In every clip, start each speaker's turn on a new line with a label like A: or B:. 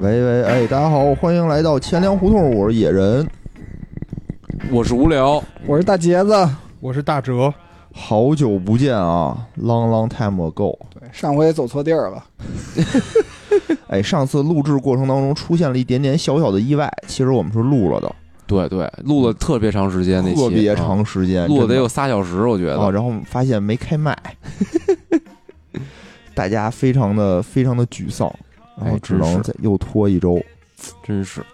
A: 喂喂，哎，大家好，欢迎来到钱粮胡同，我是野人，
B: 我是无聊，
C: 我是大杰子。
D: 我是大哲，
A: 好久不见啊，long long time ago。
C: 对，上回走错地儿了，
A: 哎，上次录制过程当中出现了一点点小小的意外，其实我们是录了的，
B: 对对，录了特别长时间，那期
A: 特别
B: 啊
A: 长时间，
B: 录了得
A: 真的
B: 有仨小时，我觉得。
A: 哦，然后我们发现没开麦， 大家非常的非常的沮丧，然后
B: 哎
A: 只
B: 真
A: 能
B: 是
A: 再又拖一周。
B: 真是，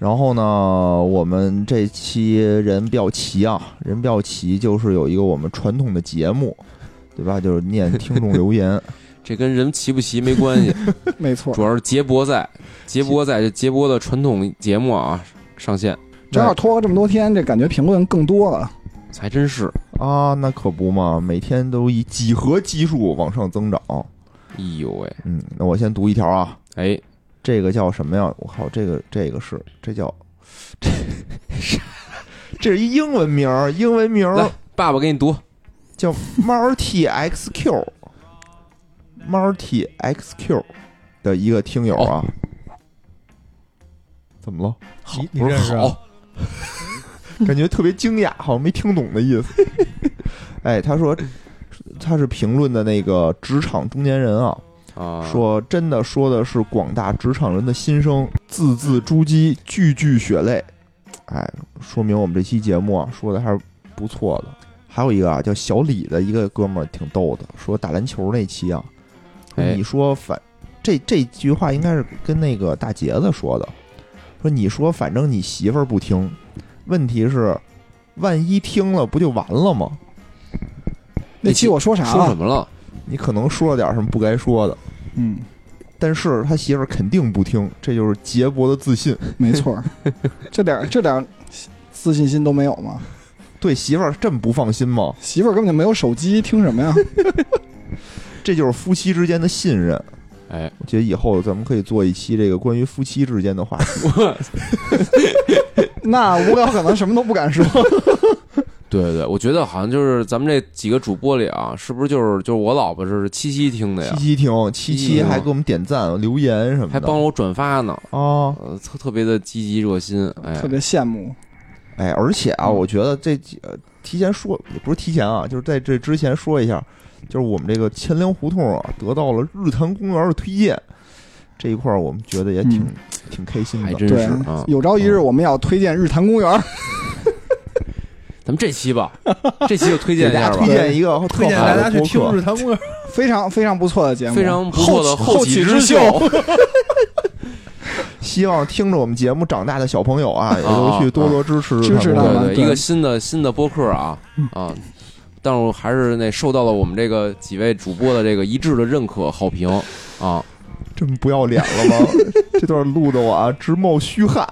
A: 然后呢，我们这期人比较齐啊，人比较齐就是有一个我们传统的节目，对吧？就是念听众留言。
B: 这跟人齐不齐没关 系，
C: 没错
B: 主，要是杰波在，杰波在这杰波的传统节目啊上线，
C: 正
B: 哎
C: 好拖了这么多天，这感觉评论更多了。
B: 还真是，
A: 啊，那可不嘛，每天都以几何基数往上增长。
B: 哎呦喂，
A: 嗯，那我先读一条啊，
B: 哎，
A: 这个叫什么呀？我靠，这个这个是这叫 这是这是一英文名儿，英文名儿啊
B: 来爸爸给你读，
A: 叫 Marty XQ。Marty XQ 的一个听友啊，怎么了？
D: 你你
B: 不是
D: 认识啊？
B: 好，
A: 感觉特别惊讶，好像没听懂的意思。 哎，他说他是评论的那个职场中间人啊，
B: 啊，
A: 说真的说的是广大职场人的心声，字字珠玑，句句血泪。哎，说明我们这期节目啊说的还是不错的。还有一个啊，叫小李的一个哥们儿挺逗的，说打篮球那期啊，说
B: 哎
A: 你说反这这句话应该是跟那个大杰子说的，说你说反正你媳妇儿不听，问题是万一听了不就完了吗？
C: 那期我说啥
B: 说什
C: 了？
B: 么了？
A: 你可能说了点什么不该说的，
C: 嗯，
A: 但是他媳妇儿肯定不听，这就是杰博的自信。
C: 没 错，这点这点自信心都没有吗？
A: 对媳妇儿这么不放心吗？
C: 媳妇儿根本就没有手机，听什么呀？
A: 这就是夫妻之间的信任。
B: 哎，
A: 我觉得以后咱们可以做一期这个关于夫妻之间的话题。
C: 那无聊可能什么都不 敢说。
B: 对对，我觉得好像就是咱们这几个主播里啊，是不是就是就是我老婆是七七听的呀
A: 七，七听，七七还给我们点赞、留言什么的，
B: 啊 还帮我转发呢，
A: 啊！
B: 呃，特特别的积极热心，哎
C: 特，别羡慕，
A: 哎，而且啊，
C: 嗯
A: 我觉得这几呃提前说也不是提前啊，就是在这之前说一下，就是我们这个钱粮胡同啊，得到了日坛公园的推荐，这一块儿我们觉得也挺、
C: 嗯
A: 挺开心
B: 还
A: 的。
B: 真是
C: 对
B: 啊，。
C: 有朝一日我们要推荐日坛公园，
B: 咱们这期吧，这期就推
A: 给
B: 荐一
A: 大
B: 下
A: 家
B: 吧
A: 推。荐一个特
D: 推荐
A: 好
D: 大
A: 的
D: 家去
A: 播
D: 听
A: 客
D: 日坛公园。
C: 非常非常不错的节目，
B: 非常不错的
C: 后
B: 起
C: 之
B: 秀，
A: 希望听着我们节目长大的小朋友啊，也都去多多支持
C: 支持
A: 他
C: 他
A: 们。
C: 们
B: 对对，
C: 对
B: 一个新的新的播客啊啊，但是我还是那受到了我们这个几位主播的这个一致的认可好评啊，
A: 这么不要脸了吗？这段录的我啊直冒虚汗。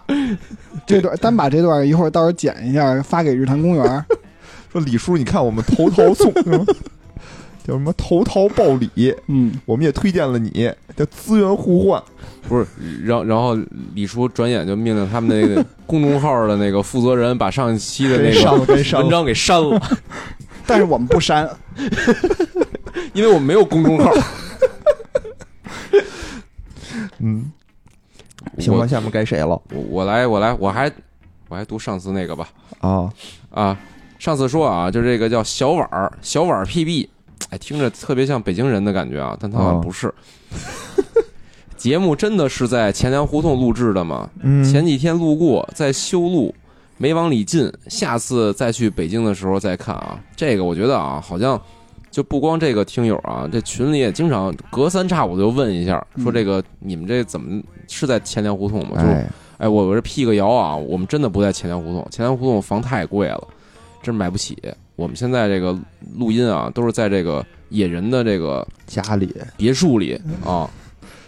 C: 这段单把这段一会儿到时候剪一下发给日坛公园。
A: 说李叔，你看我们投桃送叫什么投桃报李，
C: 嗯，
A: 我们也推荐了你，叫资源互换。
B: 不是，然然后李叔转眼就命令他们那 个公众号的那个负责人把上一期的那
A: 真伤，
B: 个
A: 真伤
B: 文。章给删了，
C: 但是我们不 删，
B: 因为我们没有公众号。
A: 嗯， 行吧，
B: 我
A: 下面该谁了
B: 我我来我来我还我还读上次那个吧
A: 啊？
B: 啊，上次说啊，就这个叫小碗儿小碗儿 PB，哎，听着特别像北京人的感觉啊，但他好像
A: 哦
B: 不是。 节目真的是在钱粮胡同录制的吗？
A: 嗯，
B: 前几天路过，在修路，没往里进。下次再去北京的时候再看啊。这个我觉得啊，好像就不光这个听友啊，这群里也经常隔三差五就问一下，说这个你们这怎么是在钱粮胡同吗？就是
A: 嗯哎，
B: 哎，我我这辟个谣啊，我们真的不在钱粮胡同，钱粮胡同房太贵了，真买不起。我们现在这个录音啊，都是在这个野人的这个
A: 家里
B: 别墅里啊，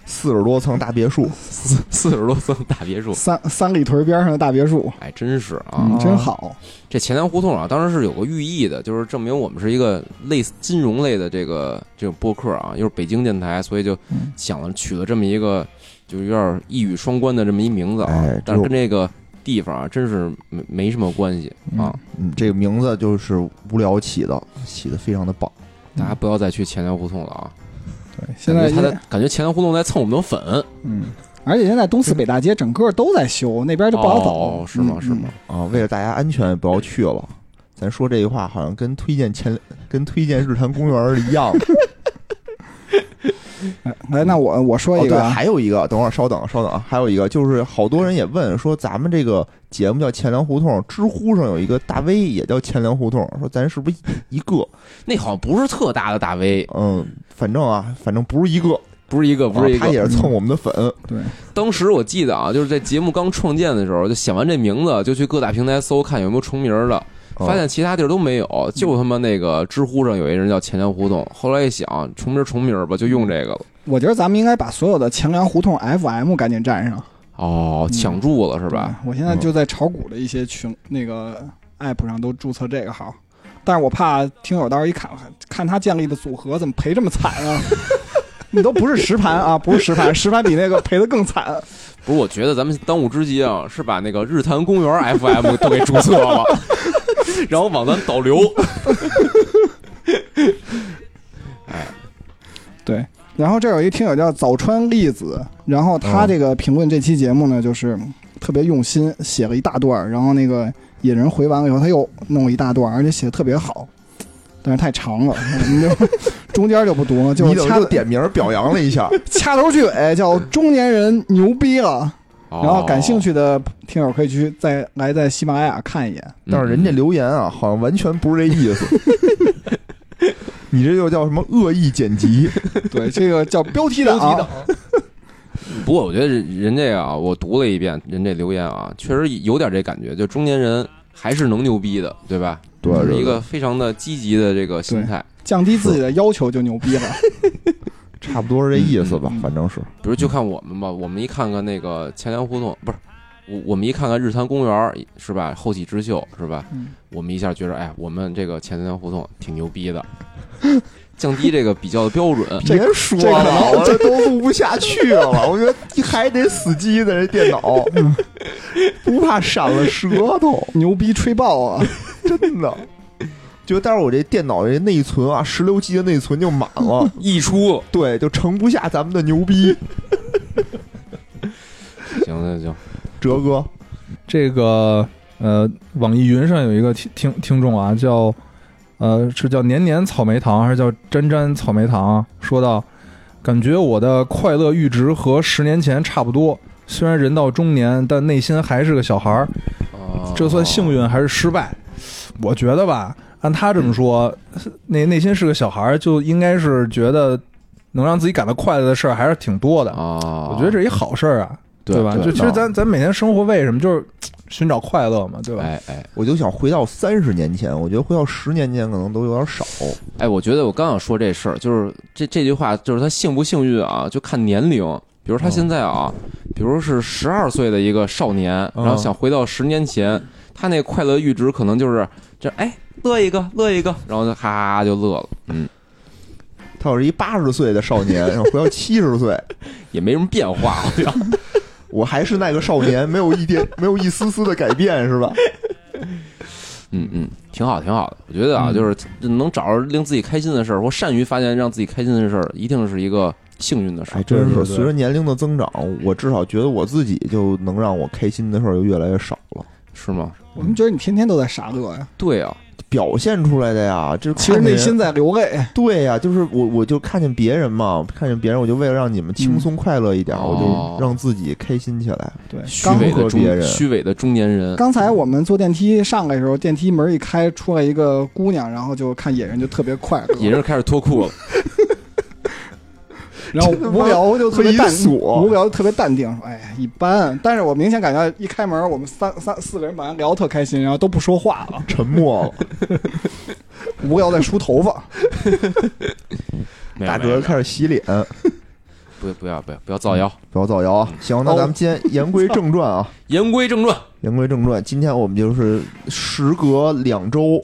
A: 四十多层大别墅，
B: 四四十多层大别墅，
C: 三三里屯边上的大别墅，
B: 哎，真是啊。
C: 嗯，真好。
B: 这钱粮胡同啊，当时是有个寓意的，就是证明我们是一个类似金融类的这个这种播客啊，又是北京电台，所以就
C: 嗯
B: 想了取了这么一个，就是有点一语双关的这么一名字啊，
A: 哎
B: 但是
A: 这
B: 跟这个地方啊，真是没没什么关系啊。
A: 嗯，这个名字就是无聊起的，起的非常的棒。
B: 大家不要再去钱粮胡同了啊！
C: 现在
B: 感觉他在感觉前南胡同在蹭我们的粉，
C: 嗯，而且现在东四北大街整个都在修，那边就不好走
B: 哦，，是吗？
C: 嗯
B: 是吗？？
A: 啊，为了大家安全不要去了。咱说这句话好像跟推荐前跟推荐日坛公园儿一 样。
C: 嗯来，那我我说
A: 哦，
C: 一
A: 对，
C: 个啊，
A: 还有一个，等会儿稍等稍等啊，还有一个就是好多人也问说，咱们这个节目叫钱粮胡同，知乎上有一个大 V 也叫钱粮胡同，说咱是不是一个？
B: 那好像不是特大的大 V，
A: 嗯，反正啊，反正不是一个，
B: 不是一个，
C: 哦
B: 不是一
A: 啊他也
B: 个。
A: 是蹭我们的粉。
B: 当时我记得啊，就是在节目刚创建的时候，就想完这名字，就去各大平台搜看有没有重名的，
C: 哦
A: 嗯
B: 发现其他地儿都没有，就他妈那个知乎上有一人叫钱粮胡同。后来一想，重名重名吧，就用这个了。
C: 我觉得咱们应该把所有的钱粮胡同 FM 赶紧占上，
B: 哦，
C: 嗯
B: 抢注了是吧？嗯
C: 对？我现在就在炒股的一些群那个 app 上都注册这个号，但是我怕听友到时候一看看他建立的组合怎么赔这么惨啊！ 你都不是实盘啊，不是实盘，实盘比那个赔的更惨。
B: 不是，我觉得咱们当务之急啊，是把那个日坛公园 FM 都给注册了， 然后往咱导流。
C: 对，然后这有一听友叫早川粒子，然后他这个评论这期节目呢，就是特别用心写了一大段儿，然后那个引人回完了以后，他又弄了一大段儿，而且写的特别好，但是太长 了，我们就中间就不读了，就是
A: 你等于
C: 掐
A: 就点名表扬了一下，
C: 掐头去尾，叫中年人牛逼了。
B: 然
C: 然后感兴，趣的听友可以去再来在喜马拉雅看一眼，
A: 但是人
B: 嗯
A: 家留言啊，好像完全不是这意思。你这又叫什么恶意剪辑？
C: 对， 这个叫标题党。
A: 标题
B: 嗯不过我觉得人人这个啊，我读了一遍人这留言啊，确实有点这感觉，就中年人还是能牛逼的，对吧？
A: 对
B: 是
A: 对
B: 一个非常的积极的这个心态。
C: 降低自己的要求就牛逼了。
A: 差不多是这意思吧
C: 嗯嗯，
A: 反正是。
B: 比如就看我们吧，我们一看看那个钱粮胡同，不是我，我们一看看日坛公园是吧？后起之秀是吧？
C: 嗯
B: 我们一下觉得，哎，我们这个钱粮胡同挺牛逼的，降低这个比较的标准。
A: 别说
C: 这可
A: 了，
C: 能
A: 我这都录不下去了。我觉得你还得死机在这电脑，不怕闪了舌头，
C: 牛逼吹爆 啊！
A: 真的。就但是我这电脑这内存啊，十六 G 的内存就满了，
B: 溢出，
A: 对，就盛不下咱们的牛 逼。
B: 行行行，
A: 哲哥，
D: 这个呃，网易云上有一个听听听众啊，叫呃是叫年年草莓糖还是叫詹詹草莓糖啊？说到，感觉我的快乐阈值和十年前差不多，虽然人到中年，但内心还是个小孩儿。
B: 哦
D: 这算幸运还是失败？我觉得吧，按他这么说，内内心是个小孩儿，就应该是觉得能让自己感到快乐的事儿还是挺多的。
B: 啊？
D: 我觉得这是一好事儿啊，对吧？就其实咱咱每天生活为什么就是寻找快乐嘛，对吧？
B: 哎哎
A: 我就想回到三十年前，我觉得回到十年前可能都有点少。
B: 哎，我觉得我刚想说这事儿，就是这这句话，就是他幸不幸运啊，就看年龄。比如他现在啊，比如是十二岁的一个少年，然
C: 嗯
B: 后想回到十年前，他那快乐阈值可能就是这，哎，乐一个，乐一个，然后就哈哈哈就乐了，嗯，
A: 他要是一八十岁的少 年，想回到七十岁，
B: 也没什么变化，啊好像。
A: 我还是那个少年，没有一 点，没有一丝丝的改变，是吧？
B: 嗯嗯，挺好，挺好的。我觉得
C: 嗯
B: 啊，就是能找着令自己开心的事儿，或善于发现让自己开心的事儿，一定是一个幸运的事儿
A: 哎，。真
D: 对
A: 是
D: 对
A: 随
D: 对
A: 着年龄的增长，我至少觉得我自己就能让我开心的事儿就越来越少了。
B: 是吗？
C: 我们觉得你天天都在傻乐呀，
B: 对啊，
A: 表现出来的呀，这
C: 其实
A: 看见
C: 内心在流泪。
A: 对呀，就是我我就看见别人嘛，看见别人，我就为了让你们轻松快乐一点，
B: 嗯
A: 我就让自己开心起来。
C: 对，
B: 虚
C: 刚
B: 伪
A: 符
B: 的
A: 合别
B: 中
A: 人
B: 虚伪的中年人，
C: 刚才我们坐电梯上来的时候，电梯门一开，出来一个姑娘，然后就看野人就特别 快乐，
B: 也是开始脱裤了。
C: 然后无聊就特别淡
A: 猥琐
C: 无聊就特别淡定，说哎呀一般。但是我明显感觉一开门，我们三三四个人把人聊得特开心，然后都不说话 了，
A: 沉默了，
C: 无聊在梳头发。
B: 没有
A: 大
B: 没有
A: 哲开始洗脸，
B: 不不要不要不要造谣。
A: 不要造谣啊！行，那咱们今天言归正传啊，
B: 言归正传
A: 言归正传，今天我们就是时隔两周，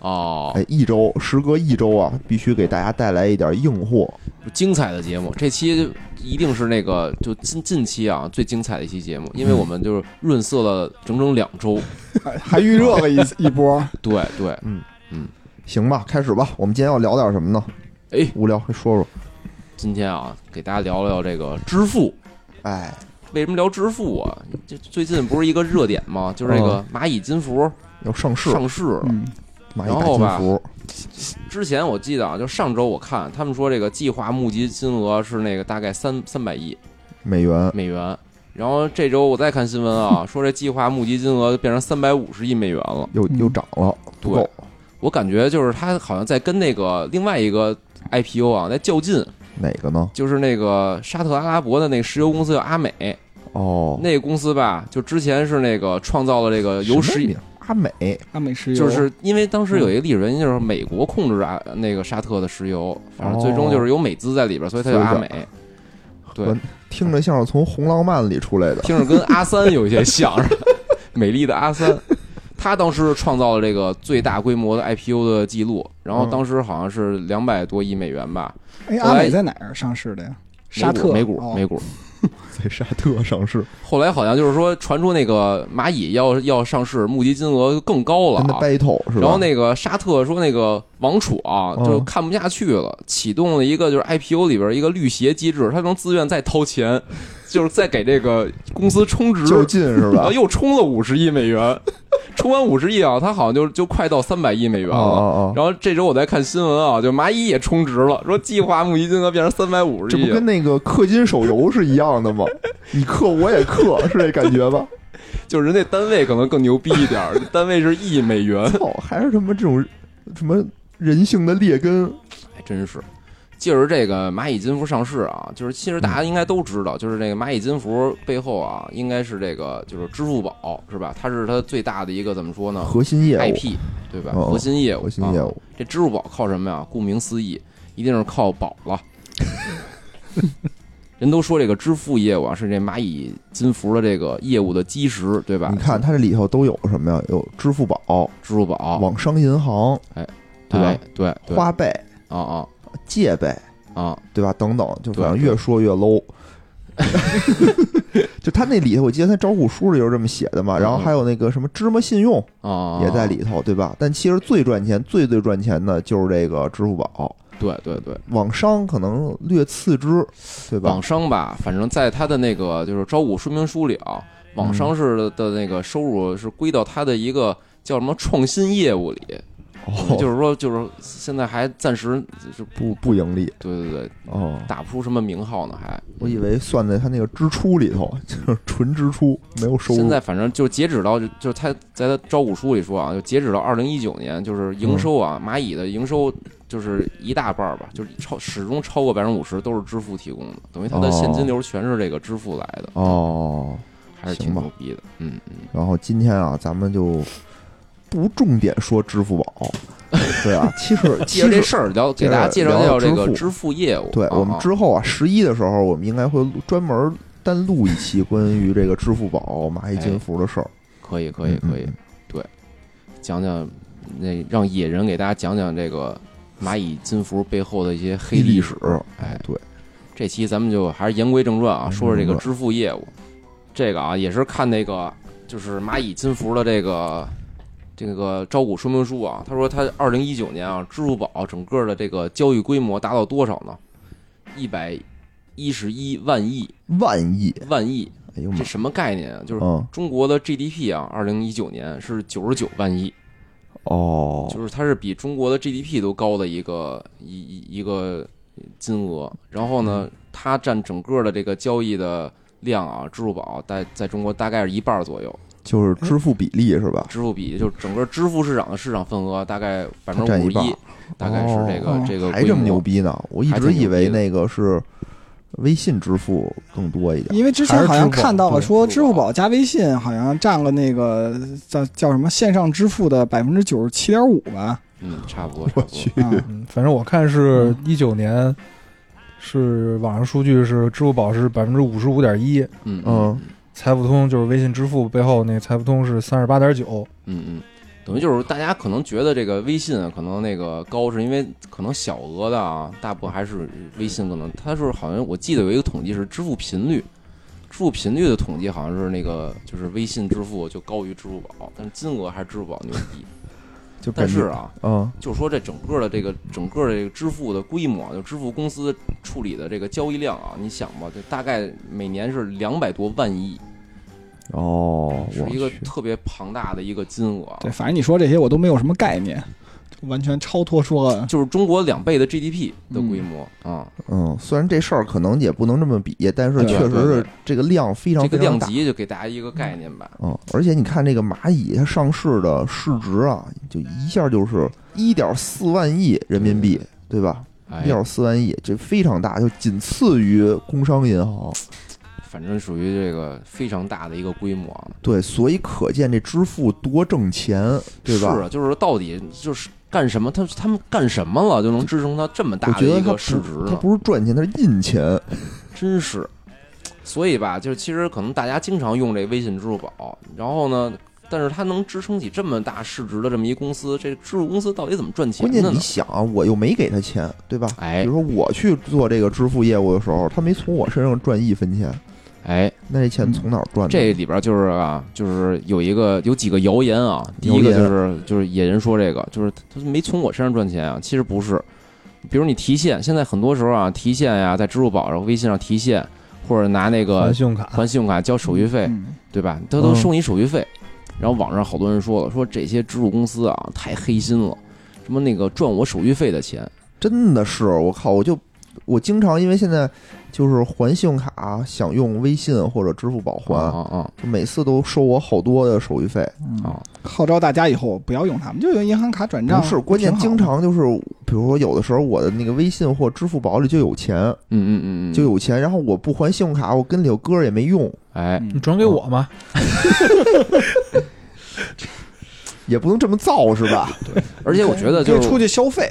B: 哦，
A: 哎，一周，时隔一周啊，必须给大家带来一点硬货。
B: 精彩的节目，这期一定是那个就近近期啊最精彩的一期节目，因为我们就是润色了整整两周。
C: 还还预热了一一波，
B: 对对，
A: 行吧，开始吧。我们今天要聊点什么呢？
B: 哎
A: 无聊，说说。
B: 今天啊，给大家聊聊这个支付。
A: 哎，
B: 为什么聊支付啊？这最近不是一个热点吗？就是这个蚂蚁金服
A: 要上市，
B: 上市了。
C: 嗯，
A: 蚂蚁
B: 然
A: 大
B: 后吧
A: 金服，
B: 之前我记得啊，就上周我看他们说这个计划募集金额是那个大概三三百亿
A: 美元，
B: 美元。然后这周我再看新闻 啊，说这计划募集金额变成三百五十亿美元了。
A: 又
C: 嗯
A: 又涨了，不
B: 对
A: 够，
B: 我感觉就是他好像在跟那个另外一个 IPO 啊在较劲，
A: 哪个呢？
B: 就是那个沙特阿拉伯的那个石油公司叫阿美，
A: 哦，
B: 那个公司吧，就之前是那个创造了这个有
A: 什
B: 史
A: 么
B: 以
A: 名阿美，
C: 阿美石油
B: 就是因为当时有一个历史原因，就是美国控制啊那个沙特的石油，反正最终就是有美资在里边，所以它叫阿美。对
A: 和，听着像是从《红浪漫》里出来的。
B: 听着跟阿三有一些像，是吧美丽的阿三，他当时创造了这个最大规模的 IPO 的记录，然后当时好像是两百多亿美元吧，
C: 哎，
B: 后来
C: 阿美在哪儿上市的呀？沙特
B: 美股
C: 哦
B: 美股。
A: 在沙特上市，
B: 后来好像就是说传出那个蚂蚁要要上市，募集金额更高了
A: 跟那
B: 啊，
A: battle 是吧？
B: 然后那个沙特说那个王储啊，
A: 嗯
B: 就看不下去了，启动了一个就是 IPO 里边一个绿鞋机制，他能自愿再掏钱，就是再给这个公司充值，
A: 较劲是
B: 然后
A: 吧？
B: 又充了五十亿美元，充完五十亿啊，他好像就就快到三百亿美元
A: 哦
B: 了。
A: 哦哦，
B: 然后这周我在看新闻啊，就蚂蚁也充值了，说计划募集金额变成三百五十
A: 这不
B: 亿，
A: 跟那个氪金手游是一样 的吗？你氪我也氪，是这感觉吧？
B: 就是人家单位可能更牛逼一点， 单位是亿美元。
A: 操，还是什么这种什么人性的劣根？
B: 还真是。借着这个蚂蚁金服上市啊，就是其实大
A: 嗯
B: 家应该都知道，就是这个蚂蚁金服背后啊，应该是这个就是支付宝是吧？它是它最大的一个怎么说呢
A: 核心业务，
B: ？IP 对吧？
A: 哦
B: 核心业务，
A: 核心业
B: 啊。
A: 务，
B: 这支付宝靠什么呀？顾名思义，一定是靠宝了。 人都说这个支付业务啊，是这蚂蚁金服的这个业务的基石，对吧？
A: 你看它这里头都有什么呀？有支付宝、
B: 支付宝，
A: 网商银行、对吧
B: 哎对对，啊
A: 花呗、
B: 啊
A: 借呗，
B: 啊，
A: 对吧？等等，就
B: 对
A: 反正越说越 low。就他那里头，我记得他招股书里就是这么写的
B: 嗯
A: 嘛，然后还有那个什么芝麻信用
B: 啊
A: 也在里头，对吧？但其实最赚钱、最最赚钱的就是这个支付宝，
B: 对对对。
A: 网商可能略次之，对吧
B: 网？商吧，反正在他的那个就是招股说明书里啊，网商
A: 嗯
B: 是的那个收入是归到他的一个叫什么创新业务里，
A: 哦，
B: 就是说就是现在还暂时是
A: 不不盈利
B: 对对对，
A: 哦，
B: 打不出什么名号呢，还
A: 我以为算在他那个支出里头， 就是纯支出，没有收入。
B: 现在反正就截止到就就是他在他招股书里说啊，就截止到二零一九年，就是
A: 嗯
B: 营收啊，蚂蚁的营收就是一大半儿吧，就是超始终超过百分之五十都是支付提供的，等于它的
A: 哦
B: 现金流全是这个支付来的，
A: 哦，
B: 还是挺
A: 行吧
B: 牛逼的，嗯嗯。
A: 然后今天啊，咱们就不重点说支付 宝，对啊，其实其
B: 借着这
A: 实
B: 事儿聊，给大家介绍介绍这个支付业务。
A: 对
B: 啊
A: 我们之后啊，十一的时候，我们应该会录专门单录一期关于这个支付宝、蚂蚁金服的事儿。
B: 可以哎可以可以
A: 嗯，
B: 讲讲那让野人给大家讲讲这个蚂蚁金服背后的一些黑历史。哎，
A: 对，
B: 这期咱们就还是言归正传啊，
A: 言归
B: 说说这个
A: 正传
B: 支付业务。这个啊，也是看那个就是蚂蚁金服的这个这个招股说明书啊，他说他二零一九年啊，支付宝整个的这个交易规模达到多少呢？一百一十一万亿
A: 万亿，
B: 万亿，
A: 哎呦
B: 这
A: 妈，
B: 什么概念啊？就是
A: 嗯，
B: 中国的 GDP 啊，二零一九年是九十九万亿，
A: 哦，
B: 就是它是比中国的 GDP 都高的一个一一一个金额。然后呢，
A: 嗯
B: 它占整个的这个交易的量啊，支付宝在在中国大概是一半儿左右，
A: 就是支付比例是吧？
B: 支付比就是整个支付市场的市场份额大概百分之
A: 占
B: 五
A: 一
B: 十
A: 半
B: 一，大概是这个、
C: 哦
B: 这个
A: 还
B: 规
A: 这么牛
B: 模。
A: 逼呢？我一
B: 还
A: 直
B: 挺
A: 以
B: 牛逼
A: 为
B: 的
A: 那个是微信支付更多一点。
C: 因为之前好像看到
D: 还
C: 了
D: 是
C: 说，
B: 支
C: 支
B: 付宝
C: 付宝加微信好像占了那个叫叫什么线上支付的百分之九十七点五 吧。
B: 嗯，差不多，差不多。
C: 啊
D: 嗯，反正我看是
B: 嗯
D: 一九年，是网上数据是支付宝是百分之五十五点一，
B: 嗯
A: 嗯
D: 财付通就是微信支付背后那财付通是三十八点九，
B: 嗯嗯，等于就是大家可能觉得这个微信啊可能那个高，是因为可能小额的啊，大部分还是微信可能它是好像我记得有一个统计是支付频率，支付频率的统 计好像是那个就是微信支付就高于支付宝，但是金额还是支付宝牛逼。
A: 就感
B: 但是
A: 觉
B: 啊，
A: 嗯
B: 就说这整个的这个整个这个支付的规模，就支付公司处理的这个交易量啊，你想吧，这大概每年是两百多万亿，
A: 哦，
B: 是
A: 我
B: 一个
A: 去
B: 特别庞大的一个金额。啊
C: 对，反正你说这些我都没有什么概念，就完全超脱说了。
B: 就是中国两倍的 GDP 的规模啊、
A: 嗯，虽然这事儿可能也不能这么比，但是
C: 对
A: 确实
B: 对啊
A: 是这个量非常
B: 这个
A: 非常
B: 量
A: 大。
B: 级就给大家一个概念吧。
A: 嗯，而且你看这个蚂蚁，它上市的市值啊，就一下就是一点四万亿人民币，对吧？
B: 哎
A: 一，点四万亿，这非常大，就仅次于工商银行。
B: 反正属于这个非常大的一个规模啊，
A: 对，所以可见这支付多挣钱，对吧？
B: 是啊，就是说到底就是干什么，他他们干什么了，就能支撑它这么大
A: 我
B: 的
A: 觉得
B: 一
A: 它
B: 个
A: 不
B: 市值呢？
A: 它不是赚钱，它是印
B: 啊
A: 钱。
B: 真是。所以吧，就是其实可能大家经常用这微信、支付宝，然后呢，但是它能支撑起这么大市值的这么一公司，这支付公司到底怎么赚钱
A: 关
B: 的
A: 键你
B: 呢？
A: 想啊，我又没给他钱，对吧？比
B: 哎
A: 如说我去做这个支付业务的时候，他没从我身上赚一分钱，
B: 哎，
A: 那这钱从哪儿赚的？
B: 这里边就是啊，就是有一个有几个谣言啊，第一个
A: 谣言
B: 就是就是野人说这个，就是他没从我身上赚钱啊，其实不是。比如你提现，现在很多时候啊，提现呀、在支付宝、然后微信上提现，或者拿那个
D: 还信用卡，
B: 还信用卡交手续费，
C: 嗯
B: 对吧？他都
D: 嗯
B: 收你手续费。然后网上好多人说了，说这些支付公司啊太黑心了，什么那个赚我手续费的钱，
A: 真的是我靠！我就我经常因为现在就是还信用卡，想用微信或者支付宝还，
B: 啊啊啊
A: 就每次都收我好多的手续费。
B: 啊！
C: 号召大家以后不要用它们，就用银行卡转账。
A: 不是，关键经常就是，比如说有的时候我的那个微信或支付宝里就有钱，
B: 嗯嗯嗯嗯，
A: 就有钱，然后我不还信用卡，我跟里头搁着也没用，
B: 哎，
C: 嗯
D: 你转给我嘛？
A: 也不能这么造是吧？
B: 而且我觉得就
C: 可以出
B: 是
C: 去消费，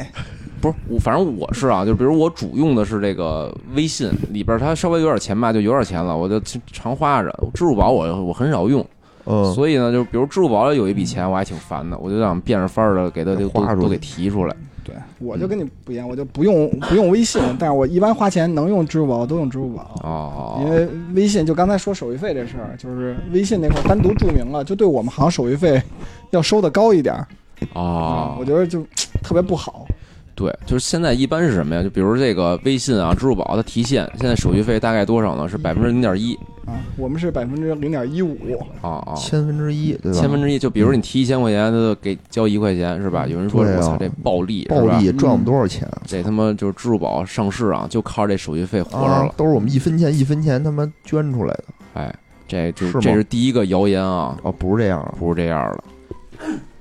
B: 不是我，反正我是啊，就比如我主用的是这个微信里边，它稍微有点钱吧，就有点钱了，我就常花着。支付宝我我很少用，
A: 嗯，
B: 所以呢，就比如支付宝里有一笔钱，我还挺烦的，我就想变着法儿的给它都
A: 花
B: 都
A: 出去
B: 都给提出来。
C: 对我就跟你不一样，我就不用不用微信，但是我一般花钱能用支付宝都用支付宝。
B: 哦，
C: 因为微信就刚才说手续费这事儿，就是微信那块单独注明了，就对我们行手续费要收的高一点儿啊
B: 哦，
C: 我觉得就特别不好。
B: 对，就是现在一般是什么呀？就比如这个微信啊、支付宝，它提现，现在手续费大概多少呢？
A: 嗯
B: 是百分之零点一
C: 啊，我们是百分之零点一五，
B: 啊啊，
A: 千分之一，对吧？
B: 千分之一。就比如你提一千块钱，它就给交一块钱，是吧？有人说
A: 对啊
B: 我操，这暴利，是
A: 暴
B: 吧？
A: 利赚我们多少钱？啊
B: 这他妈就是支付宝上市啊，就靠这手续费活着
A: 啊
B: 嗯了。，
A: 都是我们一分钱一分钱他妈捐出来的
B: 哎，这就是
A: 吗
B: 这是第一个谣言啊，
A: 哦，不是这样啊，
B: 不是这样的。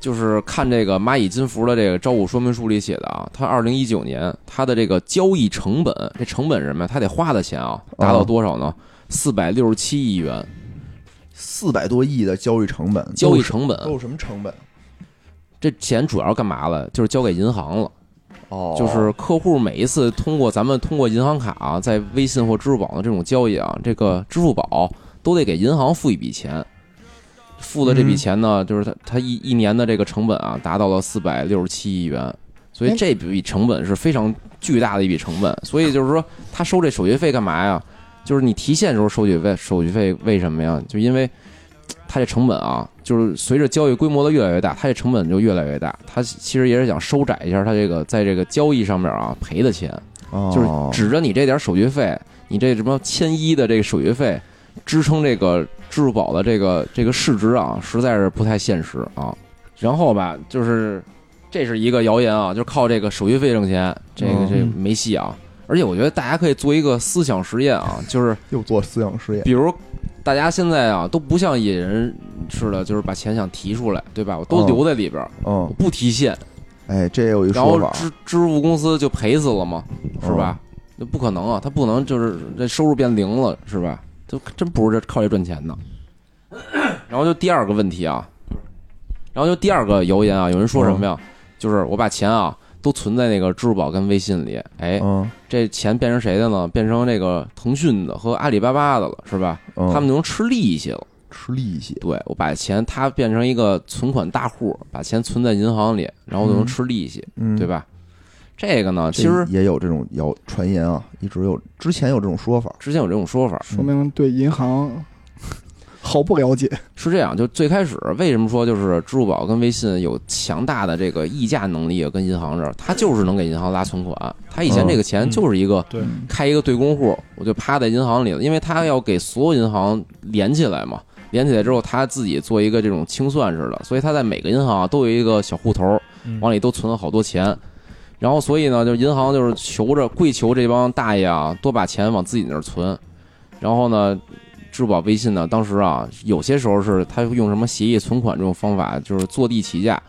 B: 就是看这个蚂蚁金服的这个招股说明书里写的啊，它二零一九年它的这个交易成本，这成本是什么呀？它得花的钱啊，达到多少呢？四百六十七亿元
A: 四百多亿的交易成本，
B: 交易
A: 都是
B: 成本，
A: 都有什么成本？
B: 这钱主要干嘛了？就是交给银行了。
A: 哦
B: 就是客户每一次通过咱们通过银行卡啊、在微信或支付宝的这种交易啊，这个支付宝都得给银行付一笔钱。付的这笔钱呢，就是他他一一年的这个成本啊，达到了四百六十七亿元，所以
C: 哎
B: 这笔成本是非常巨大的一笔成本。所以就是说，他收这手续费干嘛呀？就是你提现的时候收取费，手续费为什么呀？就因为它这成本啊，就是随着交易规模的越来越大，它这成本就越来越大。它其实也是想收窄一下它这个在这个交易上面啊赔的钱，就是
A: 哦
B: 指着你这点手续费，你这什么千一的这个手续费，支撑这个支付宝的这个这个市值啊，实在是不太现实啊。然后吧，就是这是一个谣言啊，就是靠这个手续费挣钱，这个这
D: 嗯
B: 没戏啊。而且我觉得大家可以做一个思想实验啊，就是
A: 又做思想实验，
B: 比如大家现在啊都不像野人似的，就是把钱想提出来，对吧？我都
A: 嗯
B: 留在里边儿，
A: 嗯
B: 我，不提现，
A: 哎，这有一说
B: 然后
A: 法，嗯
B: 支支付公司就赔死了嘛，是吧？那不可能啊，他不能就是这收入变零了，是吧？就真不是这靠这赚钱的。然后就第二个问题啊，然后就第二个谣言啊，有人说什么呀？
A: 嗯
B: 就是我把钱啊都存在那个支付宝跟微信里，哎，
A: 嗯？
B: 这钱变成谁的呢？变成那个腾讯的和阿里巴巴的了，是吧？
A: 嗯，
B: 他们能吃利息了。
A: 吃利息，
B: 对我把钱，他变成一个存款大户，把钱存在银行里，然后就能
D: 嗯
B: 吃利息，
A: 嗯，
B: 对吧？这个呢，
A: 这
B: 其实
A: 也有这种谣传言啊，一直有，之前有这种说法，
B: 之前有这种说法，
C: 说明对银行毫不了解。
B: 是这样，就最开始为什么说就是支付宝跟微信有强大的这个议价能力，跟银行这儿，它就是能给银行拉存款。它以前这个钱
D: 嗯
B: 就是一个
D: 对
B: 开一个对公户，我就趴在银行里了，因为它要给所有银行连起来嘛，连起来之后它自己做一个这种清算似的，所以它在每个银行啊都有一个小户头，嗯
D: 嗯
B: 往里都存了好多钱。然后所以呢，就是银行就是求着跪求这帮大爷啊，多把钱往自己那儿存。然后呢，支付宝、微信呢，当时啊，有些时候是他用什么协议存款这种方法，就是坐地起价，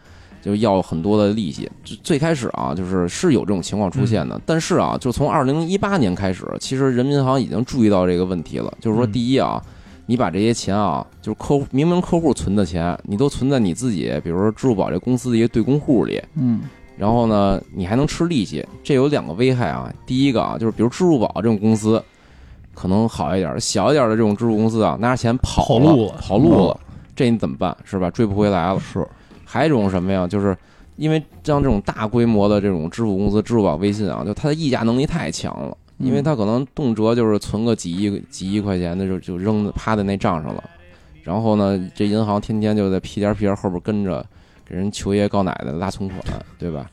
B: 就是要很多的利息。最最开始啊，就是是有这种情况出现的，但是啊，就从二零一八年开始，其实人民银行已经注意到这个问题了，就是说，
D: 嗯
B: 第一啊。你把这些钱啊，就是客户明明客户存的钱，你都存在你自己，比如说支付宝这公司的一个对公户里，
C: 嗯，
B: 然后呢，你还能吃利息，这有两个危害啊。第一个啊，就是比如支付宝这种公司，可能好一点，小一点的这种支付公司啊，拿着钱跑
D: 跑
B: 了，
D: 路了嗯
B: 跑路了，这你怎么办？是吧？追不回来了。
A: 是
B: 还有一种什么呀？就是因为像这种大规模的这种支付公司，支付宝、微信啊，就它的议价能力太强了，因为它可能动辄就是存个几亿、几亿块钱的就就扔趴在那账上了。然后呢，这银行天天就在屁颠屁颠后边跟着，给人求爷告奶奶拉存款，对吧？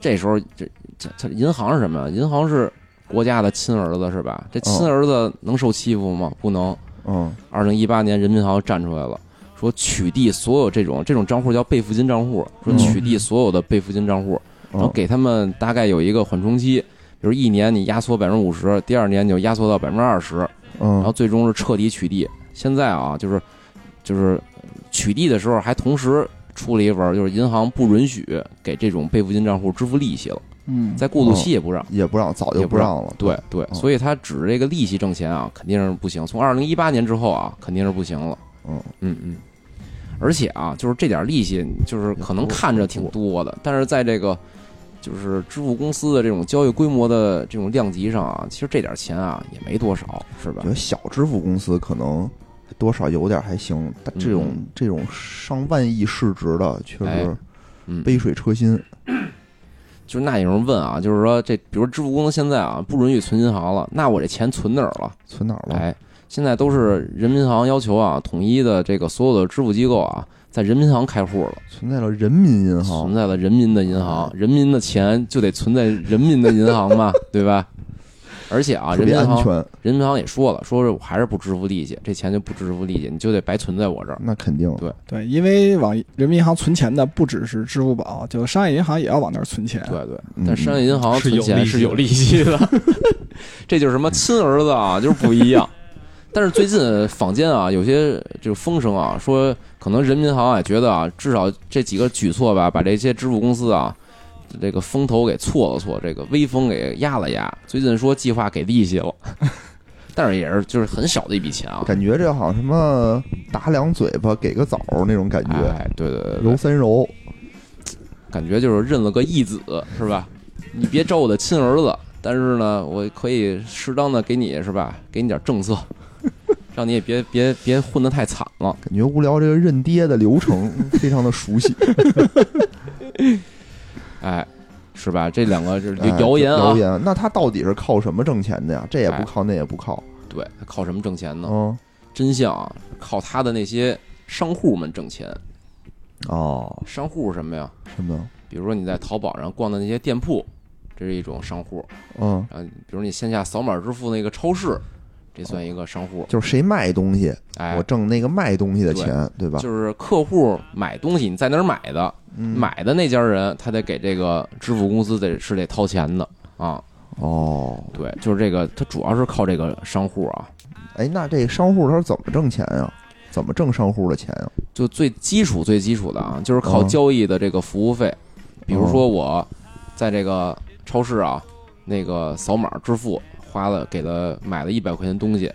B: 这时候这这这银行是什么呀？银行是国家的亲儿子是吧？这亲
A: 哦
B: 儿子能受欺负吗？不能。
A: 嗯
B: 二零一八年人民银行站出来了，说取缔所有这种这种账户叫备付金账户，说
A: 嗯
B: 取缔所有的备付金账户，然后
A: 嗯
B: 给他们大概有一个缓冲期，比如一年你压缩百分之五十，第二年你就压缩到百分之二十，然后
A: 嗯
B: 最终是彻底取缔。现在啊，就是就是取缔的时候还同时出了一文，就是银行不允许给这种备付金账户支付利息了，
C: 嗯，
B: 在过渡期也不让。
A: 也不让，早就
B: 也
A: 不
B: 不
A: 让了。
B: 对对，
A: 嗯
B: 所以他指这个利息挣钱啊，肯定是不行。从二零一八年之后啊，肯定是不行了。
A: 嗯
B: 嗯嗯。而且啊，就是这点利息，就是可能
A: 也不
B: 看着挺多的，但是在这个就是支付公司的这种交易规模的这种量级上啊，其实这点钱啊也没多少，是吧
A: 觉？得小支付公司可能多少有点还行，但这种、
B: 嗯
A: 这种上万亿市值的，确实
B: 哎嗯，
A: 杯水车薪。
B: 就是那有人问啊，就是说这，比如支付公司现在啊不允许存银行了，那我这钱存哪儿了？
A: 存哪儿了？
B: 哎，现在都是人民银行要求啊，统一的这个所有的支付机构啊，在人民银行开户了，
A: 存在了人民银
B: 存
A: 行。嗯
B: 在了人民的银行，人民的钱就得存在人民的银行嘛，对吧？ 而且啊，
A: 特
B: 人
A: 别
B: 民银
A: 安
B: 行
A: 全，
B: 人民银行也说了，说是我还是不支付利息，这钱就不支付利息，你就得白存在我这儿。
A: 那肯定
B: 对
C: 对，因为往人民银行存钱的不只是支付宝，就商业银行也要往那儿存钱。
B: 对对，
A: 嗯
B: 但商业银行
D: 是
B: 存
D: 有利
B: 钱
D: 息
B: 是有利息的， 这就是什么亲儿子啊，就是不一样。 但是最近坊间啊，有些就风声啊，说可能人民银行也觉得啊，至少这几个举措吧，把这些支付公司啊，这个风头给错了错，这个威风给压了压。最近说计划给利息了， 但是也是就是很少的一笔钱啊。
A: 感觉这好像什么打两嘴巴给个枣儿那种感觉，
B: 哎，对对对对
A: 揉三揉。
B: 感觉就是认了个义子，是吧？你别招我的亲儿子，但是呢，我可以适当的给你，是吧？给你点政 策，让你也别别别混得太惨了。
A: 感觉无聊这个认爹的流 程非常的熟悉，
B: 哎，是吧？这两个就是
A: 哎
B: 谣言啊，哎
A: 谣言。那他到底是靠什么挣钱的呀？这也不靠，那也不靠。
B: 对，靠什么挣钱呢？
A: 嗯，
B: 真相啊，靠他的那些商户们挣钱。
A: 哦，
B: 商户是什么呀？
A: 什么？
B: 比如说你在淘宝上逛的那些店铺，这是一种商户；
A: 嗯，
B: 然后比如你线下扫码支付那个超市，这算一个商户。
A: 就是谁卖东西，
B: 哎，
A: 我挣那个卖东西的钱，对吧？
B: 就是客户买东西，你在哪儿买的，
A: 嗯
B: 买的那家人他得给这个支付公司得是得掏钱的啊。
A: 哦，
B: 对，就是这个，他主要是靠这个商户啊。
A: 哎，那这商户他是怎么挣钱呀？怎么挣商户的钱啊呀？
B: 就最基础最基础的啊，就是靠
A: 嗯
B: 交易的这个服务费。比如说我在这个超市啊，那个扫码支付，花了给了买了一百块钱东西，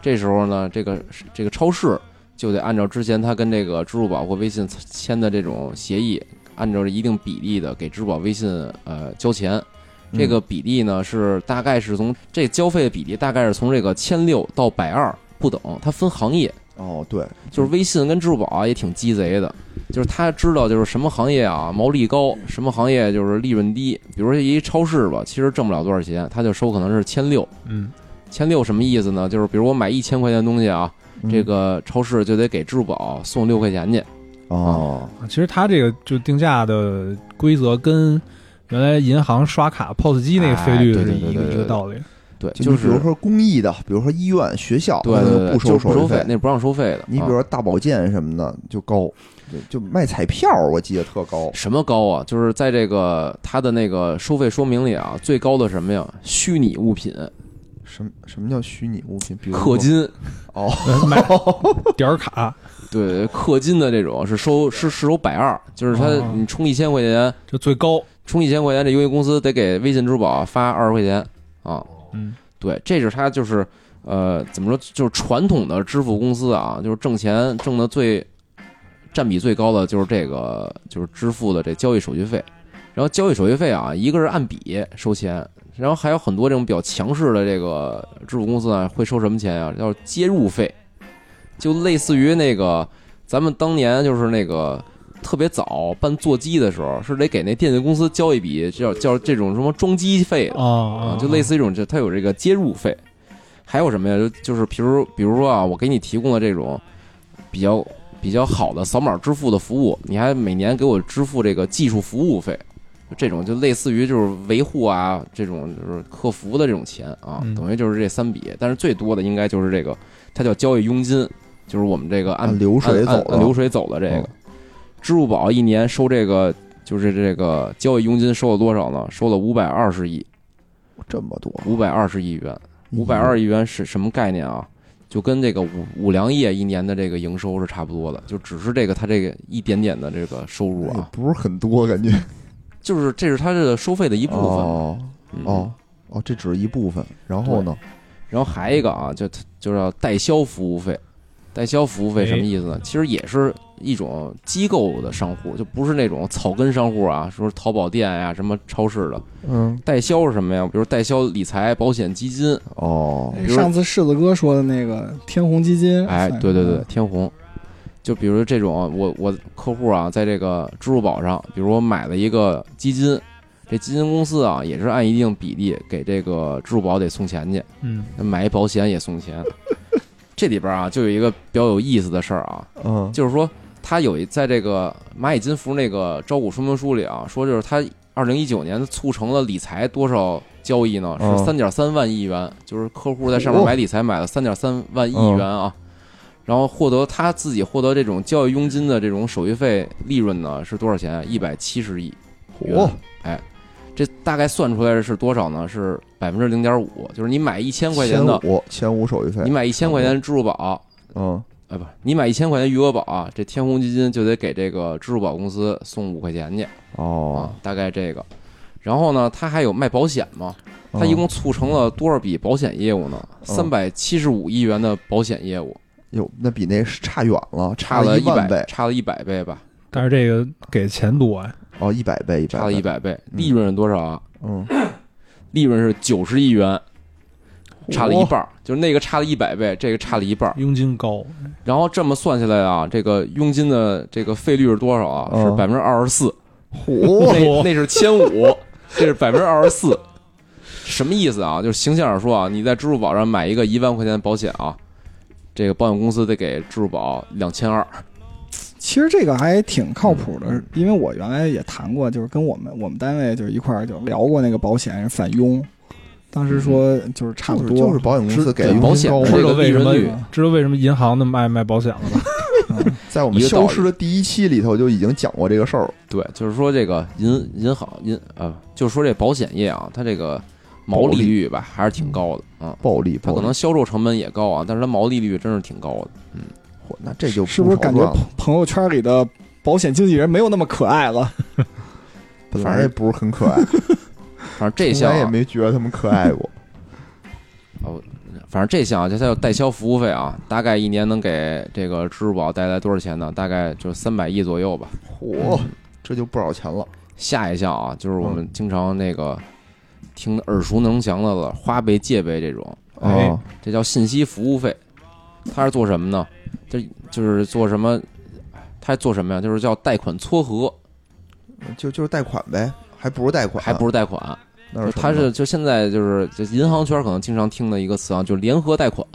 B: 这时候呢，这个这个超市就得按照之前他跟这个支付宝或微信签的这种协议，按照一定比例的给支付宝、微信呃交钱。
A: 嗯
B: 这个比例呢是大概是从这交费的比例大概是从这个千六到百二不等，它分行业。
A: 嗯哦，对，
B: 就是微信跟支付宝啊也挺鸡贼的，就是他知道就是什么行业啊毛利高，什么行业就是利润低。比如说一超市吧，其实挣不了多少钱，他就收可能是千六，
D: 嗯
B: 千六什么意思呢？就是比如我买一千块钱的东西啊，
A: 嗯
B: 这个超市就得给支付宝送六块钱去。
A: 哦，
B: 啊
D: 啊其实它这个就定价的规则跟原来银行刷卡 POS 机那个费率
B: 哎对
D: 是
B: 对对
D: 一个
B: 对对
D: 一个道理。
B: 对，
A: 就
B: 就是
A: 比如说公益的，比如说医院、学校，
B: 对
A: 那
B: 对
A: 就
B: 对，
A: 不手
B: 就是不收
A: 续
B: 费，那。是不让收费的。
A: 你比
B: 啊
A: 如说大保健什么的就高，就就卖彩票，我记得特高。
B: 什么高啊？就是在这个它的那个收费说明里啊，最高的什么呀？虚拟物品
A: 什么什么叫虚拟物品？比如说
B: 氪金，
A: 哦，
D: 呃买点儿卡，
B: 对氪金的这种是收是是收百二，就是它
D: 哦
B: 你充一千块钱，
D: 这最高。
B: 充一千块钱，这游戏公司得给微信、支付宝发二十块钱啊。
D: 嗯，
B: 对，这是它就是呃怎么说，就是传统的支付公司啊，就是挣钱挣的最占比最高的就是这个就是支付的这交易手续费，然后交易手续费啊，一个是按笔收钱，然后还有很多这种比较强势的这个支付公司啊，会收什么钱啊？叫接入费，就类似于那个咱们当年就是那个。特别早办座机的时候，是得给那电信公司交一笔叫叫这种什么装机费的
D: 啊
B: 啊，
D: 啊
B: 就类似于这种，就它有这个接入费，还有什么呀？就就是比如比如说啊，我给你提供了这种比较比较好的扫码支付的服务，你还每年给我支付这个技术服务费，就这种就类似于就是维护啊这种就是客服的这种钱啊
D: 嗯，
B: 等于就是这三笔，但是最多的应该就是这个，它叫交易佣金，就是我们这个按
A: 按流水走
B: 按
A: 的
B: 按流水走的这个
A: 嗯。
B: 支付宝一年收这个就是这个交易佣金收了多少呢？收了五百二十亿，
A: 这么多，
B: 五百二十亿元，
A: 嗯
B: 五百二亿元是什么概念啊？就跟这个五五粮液一年的这个营收是差不多的，就只是这个它这个一点点的这个收入
A: 也
B: 啊，
A: 不是很多，感觉
B: 就是这是它这个收费的一部分。
A: 哦
B: 嗯
A: 哦哦，这只是一部分。然后呢，
B: 然后还一个啊，就就叫代销服务费。代销服务费什么意思
A: 哎
B: 呢？其实也是一种机构的商户，就不是那种草根商户啊，说是淘宝店呀、什么超市的。
A: 嗯，
B: 代销是什么呀？比如代销理财、保险、基金。
A: 哦，
B: 比如
C: 哎上次柿子哥说的那个天弘基金，
B: 哎，
C: 算
B: 对对对
C: 是，
B: 天弘，就比如这种啊，我我客户啊，在这个支付宝上，比如我买了一个基金，这基金公司啊，也是按一定比例给这个支付宝得送钱去，
D: 嗯，
B: 买一保险也送钱。 这里边啊，就有一个比较有意思的事儿啊，
A: 嗯，
B: 就是说他有一在这个蚂蚁金服那个招股说明书里啊，说就是他二零一九年促成了理财多少交易呢？
A: 嗯
B: 是三点三万亿元，就是客户在上面
A: 哦
B: 买理财买了三点三万亿元啊。然后获得他自己获得这种交易佣金的这种手续费利润呢是多少钱？啊一百七十亿元。
A: 哦
B: 哎，这大概算出来是多少呢？是百分之零点五，就是你买一千块钱的，
A: 五千五手续费
B: 你，买一千块钱支付宝，
A: 嗯，
B: 啊，不，你买一千块钱余额宝啊，这天弘基金就得给这个支付宝公司送五块钱去
A: 哦
B: 啊，，大概这个。然后呢，他还有卖保险嘛？
A: 嗯哦
B: 他一共促成了多少笔保险业务呢？三百七十五亿元的保险业务，
A: 哟，那比那是差远了，
B: 差
A: 了
B: 了
A: 一万
B: 百
A: 倍，
B: 差了一百倍吧，
D: 但是这个给钱多啊呀，
A: 哦，一百倍，一
B: 差了一
A: 百倍，
B: 百倍。
A: 嗯
B: 利润是多少啊？
A: 嗯，
B: 利润是九十亿元，差了一半儿，就是那个差了一百倍，这个差了一半儿。
D: 佣金高，
B: 然后这么算下来啊，这个佣金的这个费率是多少啊？是
A: 嗯
B: 百分之二十四。
A: 嚯，
B: 那那是千五，这是百分之二十四，什么意思啊？就是形象点说啊，你在支付宝上买一个一万块钱的保险啊，这个保险公司得给支付宝两千二，
C: 其实这个还挺靠谱的，因为我原来也谈过，就是跟我们我们单位就是一块儿就聊过那个保险返佣，当时说嗯就是差不
A: 就是
C: 多，
A: 就是保险公司给
B: 对
A: 佣金
B: 保险
A: 高
B: 的
D: 知
B: 这
D: 道
B: 个利
D: 为什
B: 润
D: 么
B: 率，
D: 知道为什么银行那么爱卖保险了吧？
A: 在我们
B: 一个道
A: 消
B: 理
A: 失的第一期里头就已经讲过这个事儿了，
B: 对，就是说这个银银行银呃，就是说这保险业啊，它这个毛利率吧还是挺高的啊。
A: 暴力，
B: 它
A: 暴
B: 可
A: 力
B: 能，销售成本也高啊，但是它毛利率真是挺高的。
A: 嚯那这就是
C: 不是感觉
A: 少赚了
C: 朋朋友圈里的保险经纪人没有那么可爱了？
A: 本来也不是很可爱，
B: 反正这
A: 从
B: 项
A: 来也
B: 啊
A: 没觉得他们可爱 过，
B: 反正这项啊，就它有代销服务费啊，大概一年能给这个支付宝带来多少钱呢？大概就三百亿左右吧。
A: 嚯，这就不少钱了，
B: 下一项啊，就是我
A: 嗯
B: 们经常那个听耳熟能详的了，花呗、借呗这种，
D: 哎
A: 哦
B: 这叫信息服务费。它是做什么呢？这就是做什么？它做什么呀？就是叫贷款撮合，
A: 就就是贷款呗，还不如贷款，
B: 还不
A: 是，
B: 是贷款。
A: 那是什么
B: 它
A: 呢
B: 是就现在就是就银行圈可能经常听的一个词啊，就联合贷款。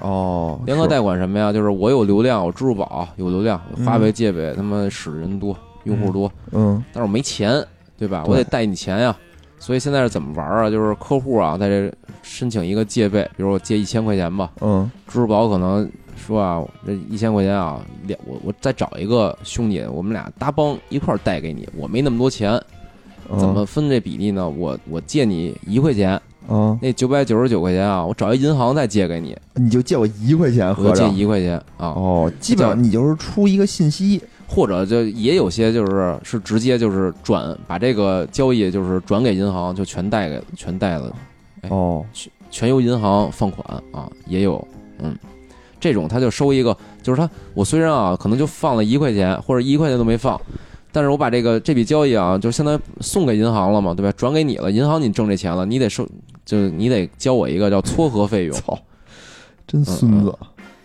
A: 哦，
B: 联合
A: 是
B: 贷款什么呀？就是我有流量，我支付宝有流量，我花呗、借呗，他妈使人多，用户多，
A: 嗯
B: 但是我没钱，对吧？我得
A: 对
B: 贷你钱呀。所以现在是怎么玩啊？就是客户啊，在这申请一个借呗，比如我借一千块钱吧，
A: 嗯
B: 支付宝可能说啊，这一千块钱啊，两我我再找一个兄弟，我们俩搭帮一块儿贷给你，我没那么多钱，
A: 嗯，
B: 怎么分这比例呢？我我借你一块钱，
A: 啊？
B: 那九百九十九块钱啊，我找一银行再借给你，
A: 你就借我一块钱，
B: 我就
A: 合着
B: 借一块钱啊，
A: 哦，基本上你就是出一个信息，
B: 或者就也有些就是是直接就是转把这个交易就是转给银行，就全贷给全贷了，哎
A: 哦
B: 全由银行放款啊，也有，嗯，这种他就收一个，就是他我虽然啊可能就放了一块钱或者一块钱都没放，但是我把这个这笔交易啊，就相当于送给银行了嘛，对吧？转给你了，银行你挣这钱了，你得收，就是你得交我一个叫撮合费 用。
A: 操，真孙子！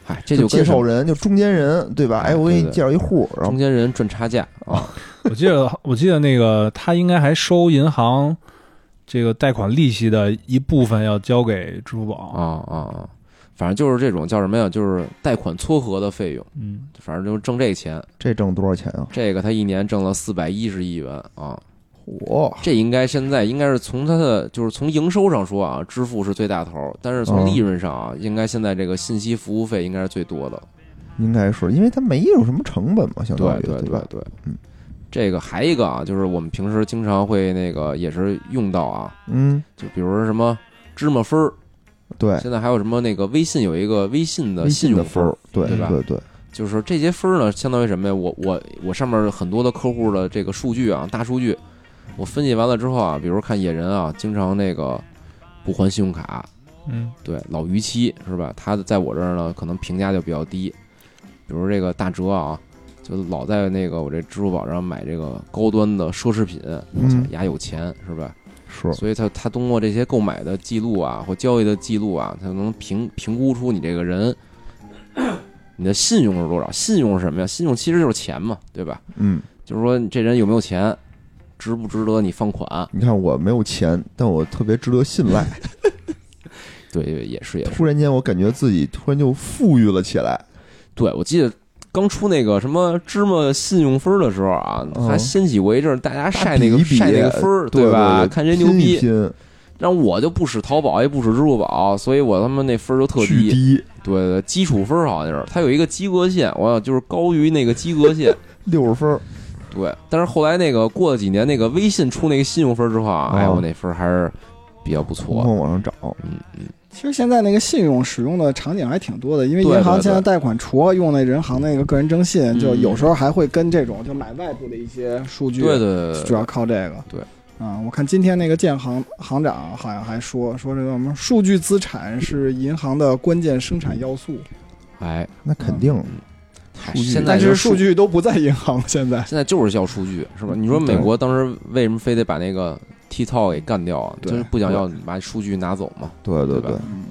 B: 嗨，嗯这就跟
A: 介
B: 什
A: 绍
B: 么
A: 人，就中间人，对吧？
B: 哎
A: 哎，我给
B: 对
A: 你
B: 对
A: 介绍一户，然
B: 中
A: 后
B: 间人赚差价啊，
D: 我记得我记得那个他应该还收银行这个贷款利息的一部分要交给支付
B: 啊
D: 宝。
B: 啊啊！反正就是这种叫什么呀？就是贷款撮合的费用，
D: 嗯，
B: 反正就是挣这钱。
A: 这挣多少钱啊？
B: 这个他一年挣了四百一十亿元啊，
A: 嚯，
B: 这应该现在应该是从它的就是从营收上说啊，支付是最大头，但是
A: 嗯
B: 从利润上啊，应该现在这个信息服务费应该是最多的。
A: 应该是因为它没有什么成本嘛，相当于
B: 对
A: 吧？
B: 对，
A: 嗯，
B: 这个还一个啊，就是我们平时经常会那个也是用到啊，
A: 嗯，
B: 就比如说什么芝麻分儿，
A: 对，
B: 现在还有什么那个微信有一个哎微信的
A: 微信
B: 信
A: 的
B: 用
A: 分
B: 分儿
A: 儿，，对
B: 对吧
A: 对对，
B: 就是说这些分儿呢，相当于什么呀？我我我上面很多的客户的这个数据啊，大数据，我分析完了之后啊，比如看野人啊，经常那个不还信用卡，
D: 嗯，
B: 对老逾期是吧？他在我这儿呢，可能评价就比较低。比如这个大哲啊，就老在那个我这支付宝上买这个高端的奢侈品，我操
A: 嗯，
B: 牙有钱是吧？
A: 是
B: 所以他他通过这些购买的记录啊或交易的记录啊，他能评评估出你这个人，你的信用是多少？信用是什么呀？信用其实就是钱嘛，对吧？
A: 嗯。
B: 就是说你这人有没有钱，值不值得你放款？
A: 你看我没有钱，但我特别值得信赖。
B: 对，也是也是。
A: 突然间，我感觉自己突然就富裕了起来。
B: 对，我记得刚出那个什么芝麻信用分儿的时候啊，
A: 嗯
B: 还掀起过一阵儿大家晒那个
A: 比一比
B: 晒那个分儿，
A: 对
B: 吧？
A: 对
B: 看谁牛
A: 拼一
B: 逼。
A: 拼
B: 然后我就不使淘宝，也不使支付宝，所以我他妈那分儿就特
A: 巨低，
B: 对对，对，基础分儿好像是它有一个及格线，我就是高于那个及格线。
A: 六十分儿。
B: 对，但是后来那个过了几年，那个微信出那个信用分儿之后啊，哎，
A: 哦
B: 我那分儿还是比较不
A: 疯
B: 错。
A: 狂往上涨。
B: 嗯嗯，
C: 其实现在那个信用使用的场景还挺多的，因为
B: 对
C: 银行
B: 对
C: 现在
B: 对
C: 贷款除了用那人行那个个人征信，就
B: 嗯
C: 有时候还会跟这种就买外部的一些数据，
B: 对对对对
C: 主
B: 对，
C: 要靠这个。
B: 呃对，
C: 啊，我看今天那个建行行长好像还说说这个什么数据资产是银行的关键生产要素，
B: 哎，
A: 那肯定，
B: 嗨
A: 数据
B: 现在
C: 但
B: 就是
C: 数据都不在银行现在。
B: 现在就是要数据，是吧？
A: 嗯
B: 你说美国当时为什么非得把那个 TikTok 给干掉啊？
C: 对
B: 就是不想要你把数据拿走嘛。
A: 对对
B: 对
A: 对
B: 吧，
C: 嗯，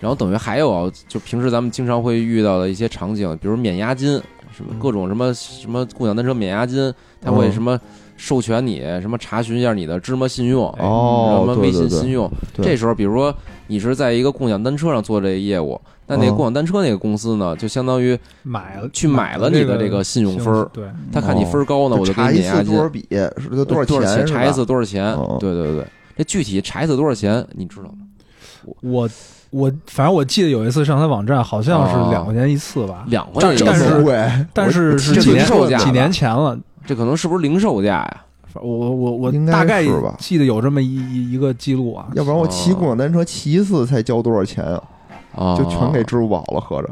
B: 然后等于还有啊，就平时咱们经常会遇到的一些场景，比如免押金，什么
D: 嗯
B: 各种什么什么共享单车免押金，他会
A: 嗯
B: 什么授权你，什么查询一下你的芝麻信用，
A: 哦
B: 哎什么
A: 对
B: 微
A: 对
B: 信
A: 对
B: 信用。
A: 对
B: 这时候，比如说你是在一个共享单车上做这个业务，那那个
A: 嗯
B: 共享单车那个公司呢，就相当于
D: 买了
B: 去哎买了你的这个信用分儿，
D: 对，
B: 他看你分儿高呢，我就给
A: 哦查一
B: 你啊免押
A: 次
B: 金
A: 多。少笔，是多少
B: 多
A: 钱？是吧
B: 查一次多少钱
A: 嗯嗯？
B: 对对对，这具体查一次多少钱，你知道吗？
D: 我我反正我记得有一次上他网站，好像是
B: 哦
D: 两块钱一次吧，
B: 两块
D: 但
B: 钱一
D: 是
B: 次，
D: 但是
A: 贵，
D: 但是是
B: 这
D: 几年
B: 零售价吧
D: 几年前了。
B: 这可能是不是零售价呀？
D: 我我我
A: 应该
D: 大概
A: 是吧
D: 记得有这么一一一个记录啊，
A: 要不然
B: 哦
A: 我骑共享单车骑一次才交多少钱啊？
B: 啊，
A: 就全给支付宝了，合着。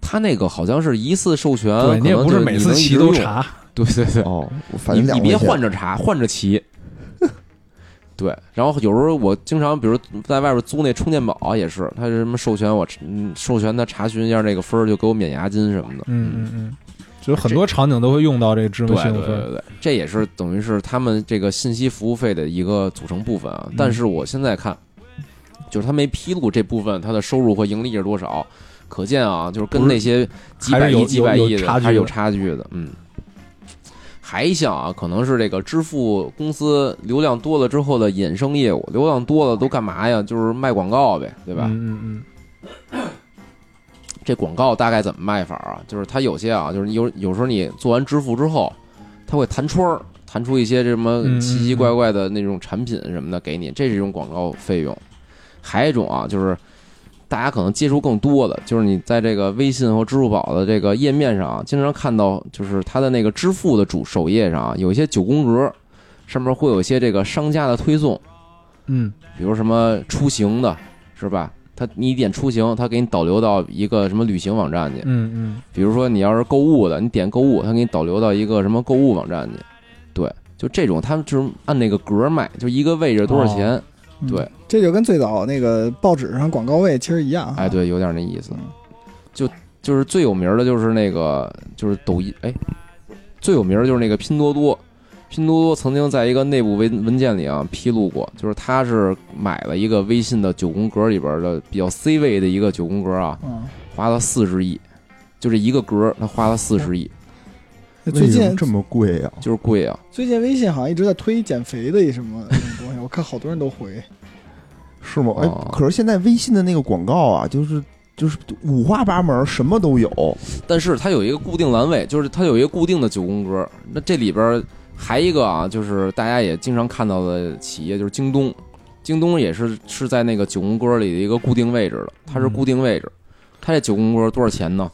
B: 他那个好像是一次授权，
D: 对你也
B: 啊可能就
D: 不
B: 是是
D: 每
B: 你
D: 次
B: 能一
D: 骑
B: 直
D: 都
B: 用，
D: 查，
B: 对对对，
A: 哦，我 反
B: 你
A: 正两
B: 你
A: 块
B: 别
A: 钱
B: 换着查，换着骑。 对，然后有时候我经常，比如在外边租那充电宝也是，他是什么授权我，嗯，授权他查询一下那个分儿，就给我免押金什么的。
D: 嗯嗯嗯，就很多场景都会用到这个芝
B: 对
D: 麻信
B: 对
D: 用
B: 对
D: 分，
B: 对对，这也是等于是他们这个信息服务费的一个组成部分啊。但是我现在看，就是他没披露这部分他的收入和盈利是多少，可见啊，就是跟那些几百
D: 还是有
B: 亿、几百亿
D: 有
B: 的
D: 有差距的
B: 还是有差距的。嗯，还一项啊，可能是这个支付公司流量多了之后的衍
D: 嗯
B: 生业务，流量多了都干嘛呀？就是卖广告呗，对吧？
D: 嗯嗯嗯，
B: 这广告大概怎么卖法啊？就是它有些啊，就是有有时候你做完支付之后，它会弹窗儿弹出一些什么
D: 嗯
B: 奇奇怪怪的那种产品什么的给你，这是一种广告费用。还有一种啊，就是大家可能接触更多的，就是你在这个微信和支付宝的这个页面上啊，经常看到，就是它的那个支付的主首页上啊，有一些九宫格，上面会有一些这个商家的推送，
D: 嗯
B: 比如什么出行的，是吧？它你一点出行，它给你导流到一个什么旅行网站去。
D: 嗯嗯，
B: 比如说你要是购物的，你点购物，它给你导流到一个什么购物网站去。对，就这种，他们就是按那个格儿卖，就一个位置多少钱。
C: 嗯
B: 对，
C: 这就跟最早那个报纸上广告位其实一样。
B: 哎，，对，有点那意思
C: 嗯。
B: 就就是最有名儿的就是那个就是抖音，哎，最有名儿就是那个拼多多。拼多多曾经在一个内部文文件里啊披露过，就是他是买了一个微信的九宫格里边儿的比较 C 位的一个九宫格啊，
C: 嗯，
B: 花了四十亿，就这一个格儿，他花了四十亿，
C: 最
A: 为什么
C: 近
A: 这么贵呀、
B: 就是贵啊。
C: 最近微信好像一直在推减肥的一什么什么东西，我看好多人都回。
A: 是吗？哎
B: 哦，
A: 可是现在微信的那个广告啊，就是就是五花八门，什么都有。
B: 但是它有一个固定栏位，就是它有一个固定的九宫格。那这里边儿还一个啊，就是大家也经常看到的企业，就是京东。京东也是是在那个九宫格里的一个固定位置的，它是固定位置。它这九宫格多少钱呢？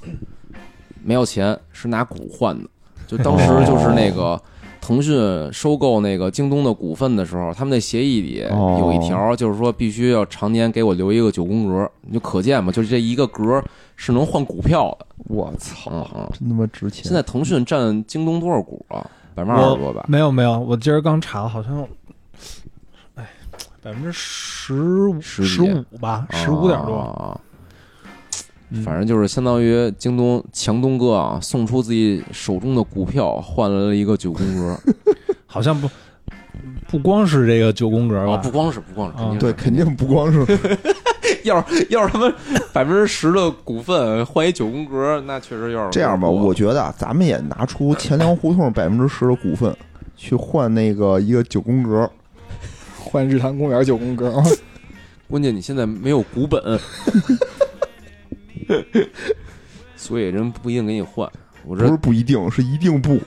B: 没有钱，是拿股换的。就当时就是那个腾讯收购那个京东的股份的时候，他们那协议里有一条，就是说必须要常年给我留一个九宫格。你就可见嘛，就是这一个格是能换股票的。
A: 我操，
D: 啊
B: 嗯嗯。
A: 真他妈值钱！
B: 现在腾讯占京东多少股啊？百分之二十多吧。
D: 没有没有，我今儿刚查，好像，哎，百分之十五
B: 十哦
D: 十
B: 几
D: 五吧，十五点多，
B: 啊，
D: 嗯
B: 反正就是相当于京东强东哥啊，送出自己手中的股票换来了一个九宫格。
D: 好像不不光 是这个九宫格
B: 啊，
D: 吧，
B: 不光是不光是，肯定
D: 啊
B: 是
A: 对，肯。定不光是
B: 要是要是他们 百分之十的股份换一九宫格，那确实有点
A: 这样吧，
B: 多
A: 我觉得啊，咱们也拿出钱粮胡同百分之十的股份，去换那个一个九宫格。
C: 换日坛公园九宫格，
B: 关键你现在没有股 本，所以人不一定给你换。我
A: 不
B: 这
A: 是不一定，是一定不。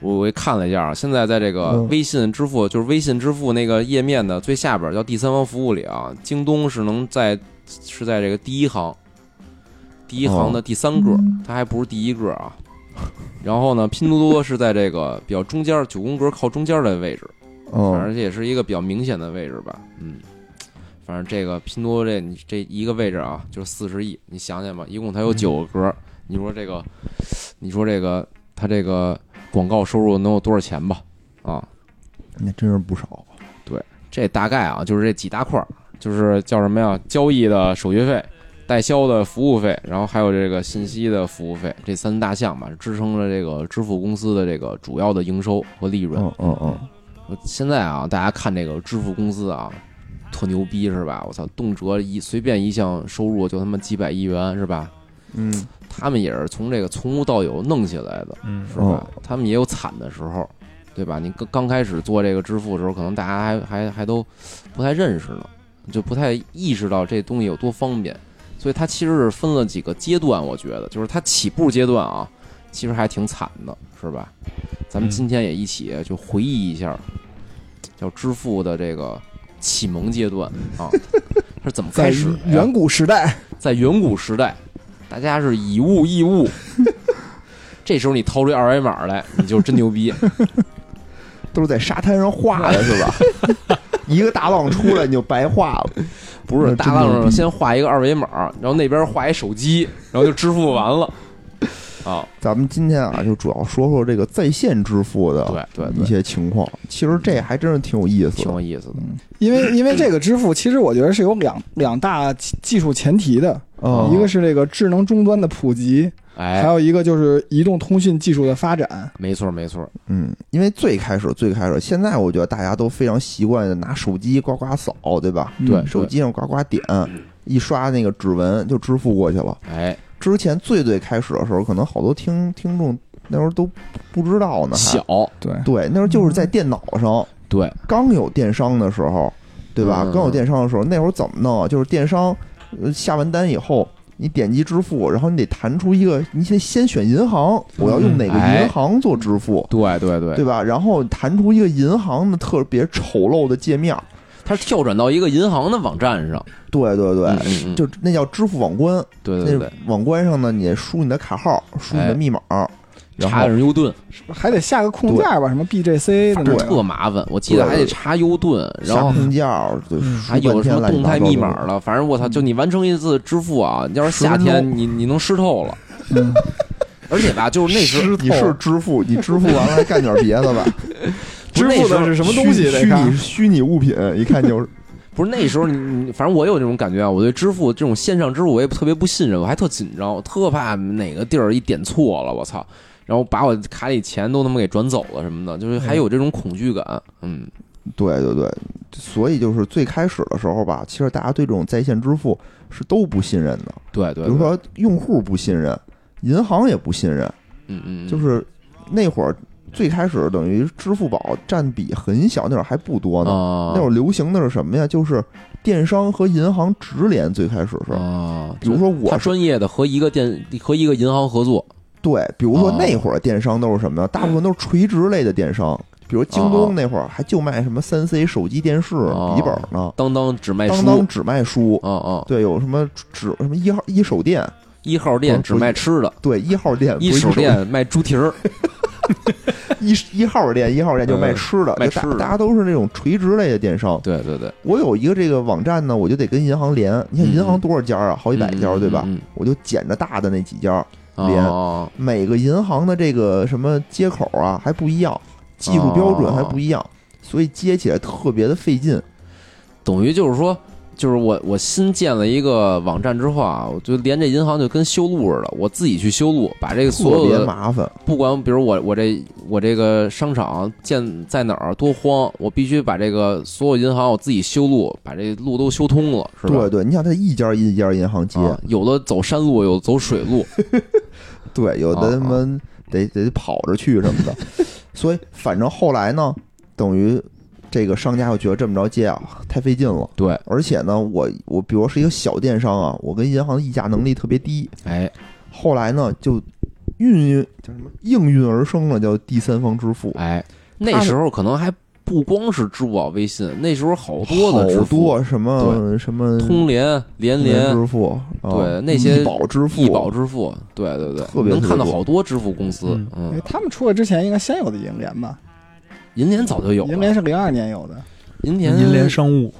B: 我我也看了一下啊，现在在这个
A: 嗯
B: 微信支付，就是微信支付那个页面的最下边儿叫第三方服务里啊，京东是能在是在这个第一行，第一行的第三个，它还不是第一个啊。然后呢，拼多多是在这个比较中间儿九宫格靠中间儿的位置，反
A: 嗯，
B: 正这也是一个比较明显的位置吧。嗯，反正这个拼多多这你这一个位置啊，就是四十亿，你想想吧，一共它有九个格，你说这个，你说这个，它这个广告收入能有多少钱吧？啊，
A: 那真是不少。
B: 这大概啊，就是这几大块儿，就是叫什么呀？交易的手续费、代销的服务费，然后还有这个信息的服务费，这三大项吧，支撑着这个支付公司的这个主要的营收和利润。
A: 嗯嗯嗯，
B: 我现在啊，大家看这个支付公司啊，特牛逼是吧？我操，动辄一随便一项收入就他妈几百亿元是吧？
A: 嗯，
B: 他们也是从这个从无到有弄起来的，
D: 嗯
B: 是吧？他们也有惨的时候，对吧？你刚刚开始做这个支付的时候，可能大家还还还都不太认识呢，就不太意识到这东西有多方便。所以它其实是分了几个阶段，我觉得就是它起步阶段啊，其实还挺惨的，是吧？咱们
D: 嗯
B: 今天也一起就回忆一下，叫支付的这个启蒙阶段 啊，它是怎么
C: 在
B: 开始哎的呀？
C: 远古时代，
B: 在远古时代，大家是以物易 物。这时候你掏出一二维码来，你就真牛 逼。
A: 都是在沙滩上画的是吧？ 一个大浪出来你就白画了。
B: 不是
A: 那真
B: 大浪
A: 牛
B: 上
A: 逼
B: 先画一个二维码，然后那边画一手机，然后就支付完了。 啊，
A: 咱们今天啊，就主要说说这个在线支付的
B: 对对
A: 一
B: 对，
A: 些情况。其实这还真是挺有意思
B: 挺
A: 的
B: 有。意思的。
C: 因为因为这个支付，其实我觉得是有两两大技技术前提的，
A: 嗯
C: 一个是这个智能终端的普及，还
B: 哦哎，
C: 有一个就是移动通讯技术的发展。
B: 没错没错，
A: 嗯，因为最开始最开始，现在我觉得大家都非常习惯的拿手机呱呱扫，对吧？
C: 嗯
B: 对
A: 手机上呱呱点，一刷那个指纹就支付过去了。
B: 哎，
A: 之前最最开始的时候，可能好多听听众那时候都不知道呢，还
B: 小
C: 对，
A: 对，那时候就是在电脑上
B: 对
A: 刚有电商的时候，对吧？
B: 嗯
A: 刚有电商的时候，那会儿怎么弄啊？就是电商呃下完单以后，你点击支付，然后你得弹出一个，你得先选银行，我要用哪个
B: 哎
A: 银行做支付，
B: 对对对，
A: 对吧？然后弹出一个银行的特别丑陋的界面，
B: 它是跳转到一个银行的网站上，
A: 对对对，
B: 嗯嗯嗯
A: 就那叫支付网关。
B: 对对
A: 那
B: 对，
A: 网关上呢，你输你的卡号，输你
B: 哎
A: 的密码，然
B: 查
A: 后
B: 人 U 盾
C: 还得下个控件吧，什么 BJC 的那
A: 对
B: 特
C: 种。
B: 麻烦，我记得
A: 对
B: 还得查 U 盾，然
A: 下
B: 后
A: 空件儿，对，
D: 嗯
A: 输
B: 还有
A: 半
B: 什
A: 天
B: 么
A: 乱七
B: 动
A: 八
B: 态
A: 糟的
B: 密码了，反正我操，就你完成一次支付啊，要是夏
A: 10
B: 天
A: 分
B: 你你能湿透了，
D: 嗯
B: 而且吧，就是那时候
D: 湿
A: 你是支付，你支付完了还干点别的吧？
B: 不是
C: 支
B: 那
C: 付
B: 时
C: 的
B: 候
C: 是什么东西？
A: 虚
C: 得
A: 虚
C: 看
A: 拟虚拟物品，一看就是
B: 不是那时候你你，反正我有这种感觉啊，我对支付这种线上支付我也特别不信任，我还特紧张，我特怕哪个地儿一点错了，我操，然后把我卡里钱都他妈给转走了什么的，就是还
A: 嗯
B: 有这种恐惧感，嗯，
A: 对对对，所以就是最开始的时候吧，其实大家对这种在线支付是都不信任的，
B: 对
A: 比
B: 对，
A: 如
B: 对，
A: 说用户不信任，银行也不信任，
B: 嗯嗯，
A: 就
B: 嗯
A: 是那会儿最开始等于支付宝占比很小，那会儿还不多呢。
C: 嗯
B: 啊，
A: 那会儿流行的是什么呀？就是电商和银行直连，最开始是。
C: 嗯
B: 啊，
A: 比如说我
B: 他
A: 是
B: 专业的和一个店和一个银行合作，
A: 对，比如说
B: 哦
A: 那会儿电商都是什么呀？大部分都是垂直类的电商，比如京
B: 哦
A: 东那会儿还就卖什么三 C 手机、电视、
B: 哦
A: 笔记本呢，
B: 当当只卖
A: 当
B: 书，
A: 当只卖书，
B: 啊啊，
A: 对，有什么只什么一号一手店，
B: 一号店只卖吃的，
A: 对，一号店
B: 呃一
A: 不是
B: 手
A: 手
B: 店卖猪蹄儿，
A: 一一号店一号店就卖吃的，
B: 嗯卖
A: 就大
B: 吃的
A: 大家都是那种垂直类的电商。
B: 对对对，
A: 我有一个这个网站呢，我就得跟银行连，你看银行多少家啊，好
B: 一
A: 几百家对吧？
B: 嗯，
A: 我就捡着大的那几家，
B: 嗯
A: 连
B: 哦
A: 每个银行的这个什么接口啊还不一样，技术标准还不一样，所以接起来特别的费劲。
B: 等于就是说，就是我我新建了一个网站之后啊，我就连这银行就跟修路似的，我自己去修路，把这个
A: 特
B: 所有
A: 别
B: 的
A: 麻烦，
B: 不管，比如我我这我这个商场建在哪儿多荒，我必须把这个所有银行我自己修路，把这路都修通了，是吧？
A: 对对，你想它一家一家银行接，
B: 啊，有的走山路，有的走水路，
A: 对，有
B: 啊
A: 的他妈得得跑着去什么的， 所以反正后来呢，等于这个商家又觉得这么着接啊太费劲了，
B: 对，
A: 而且呢，我我比如说是一个小电商啊，我跟银行的议价能力特别低，
B: 哎，
A: 后来呢就孕育叫什么应运而生了叫第三方支付，
B: 哎，那时候可能还不光是支付宝、微信，那时候好多的支
A: 好
B: 付，
A: 多什么什么
B: 通联、联联、
A: 支付，啊
B: 对那些
A: 医保支付，
B: 医保支付，对对对，
A: 特别
B: 能
A: 特别
B: 看到
A: 多
B: 好多支付公司
D: 嗯，
B: 嗯
C: 哎，他们出来之前应该先有的银联吧？
B: 银联早就有了，啊
C: 银联是零二年有的，
B: 银联
D: 银联商务，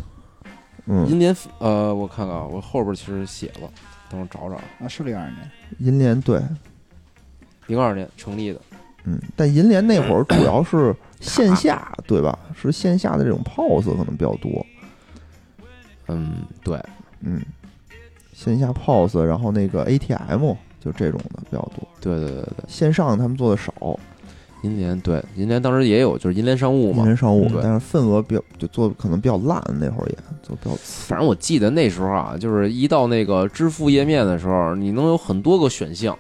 A: 嗯，
B: 银联呃，我看看啊，我后边其实写了，等我找找，
C: 啊，是零二年。
A: 银联对，
B: 零二年成立的，
A: 嗯，但银联那会儿主要是线下对吧？是线下的这种 POS 可能比较多，
B: 嗯，对，
A: 嗯，线下 POS，然后那个 ATM 就这种的比较多，
B: 对对对对，
A: 线上他们做的少，
B: 银联对银联当时也有，就是银联商务
A: 一
B: 嘛，
A: 人商务
B: 对，
A: 但是份额比较就做得可能比较烂，那会儿也做得比较次
B: 反正我记得那时候啊，就是一到那个支付页面的时候，你能有很多个选项，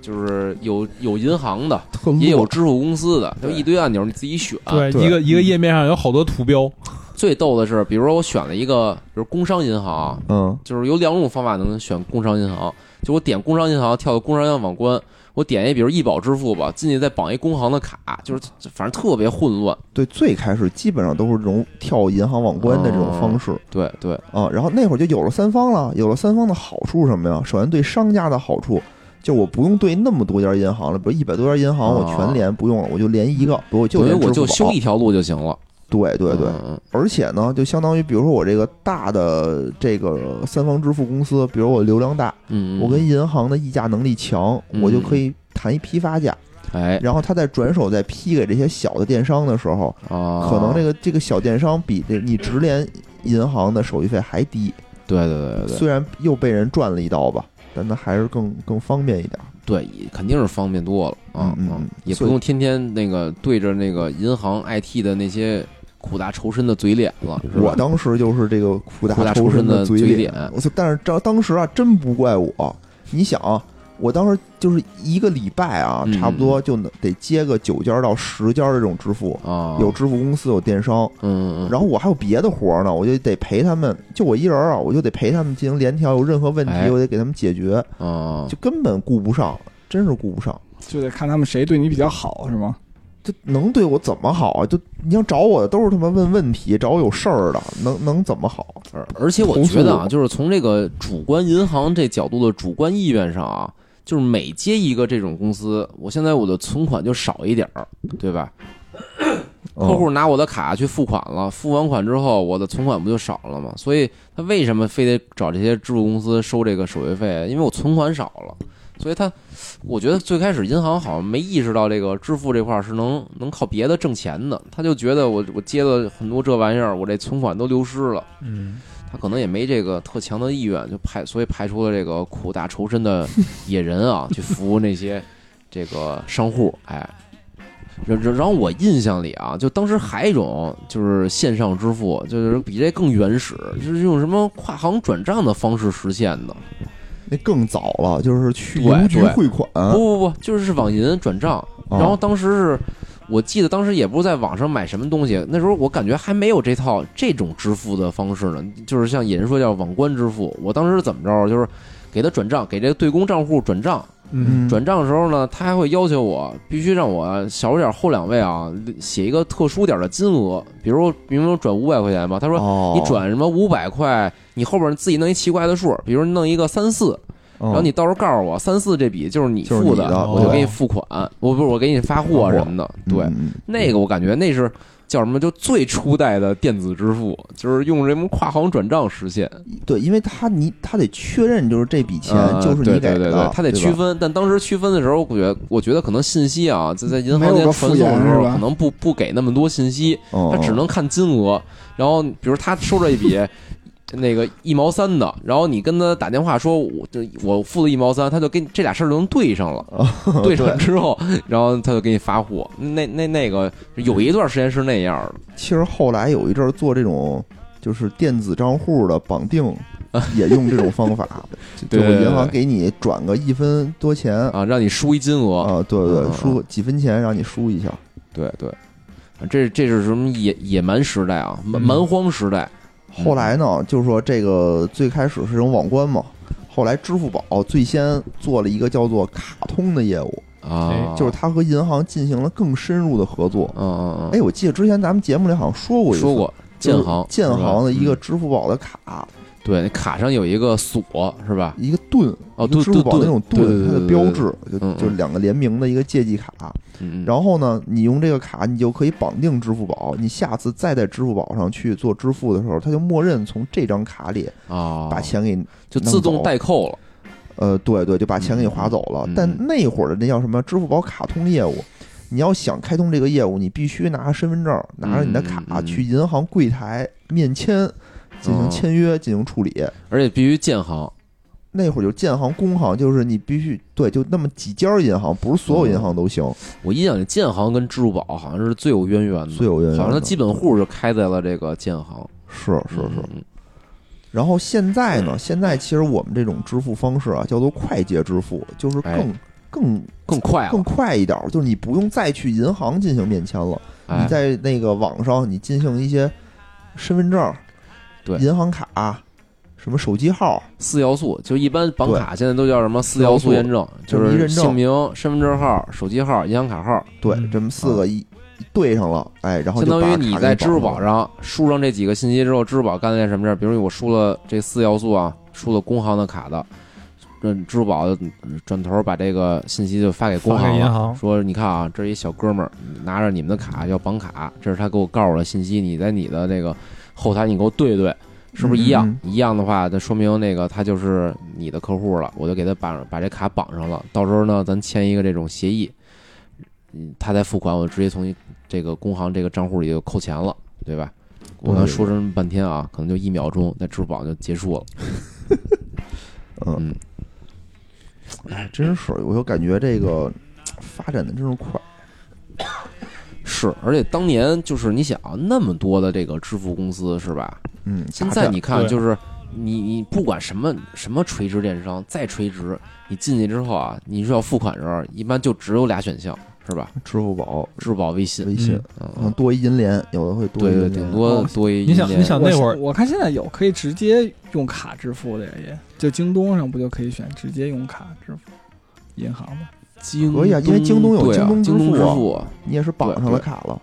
B: 就是有有银行的，
A: 特
B: 也有
A: 落
B: 支付公司的，就一堆按钮你自己选。
D: 对，
A: 嗯对
D: 一个
B: 嗯
D: 一个页面上有好多图标，
B: 最逗的是，比如说我选了一个，比如工商银行，
A: 嗯
B: 就是有两种方法能选工商银行，就我点工商银行，跳到工商银行网关，我点一比如易宝支付吧，进去再绑一工行的卡，就是反正特别混乱。
A: 对，最开始基本上都是这种跳银行网关的这种
B: 哦
A: 方式
B: 对对，
A: 啊。然后那会儿就有了三方了，有了三方的好处是什么呀？首先对商家的好处，就我不用对那么多家银行了，比如一百多家银行我全连不用了，我就连一个，我就
B: 所以
A: 连
B: 啊我就
A: 支付
B: 修
A: 宝
B: 一条路就行了。
A: 对对对，
B: 嗯，嗯
A: 而且呢，就相当于比如说我这个大的这个三方支付公司，比如我流量大，
B: 嗯，嗯
A: 我跟银行的议价能力强，
B: 嗯
A: 我就可以谈一批发价，
B: 哎
A: 然后他再转手再批给这些小的电商的时候，
B: 啊，
A: 可能这个这个小电商比这你直连银行的手续费还低，
B: 对对对对对。
A: 虽然又被人赚了一刀吧，但那还是更更方便一点。
B: 对，肯定是方便多了啊，
A: 嗯嗯
B: 啊
A: 嗯
B: 也不
A: 所以
B: 用天天那个对着那个银行 IT 的那些苦大仇深的嘴脸了。是吧
A: 我当时就是这个苦
B: 苦大
A: 大
B: 仇
A: 仇
B: 深
A: 深
B: 的
A: 嘴
B: 嘴
A: 脸
B: 脸，
A: 我操！但是当当时啊，真不怪我，你想啊。我当时就是一个礼拜啊，
B: 嗯
A: 差不多就能得接个九家到十家的这种支付，
B: 啊，
A: 有支付公司，有电商，
B: 嗯嗯
A: 然后我还有别的活儿呢，我就得陪他们，就我一人儿啊，我就得陪他们进行联调，有任何问题
B: 哎
A: 我得给他们解决，
B: 嗯啊
A: 就，根本顾不上，真是顾不上。
C: 就得看他们谁对你比较好，是吗？
A: 这能对我怎么好啊？就你要找我的都是他妈问问题，找我有事儿的，能能怎么好？
B: 而而且我
A: 投诉
B: 觉得啊，就是从这个主观银行这角度的主观意愿上啊，就是每接一个这种公司，我现在我的存款就少一点儿，对吧？
A: 哦
B: 客户拿我的卡去付款了，付完款之后，我的存款不就少了吗？所以他为什么非得找这些支付公司收这个手续费？啊因为我存款少了，所以他，我觉得最开始银行好像没意识到这个支付这块儿是能能靠别的挣钱的，他就觉得我我接了很多这玩意儿，我这存款都流失了，
D: 嗯，
B: 他可能也没这个特强的意愿，就派所以派出了这个苦大仇深的野人啊，去服务那些这个商户，哎。然然然后我印象里啊，就当时还有一种就是线上支付，就是比这更原始，就是用什么跨行转账的方式实现的。
A: 那更早了，就是去
B: 对
A: 邮局
B: 对
A: 汇款，
B: 不不不，就是网银转账。
A: 哦
B: 然后当时是我记得当时也不是在网上买什么东西，那时候我感觉还没有这套这种支付的方式呢，就是像野人说叫网关支付。我当时是怎么着，就是给他转账，给这个对公账户转账。
D: 嗯，
B: 转账的时候呢，他还会要求我必须让我小数点后两位啊写一个特殊点的金额，比如明明转五百块钱吧，他说
A: 哦，
B: 你转什么五百块，你后边自己弄一奇怪的数，比如弄一个三四，
A: 嗯，
B: 然后你到时候告诉我三四这笔就是你
A: 就是
B: 付
A: 你的哦
B: 我就
D: 对
B: 给你付款，我不是我给你发货什么的。对，
A: 嗯
B: 那个我感觉那是叫什么，就最初代的电子支付，就是用什么跨行转账实现。
A: 对，因为他你他得确认，就是这笔钱
B: 呃
A: 就是
B: 对
A: 你给
B: 对对
A: 的
B: 对，，他得
A: 对
B: 区
A: 吧。
B: 分。但当时区分的时候，我觉得我觉得可能信息啊，在在银
C: 没
B: 行
C: 有
B: 间
C: 个
B: 传
C: 复
B: 送的
C: 原
B: 时候，
C: 是吧
B: 可能不不给那么多信息，
A: 嗯
B: 他只能看金额。然后比如他收了一笔。那个一毛三的，然后你跟他打电话说，我这我付了一毛三，他就跟你这俩事儿就能对上了。
A: 嗯
B: 对上之后，然后他就给你发货。那那那个有一段时间是那样的，
A: 其实后来有一阵儿做这种就是电子账户的绑定，也用这种方 法，就
B: 啊对对对
A: 银行给你转个一分多钱
B: 啊，让你输一金额。
A: 啊，对
B: 嗯
A: 对，
B: 嗯
A: 输几分钱让你输一下。
B: 对对，啊这这是什么野野蛮时代啊，蛮蛮荒时代。嗯
A: 后来呢，就是说这个最开始是种网关嘛，后来支付宝最先做了一个叫做卡通的业务，
B: 啊，
A: 哎就是它和银行进行了更深入的合作。
B: 嗯嗯
A: 哎，我记得之前咱们节目里好像说过一
B: 嗯，
A: 次
B: 说过
A: 就
B: 建
A: 是
B: 行，
A: 建行的一个
B: 是吧，
A: 支付宝的卡，
B: 嗯对，那卡上有一个锁是吧？
A: 一个盾，
B: 哦
A: 一个
B: 盾
A: 支付宝的那种
B: 盾
A: 盾，它
B: 对对
A: 的
B: 对对
A: 标
B: 对
A: 志就
B: 嗯嗯
A: 就两个联名的一个借记卡。
B: 嗯，嗯
A: 然后呢，你用这个卡，你就可以绑定支付宝，你下次再在支付宝上去做支付的时候，它就默认从这张卡里
B: 啊，
A: 把钱给你
B: 就
A: 弄
B: 自动
A: 走
B: 代扣了。
A: 呃，对对，就把钱给你划走了。
B: 嗯嗯
A: 但那会儿的那叫什么支付宝卡通业务，你要想开通这个业务，你必须拿身份证，拿着你的卡、
B: 嗯嗯嗯哦
A: 去银行柜台面签，进行签约、进行处理。
B: 而且必须建行，
A: 那会儿就建行、工行，就是你必须对，就那么几家银行，不是所
B: 嗯
A: 有银行都行，
B: 我印象里建行跟支付宝好像是最有渊源
A: 最
B: 的，
A: 有渊源的。
B: 嗯好像它基本户就开在了这个建行。
A: 是是是。
B: 嗯，嗯
A: 然后现在呢，现在其实我们这种支付方式啊，叫做快捷支付，就是更、
B: 哎
A: 更
B: 更快了
A: 更，快一点儿，就是你不用再去银行进行面签了。
B: 哎
A: 你在那个网上你进行一些身份证、
B: 对
A: 银行卡、什么手机号，
B: 四要素，就一般绑
A: 对
B: 卡现在都叫什么四要素验证，就
A: 就是一
B: 是
A: 认证
B: 姓名、身份证号、手机号、银行卡号，
A: 对，
D: 嗯
A: 这么四个一、一对上了，哎，然后
B: 相
A: 就
B: 当
A: 把卡
B: 于你
A: 给
B: 在
A: 绑
B: 支
A: 上
B: 付宝
A: 了
B: 上输上这几个信息之后，支付宝干了件什么事儿？比如我输了这四要素啊，输了工行的卡的，嗯，支付宝转头把这个信息就发给工
D: 发
B: 行
D: 给银
B: 了。
D: 行，
B: 说你看啊，这是一小哥们儿拿着你们的卡要绑卡，这是他给我告诉的信息，你在你的那个后台你给我对对，是不是一样？
A: 嗯
B: 一样的话，那说明那个他就是你的客户了，我就给他把把这卡绑上了。到时候呢，咱签一个这种协议，嗯，他再付款，我直接从这个工行这个账户里就扣钱了，对吧？我刚
A: 对
B: 说这么半天啊，可能就一秒钟，那支付宝就结束了。
A: 嗯，哎，真是，我就感觉这个发展的真是快，
B: 是，而且当年就是你想啊那么多的这个支付公司是吧？
A: 嗯，
B: 现
A: 大
B: 在
A: 战
B: 你看，
D: 对
B: 就是你你不管什么什么垂直电商，再垂直，你进去之后啊，你是要付款的时候，一般就只有俩选项，是吧？
A: 支付宝、
B: 支付宝、微信，
A: 微信，
D: 嗯
A: 可能
B: 嗯，
A: 多一银联，有的会多
B: 对
A: 一银
B: 对，
A: 联。
B: 顶多
C: 哦
B: 多一
D: 你想
B: 一年
D: 你想那会儿
E: 我我看现在有可以直接用卡支付的也，就京东上不就可以选直接用卡支付银行吗？
B: 京
A: 可以啊因为京东有
B: 对啊
A: 京东支
B: 京东
A: 付啊
B: 付，
A: 你也是绑上
B: 对
A: 了
B: 对
A: 卡了，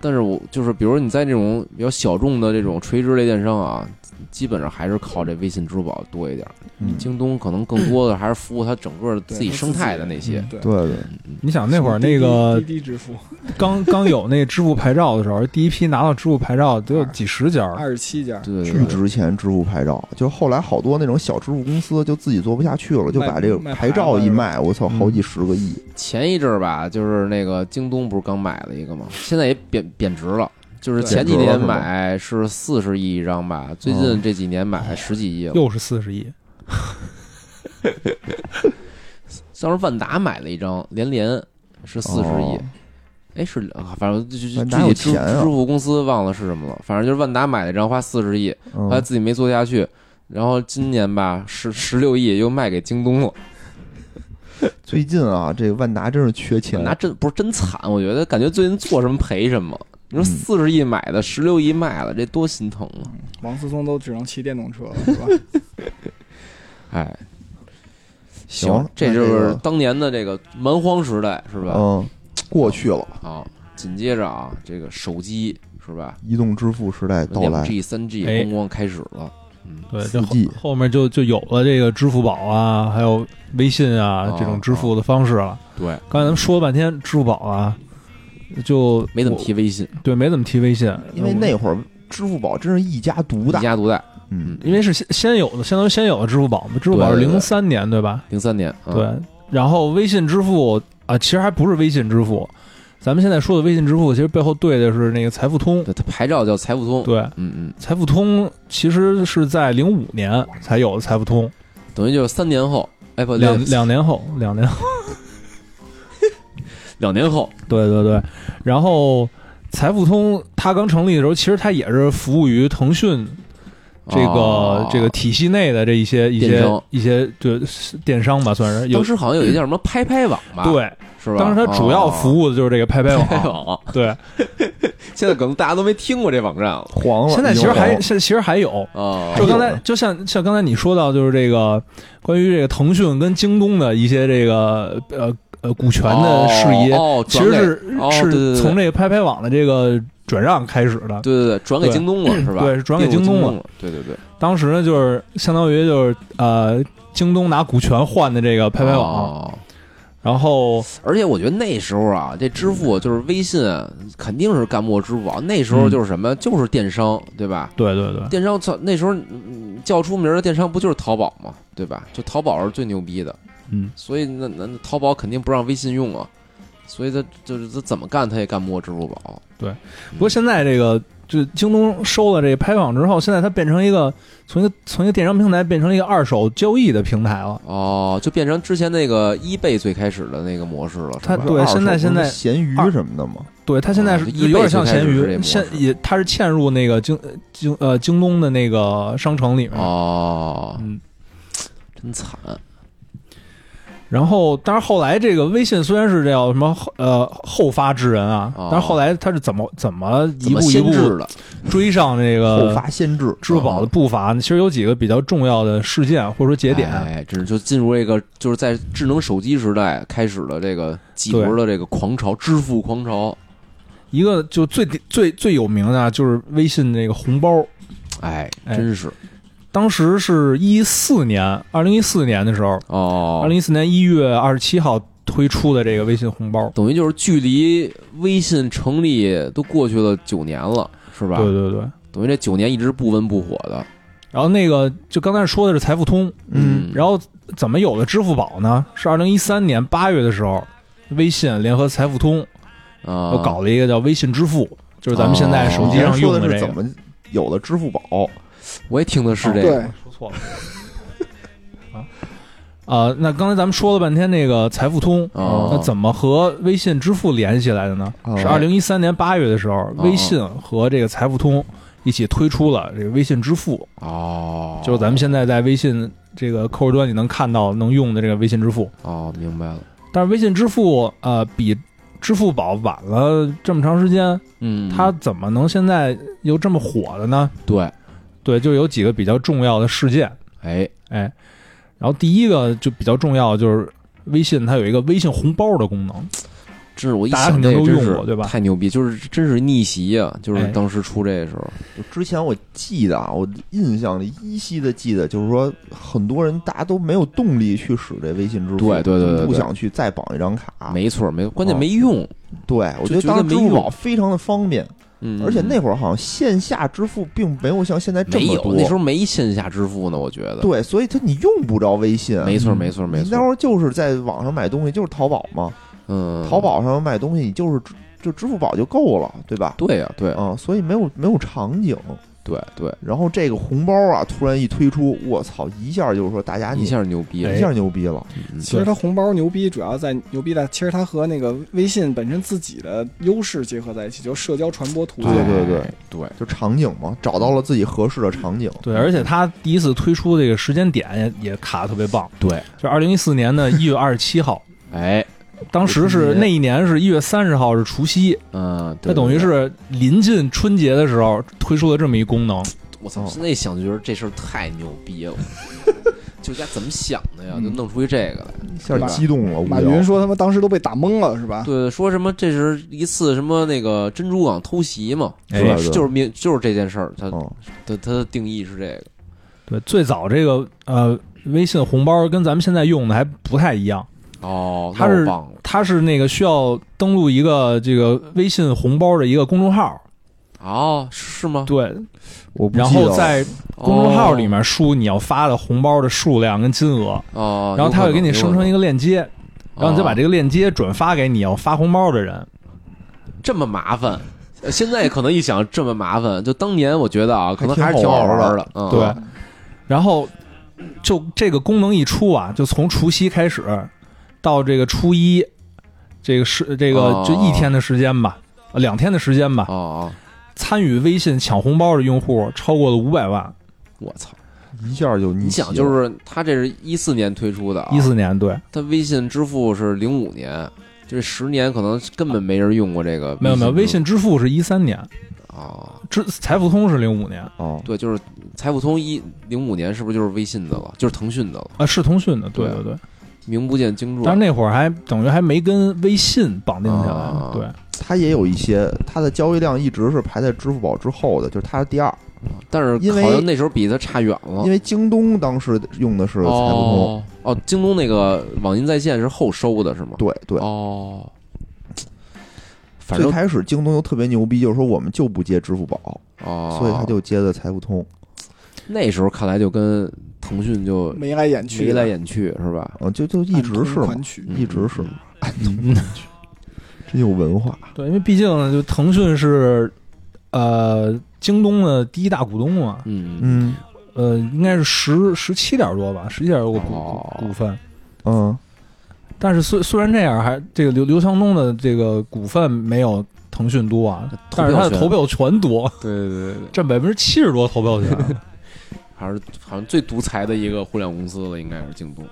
B: 但是我就是，比如你在这种比较小众的这种垂直类电商啊，基本上还是靠这微信、支付宝多一点儿。
A: 嗯，
B: 京东可能更多的还是服务它整个自己生态的那些。
C: 对
A: 对对，
D: 你想那会儿
C: 滴滴
D: 那个
C: 滴滴支付
D: 刚刚有那支付牌照的时候，第一批拿到支付牌照得有几十家儿，
C: 二十七家，
B: 对对
A: 巨
B: 对，
A: 值钱支付牌照，就后来好多那种小支付公司就自己做不下去了，就
C: 卖
A: 把这个
C: 卖
A: 牌
C: 牌
A: 照
C: 子
A: 一
C: 是吧
A: 卖，我操，
D: 嗯
A: 好几十个亿，
B: 前一阵儿吧，就是那个京东不是刚买了一个吗？现在也贬贬值了。就是前几
A: 贬
B: 年
A: 值了是吗哦
B: 买是四十亿一张吧，最近这几年买十几亿了。
D: 又是四十亿，
B: 当时万达买了一张连连是四十亿
A: 哦，
B: 哎、是啊，反正就就就
A: 万达有
B: 具体支
A: 钱啊
B: 支付公司忘了是什么了，反正就是万达买了一张花四十亿，后来
A: 嗯，
B: 自己没做下去，然后今年吧十十六亿又卖给京东了，
A: 最近啊，这个万达真是缺钱
B: 万，达真不是真惨，我觉得感觉最近做什么赔什么。你
A: 嗯
B: 说四十亿买的，十六亿卖了，这多心疼啊！
C: 王思聪都只能骑电动车了， 是吧？
B: 哎，
A: 行
B: 行，这
A: 那
B: 就
A: 这
B: 是
A: 个
B: 当年的这个蛮荒时代，是吧？
A: 嗯，过去了，
B: 啊，紧接着啊，这个手机是吧？
A: 移动支付时代到
B: 两
A: 来，
B: G、三 G
D: 哎
B: 咣咣开始了，嗯，
D: 对，
A: 四
D: 这后
A: G
D: 后面就就有了这个支付宝啊，还有微信啊
B: 哦
D: 这种支付的方式了。
B: 对，
D: 刚才咱们说了半天支付宝啊，就
B: 没怎么
D: 我，
B: 提微信，
D: 对，没怎么提微信，
A: 因为那会儿支付宝真是一家独
B: 一
A: 大，
B: 家独大，
A: 嗯，
D: 因为是先先有的，相当于先有的支付宝嘛，支付宝是
B: 对对对
D: 零三年对吧？
B: 零三年，嗯
D: 对，，然后微信支付啊，其实还不是微信支付，咱们现在说的微信支付，其实背后对的是那个财付通，
B: 对，它牌照叫财付通，
D: 对，
B: 嗯嗯，
D: 财付通其实是在零五年才有的财付通，
B: 等于就是三年后，哎不，
D: 两两年后，两年后，
B: 两年后，
D: 对对对，然后财付通它刚成立的时候，其实它也是服务于腾讯这个、
B: 哦
D: 这个体系内的这一些一
B: 电
D: 些
B: 商
D: 一些就是电商吧，算是有
B: 当时好像有一个叫什么拍拍网吧，，
D: 对，
B: 是吧？哦哎
D: 当时它主要服
B: 务
D: 务的就是这个拍 拍网，
B: 拍网，
D: 对，
B: 现在可能大家都没听过这网站了
A: 黄了，
D: 现在其实还
A: 有
D: 现在其实还有。
B: 哦啊，
D: 就
A: 还有
D: 刚才，就像像刚才你说到，就是这个关于这个腾讯跟京东的一些这个呃呃股权的事宜，
B: 哦，哦
D: 其实是、
B: 转给哦对对
D: 是
B: 对
D: 从这个拍拍网的这个转让开始的。
B: 对对对，转给
D: 对
B: 京东了是吧？
D: 对是转给
B: 并入
D: 京
B: 京
D: 东
B: 了，对对对，
D: 当时呢，就是相当于就是呃，京东拿股权换的这个拍拍网，
B: 哦
D: 然后
B: 而且我觉得那时候啊，这支付
D: 嗯
B: 就是微信啊，肯定是干不过支付宝。那时候就是什么，就是电商，对吧？
D: 对对对，
B: 电商操，那时候嗯叫出名的电商不就是淘宝吗？对吧？就淘宝是最牛逼的，
D: 嗯，
B: 所以那那那淘宝肯定不让微信用啊，所以他就是他怎么干他也干不过支付宝。
D: 不过现在这个就京东收了这拍拍网之后，现在它变成一个从一个从一个电商平台变成一个二手交易的平台了。
B: 哦，就变成之前那个 eBay 最开始的那个模式了，是吧
D: 它啊对现在现在
A: 咸鱼
D: 二
A: 什么的嘛，
D: 对，它现在
B: 啊
D: 是
B: 就
D: 有
B: eBay
D: 点像
B: 最开
D: 闲
B: 始是这
D: 鱼，
B: 模
D: 现
B: 式
D: 也它是嵌入那个京呃京呃京东的那个商城里面。
B: 哦，
D: 嗯，
B: 真惨，
D: 然后，但是后来这个微信虽然是这叫什么后呃后发制人啊，
B: 哦
D: 但是后来它是怎么怎么
B: 怎
D: 一
B: 么
D: 步一
B: 先
D: 步
B: 制的？
D: 追上这
B: 呃
A: 后
D: 个
A: 发先至，
D: 支付宝的步伐呢？其实有几个比较重要的事件或者说节点，
B: 啊哎，这就进入这个就是在智能手机时代开始的这个几轮的这个狂潮，支付狂潮。
D: 一个就最最最有名的啊就是微信那个红包，
B: 哎，
D: 哎
B: 真是
D: 当时是一四年，二零一四年的时候，
B: 哦
D: 二，零一四年一月二十七号推出的这个微信红包，
B: 等于就是距离微信成立都过去了九年了，是吧？
D: 对对对。
B: 等于这九年一直不温不火的。
D: 然后那个就刚才说的是财付通，
A: 嗯，
D: 然后怎么有了支付宝呢？是二零一三年八月的时候，微信联合财付通
B: 啊，
D: 又搞了一个叫微信支付，就是咱们现
B: 嗯
D: 在手
A: 你
D: 机
A: 刚才
D: 上
A: 哦哎说
D: 用
A: 的
D: 这
A: 是
D: 个
A: 怎。么有了支付宝？
B: 我也听的是这个
C: 对，
D: 说错了。 啊，呃，那刚才咱们说了半天那个财付通，
B: 哦
D: 那怎么和微信支付联系起来的呢？
A: 哦
B: 哦
D: 是二零一三年八月的时候，微信和这个财付通一起推出了这个微信支付，
B: 哦，
D: 就是咱们现在在微信这个客户端你能看到能用的这个微信支付。
B: 哦，明白了，
D: 但是微信支付呃比支付宝晚了这么长时间，
B: 嗯
D: 它怎么能现在又这么火了呢？
B: 对，
D: 对，就有几个比较重要的事件，
B: 哎，
D: 哎，然后第一个就比较重要就是。微信它有一个微信红包的功能，
B: 真是我一
D: 大家
B: 想
D: 肯
B: 这
D: 定
B: 个
D: 都
B: 真
D: 用
B: 是
D: 过对吧
B: 太牛逼，就是真是逆袭呀、就是
D: 哎
B: 当时出这个时候，
A: 就之前我记得啊，我印象里依稀的记得，就是说很多人大家都没有动力去使这微信支付，
B: 对对对对对
A: 不想去再绑一张卡。
B: 没错儿，没关
D: 哦
B: 键没用，
A: 对，我觉
B: 就
A: 得
B: 觉得
A: 当时支
B: 没
A: 付
B: 用
A: 宝非常的方便，
B: 嗯，
A: 而且那
B: 会
A: 会儿好像线下支付并没有像现在这
B: 没
A: 么
B: 有
A: 多，
B: 那时候没线下支付呢，我觉得，
A: 对，所以它你用不着微信，
B: 没错儿
D: 嗯
B: 没错儿没
A: 你
B: 错
A: 那
B: 儿，
A: 会儿就是在网上买东西，就是淘宝嘛，
B: 嗯，
A: 淘宝上买东西你就是支就支付宝就够了，对吧？
B: 对呀、对、
A: 啊、所以没有没有场景。
B: 对对，
A: 然后这个红包啊，突然一推出，我操，一下就是说大家你
B: 一下牛逼了，
D: 哎
A: 一下牛逼了，
B: 嗯
E: 其实它红包牛逼，主要在牛逼在，其实它和那个微信本身自己的优势结合在一起，就是社交传播途
A: 对
E: 径。
A: 对对
B: 哎对，
A: 就场景嘛，找到了自己合适的场景。
B: 嗯
D: 对，而且它第一次推出这个时间点也也卡得特别棒，
B: 对，
D: 就二零一四年的一月二十七 号，
B: 哎，
D: 当时是那一年是一月三十号是除夕，
B: 嗯，对
D: 它等于是临近春节的时候推出了这么一功能。
B: 我操！
A: 哦
B: 现在想就觉得这事儿太牛 逼了，就该怎么想的呀？
D: 嗯
B: 就弄出一这个来。
A: 一下激动了，无
C: 马
A: 聊
C: 云说他妈当时都被打懵了，是
A: 啊
C: 吧？
B: 对，说什么这是一次什么那个珍珠港偷袭嘛？
A: 是
D: 哎
A: 吧？对
B: 就是明就是这件事儿，它
A: 嗯，
B: 它它的定义是这个。
D: 对，最早这个呃微信红包跟咱们现在用的还不太一样，
B: 哦，
D: 它是
B: 那我忘了
D: 它是那个需要登录一个这个微信红包的一个公众号，
B: 哦，是吗？哦
D: 对，
A: 我不
D: 然
A: 记得
D: 后
A: 了哦
D: 在公众号里面输你要发的红包的数量跟金额，
B: 哦，哦
D: 然后它会给你生成
B: 个，
D: 一个链接，
A: 哦
D: 然后你再把这
B: 个
D: 个链接转发给你要发红包的人。
B: 这么麻烦。呃现在可能一想这么麻烦，就当年我觉得啊，可能
A: 还
B: 还是
A: 挺
B: 挺
A: 好
B: 好
A: 玩
B: 玩
A: 的
B: 的。嗯
D: 对，然后就这个功能一出啊，就从除夕开始到这个初一，这个是这个
B: 哦
D: 就一天的时间吧，呃两天的时间吧，
B: 哦哦，
D: 参与微信抢红包的用户超过了五百万，
B: 我操！
A: 一下就
B: 你
A: 你
B: 想，就是它这是一四年推出的啊，
D: 一四年对，
B: 它微信支付是零五年，这十年可能根本没人用过这个。
D: 没有没有，微信支付是一三年，
B: 啊，
D: 支财付通是零五年
A: 啊，
B: 对，就是财付通一零五年是不是就是微信的了？就是腾讯的了，
D: 啊，是腾讯的，对
B: 对
D: 对对，
B: 名不见经
D: 但是
B: 传。
D: 那会儿还等于还没跟微信绑定起
B: 哦
D: 来，对，
A: 它也有一些，它的交易量一直是排在支付宝之后的，就是它是第二，
B: 但是
A: 因为
B: 好像那时候比它差远了
A: 因。为京东当时用的是财付通，
B: 哦哦，京东那个网银在线是后收的是吗？
A: 对对，
B: 哦，反
A: 最
B: 正
A: 开始京东就特别牛逼，就是说我们就不接支付宝，
B: 哦，
A: 所以他就接的财付通，
B: 那时候看来就跟腾讯就
C: 眉来眼去
B: 眉
C: 的，
B: 来眼去是吧？
A: 嗯，就就一直是
C: 暗
A: 嘛
C: 通，款曲
B: 嗯
A: 一直是
B: 嗯
D: 嗯
A: 真有文化，
D: 对，因为毕竟就腾讯是呃京东的第一大股东嘛，
B: 嗯嗯
A: 嗯
D: 呃，应该是十十七点多吧，十七点多个股、
B: 哦
D: 股份。
A: 嗯，
D: 但是虽虽然这样，还这个刘刘强东的这个股份没有腾讯多啊，但是他的
B: 投
D: 投票权多，
B: 对对对对。
D: 占百分之七十多投票权。
B: 还是好像最独裁的一个互联网公司了，应该是京东。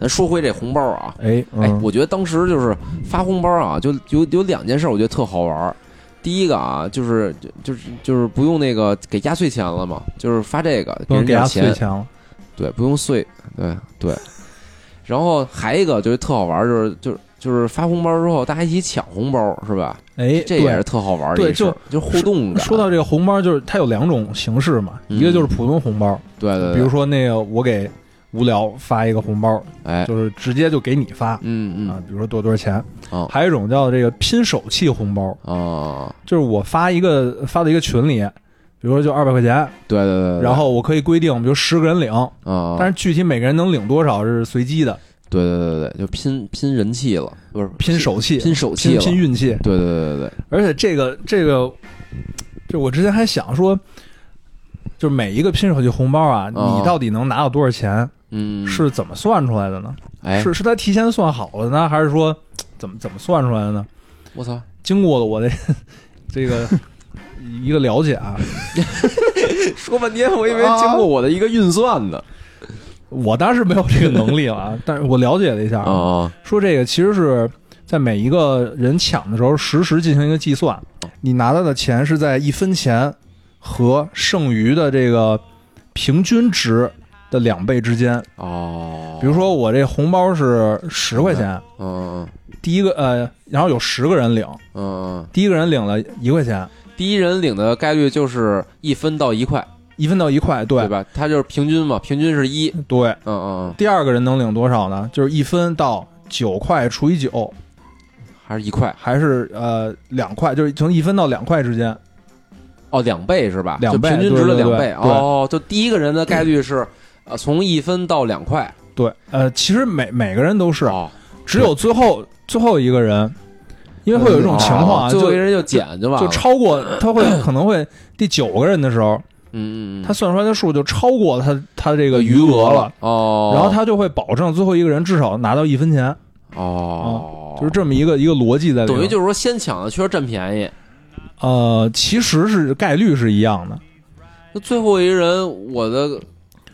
B: 咱说回这红包啊，
D: 哎，
A: 嗯
B: 哎，我觉得当时就是发红包啊，就有有两件事，我觉得特好玩儿。第一个啊，就是就就是就是不用那个给压岁钱了嘛，就是发这个给
D: 不能
B: 人
D: 给
B: 点
D: 他碎
B: 钱，
D: 钱了。
B: 对，不用碎，对对。然后还一个就是特好玩儿，就是就是就是发红包之后，大家一起抢红包，是吧？
D: 哎，
B: 这也是特好玩儿的
D: 对
B: 一事儿，就互动
D: 对。
B: 感。
D: 说到这个红包，就是它有两种形式嘛，
B: 啊嗯
D: 一个就是普通红包，
B: 对对，对
D: 比如说那个我给无聊发一个红包，
B: 哎，
D: 就是直接就给你发啊，
B: 嗯嗯
D: 比如说多多少钱。
B: 哦
D: 还有一种叫这个拼手气红包，
B: 哦，
D: 就是我发一个发到一个群里，比如说就二百块钱，
B: 对对对对，
D: 然后我可以规定，比如十个人领，
B: 啊，
D: 但是具体每个人能领多少是随机的，
B: 对对对对，就拼拼人气了，不是
D: 拼手气，
B: 拼手气
D: 拼
B: 了，
D: 拼运气。
B: 对对对对对，
D: 而且这个这个，就我之前还想说，就是每一个拼手气红包啊，
B: 哦
D: 你到底能拿到多少钱，
B: 嗯，
D: 是怎么算出来的呢？
B: 哎，
D: 是是他提前算好了呢，还是说怎么怎么算出来的呢？
B: 我操，
D: 经过了我的这个一个了解啊。
B: 说半天，我以为经过我的一个运算呢。
D: 我当时没有这个能力了，啊但是我了解了一下，
B: 啊，
D: 说这个其实是在每一个人抢的时候实时进行一个计算，
B: 嗯
D: 你拿到的钱是在一分钱和剩余的这个平均值的两倍之间。
B: 哦，
D: 比如，说我这红包是十块钱，
B: 嗯
D: 第一个呃，然后有十个人领，
B: 嗯嗯，
D: 第一个人领了一块钱，
B: 第一人领的概率就是一分到一块，
D: 一分到一块，对
B: 对吧？它就是平均嘛，平均是一。
D: 对，
B: 嗯嗯，
D: 第二个人能领多少呢？就是一分到九块除以九，
B: 嗯还是一块
D: 还是呃两块，就是从一分到两块之间。
B: 哦，两倍是吧？
D: 两倍
B: 就平均值的
D: 对对
B: 两
D: 对
B: 倍。
D: 对
B: 哦，就第一个人的概率是呃从一分到两块，
D: 对，呃，其实每每个人都是，啊
B: 哦
D: 只有最后最后一个人，因为会有一种情况啊，
B: 哦最后
D: 就
B: 一个人就啊减就完
D: 就
B: 了。
D: 超过他会可能会第九个人的时候，
B: 嗯嗯嗯，
D: 他算出来的数就超过他他这个余额了，
B: 哦，
D: 然后他就会保证最后一个人至少拿到一分钱，
B: 哦，
D: 啊就是这么一个一个逻辑在里面。
B: 等于就是说先抢的确实占便宜，
D: 呃，其实是概率是一样的，
B: 那最后一人我的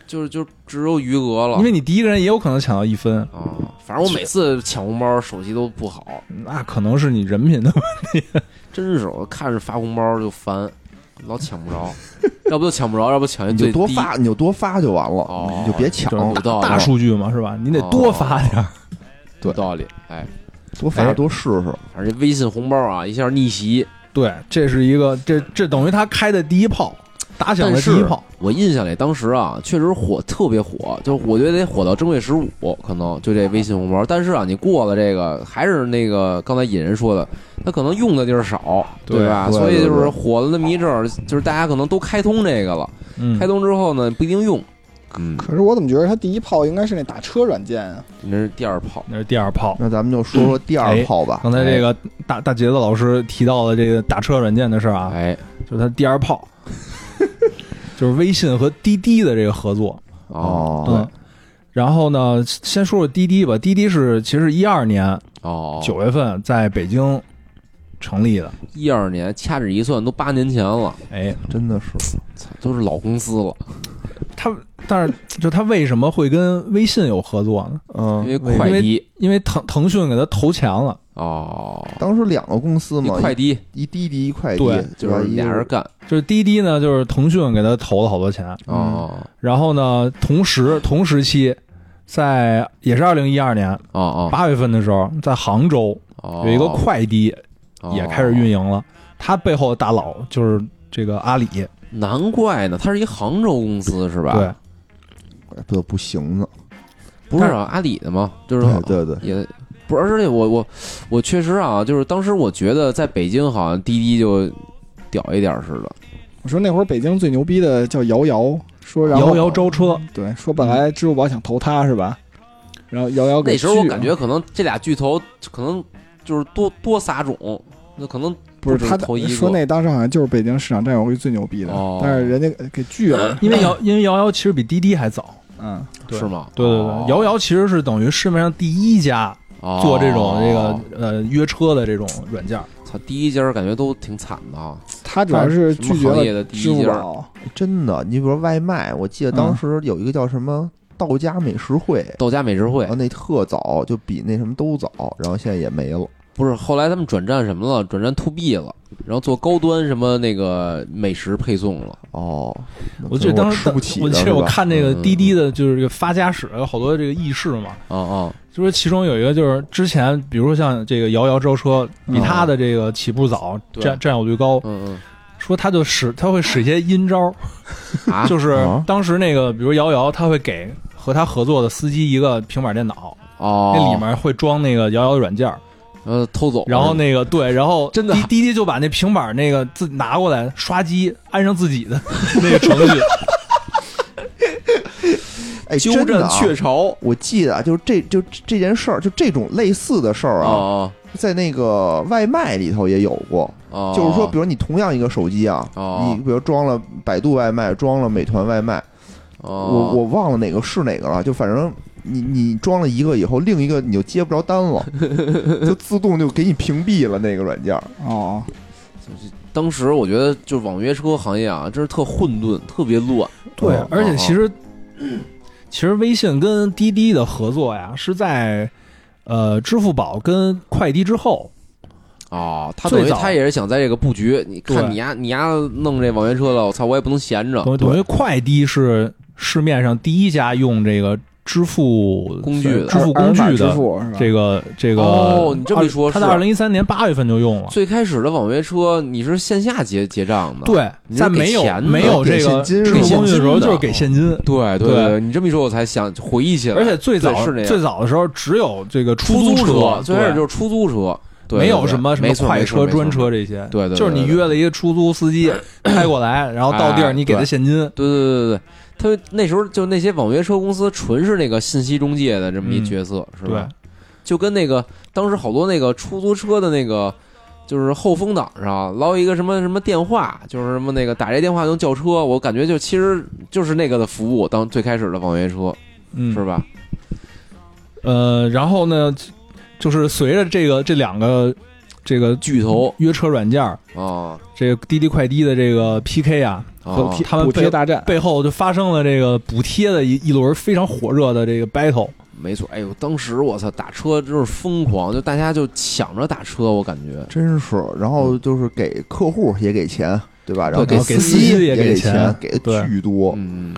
B: 就是就只有余额了
D: 因。为你第一个人也有可能抢到一分，
B: 啊，反正我每次抢红包手气都不好，
D: 那可能是你人品的。
B: 真是我看着发红包就烦，老抢不着，要不就抢不着，要不抢一
A: 你
B: 最
A: 就
B: 低。
A: 多发，你就多发就完了，
B: 哦
A: 你就别抢，
D: 就是
B: 有道理
D: 大数据嘛，是
B: 哦
D: 吧？你得多发点儿。
B: 有道理。哎，
A: 多发多试试。
B: 反正这微信红包啊，一下逆袭。
D: 对，这是一个，这这等于他开的第一炮，打响的第一炮。
B: 我印象里当时啊，确实火，特别火，就是我觉得得火到正月十五，可能就这微信红包。但是啊，你过了这个，还是那个刚才引人说的，他可能用的地儿少，
D: 对
B: 吧？
A: 对
B: 所以就
A: 对
B: 是
A: 对
B: 火了那么一阵儿，就是大家可能都开通这个了。
D: 嗯
B: 开，通之后呢，不一定用。嗯，
C: 可是我怎么觉得他第一炮应该是那打车软件啊？
B: 你这是第二炮。
D: 那是第二炮。
A: 那咱们就说说第
B: 哎
A: 二炮吧。
D: 刚才这个大大杰子老师提到了这个打车软件的事儿啊，
B: 哎，
D: 就是他第 二炮，就是微信和滴滴的这个合作。
B: 哦
A: 哦
D: 嗯，然后呢，先说说滴滴吧。滴滴是其实一二年
B: 哦，
D: 九月份在北京成立的，
B: 一二年，掐指一算都八年前了，
D: 哎，
A: 真的是
B: 操都是老公司了，
D: 他但是就他为什么会跟微信有合作呢？
A: 嗯
B: 因，为快递
D: 因为腾腾讯给他投钱了，
B: 哦，
A: 当时两个公司
B: 一
A: 嘛，
B: 快递
A: 一滴滴一快递，
D: 对
A: 对
B: 就
A: 吧
B: 是俩人干
D: 就是滴滴呢，就是腾讯给他投了好多钱，
B: 哦
D: 然后呢，同时同时期，在也是二零一二年
B: 哦哦
D: 八月份的时候，在杭州
B: 哦，
D: 有一个快滴
B: 哦
D: 也开始运营了，它背后的大佬就是这个阿里，
B: 难怪呢，它是一杭州公司是吧？，
D: 对，
A: 哎不得不行呢。
B: 不是啊阿里的吗？就是
A: 对对对，
B: 也不是，而且我我我确实啊，就是当时我觉得在北京好像滴滴就屌一点似的，
C: 我说那会儿北京最牛逼的叫瑶瑶，说然后
D: 摇摇招车，
C: 对，说本来支付宝想投他是吧？然后瑶瑶给
B: 那时候我
C: 拒了
B: 感觉可能这俩巨头可能就是多多撒种，那可能
C: 不是
B: 不止
C: 他
B: 投一个
C: 说那当时好像就是北京市场占有率最牛逼的，
B: 哦嗯
C: 但是人家给拒了。
D: 因为摇因为摇摇其实比滴滴还早，
C: 嗯，
D: 对
B: 是吗？
D: 对对对，摇摇其实是等于市面上第一家
B: 哦
D: 做这种这
B: 哦
D: 个呃约车的这种软件，
B: 操，第一家儿感觉都挺惨的啊，
C: 他主要是拒绝
B: 什么行业的
C: 了
B: 第
C: 支
B: 一
C: 付
B: 家
C: 宝。
A: 真的，你比如说外卖，我记得
B: 嗯
A: 当时有一个叫什么道家美食会，
B: 豆家美食会
A: 然
C: 啊
A: 后那特早，就比那什么都早，然后现在也没了。
B: 不是，后来他们转战什么了？转战 to B 了，然后做高端什么那个美食配送了。
A: 哦，那可
D: 我记得
A: 能
D: 当时
A: 吃不起的
D: 我记
A: 是
D: 得我
A: 吧
D: 看那个
B: 嗯
D: 滴滴的，就是这个发家史，有好多这个轶事嘛。
B: 啊啊
D: 就是其中有一个就是之前，比如说像这个摇摇招车，比他的这个起步早，
B: 嗯对
D: 占占有率高，
B: 嗯
D: 说他就使他会使一些阴招，
B: 嗯啊，
D: 就是
A: 啊
D: 当时那个比如摇摇，他会给和他合作的司机一个平板电脑，
B: 哦，
D: 那里面会装那个摇摇的软件儿，
A: 哦
B: 呃偷走了，
D: 然后那个对，然后
B: 真的
D: 滴滴滴就把那平板那个自拿过来刷机，安上自己的 那个程 序，
A: 哎，
B: 鸠
A: 真的
B: 占
A: 啊
B: 鹊巢。
A: 我记得啊，就是这就这件事儿，就这种类似的事儿啊，
B: 哦
A: 在那个外卖里头也有过。
B: 哦，
A: 就是说，比如你同样一个手机啊，
B: 哦
A: 你比如装了百度外卖，装了美团外卖，
B: 啊
A: 我
B: 我
A: 我忘了哪个是哪个了，就反正你你装了一个以后，另一个你就接不 着单了，就自动就给你屏蔽了那个软件儿。
C: 哦，
B: 当时我觉得就网约车行业啊，真是特混沌，特别乱。
D: 对啊
A: 哦，
D: 而且其实其实微信跟滴滴的合作呀，是在呃支付宝跟快滴之后，
B: 哦，他等于
D: 最早
B: 他也是想在这个布局。你看
D: 对
B: 你丫你丫弄这网约车了，我操，我也不能闲
C: 啊
B: 着。
D: 等于等于快滴是市面上第一家用这个支付
B: 工具的
D: 支付
C: 二维
D: 工
C: 码
D: 具
C: 支
D: 的
C: 付是吧？
D: 这个这个
B: 哦你这么一说
D: 他在
B: 是
D: 二零一三年八月份就用了，
B: 最开始的网约车你是线下结结账的，
D: 对，
B: 你是
D: 在
B: 给
D: 没有
B: 钱的
D: 没有
A: 给
D: 这
A: 现
D: 个
A: 金
D: 支
A: 是
D: 付
A: 吧
D: 工具的时候
B: 给现金的
D: 就是给现金，
B: 对对
D: 对
B: 对，你这么一说我才想回忆起来，
D: 而且最早
B: 对是那样
D: 最早的时候只有这个
B: 出租
D: 租
B: 最开始
D: 对
B: 就是出租车，对
D: 没有
B: 对对
D: 什么什么
B: 没错
D: 快
B: 没错
D: 车、
B: 没错
D: 专车这些，
B: 对对对
D: 就是你
B: 对对
D: 约了一个出租司机开过来，然后到地
B: 哎
D: 儿你给他
B: 对
D: 现金，
B: 对对对对对，他那时候就那些网约车公司纯是那个信息中介的这么一
D: 嗯
B: 角色，是
D: 对
B: 吧？就跟那个当时好多那个出租车的那个。就是后风挡上捞一个什么什么电话，就是什么那个打这电话能叫车，我感觉就其实就是那个的服务，当最开始的网约车
D: 嗯，
B: 是吧？
D: 呃，然后呢，就是随着这个这两个这个
B: 巨头
D: 约车软件儿，
B: 啊，
D: 这个滴滴快滴的这个 PK 啊，和
B: 啊
D: P- 他们
C: 补贴
D: 背
C: 大战，
D: 背后就发生了这个补贴的一一轮非常火热的这个 battle。
B: 没错，哎呦，当时我操，打车就是疯狂，就大家就抢着打车，我感觉
A: 真是。然
B: 嗯
A: 后就是给客户也给钱，对吧？然后
B: 对给
A: 司
D: 司机也
A: 也
D: 给
A: 给
D: 钱
A: 给的
D: 对
A: 巨多。
B: 嗯，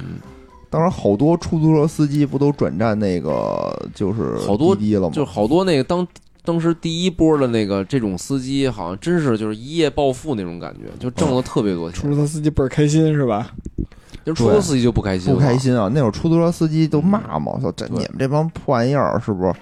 A: 当时好多出租车司机不都转战那个就是
B: 好多
A: 滴滴了吗？
B: 就是好多那个当当时第一波的那个这种司机，好像真是就是一夜暴富那种感觉，就挣了特别多
C: 出
D: 哦
B: 钱。
C: 租车司机倍儿开心是吧？
B: 就是出租司机就不开心，
A: 不开。心啊！那会儿出租车司机都骂嘛，说这
B: 对
A: 你们这帮破玩意儿是不是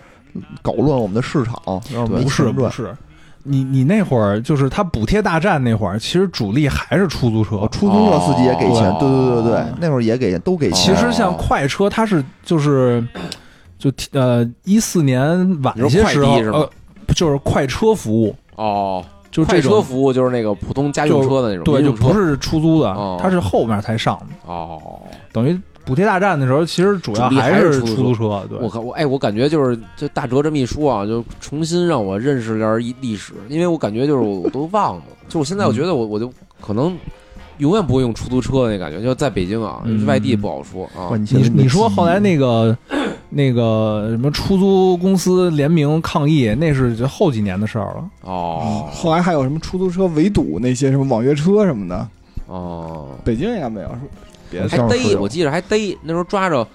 A: 搞乱我们的市场？
B: 哦
A: 让我们
D: 不
A: 没
D: 是
A: 钱
D: 不
A: 赚。
D: 是，你你那会儿就是他补贴大战那会儿，其实主力还是出租车。
A: 出租车司机也给钱
B: 哦，
A: 对对对对，那会儿也给钱，都给
D: 其
A: 钱。
D: 实像快车，它是就是就呃一四年晚
B: 你说
D: 些
B: 快
D: 时候，
B: 递是吗
D: 呃，就是快车服务，
B: 哦，
D: 就
B: 快
D: 这
B: 车
D: 种
B: 服务就是那个普通家用车的那种，
D: 对，
B: 民
D: 就
B: 用车
D: 不是出租的
B: 哦，
D: 它是后面才上的。
B: 哦。
D: 等于补贴大战的时候，其实主要
B: 主力还
D: 是
B: 是
D: 出
B: 出租
D: 租车。对
B: 我，靠，我哎，我感觉就是这大哲这么一说啊，就重新让我认识点儿一历史，因为我感觉就是我我都忘了，就我现在我觉得我我就可能永远不会用出租车的那感觉，就在北京啊，
D: 嗯
B: 外地不好说啊。
A: 换钱
D: 你
A: 的
D: 你说
A: 记忆
D: 后来 那个那个什么出租公司联名抗议，那是就后几年的事儿了。
B: 哦
C: 嗯后来还有什么出租车围堵那些什么网约车什么的，
B: 哦，
C: 北京应该没有，是吧别的
A: 好
B: 还
A: 像是
B: 逮，
A: 有
B: 我记得还逮，那时候抓着。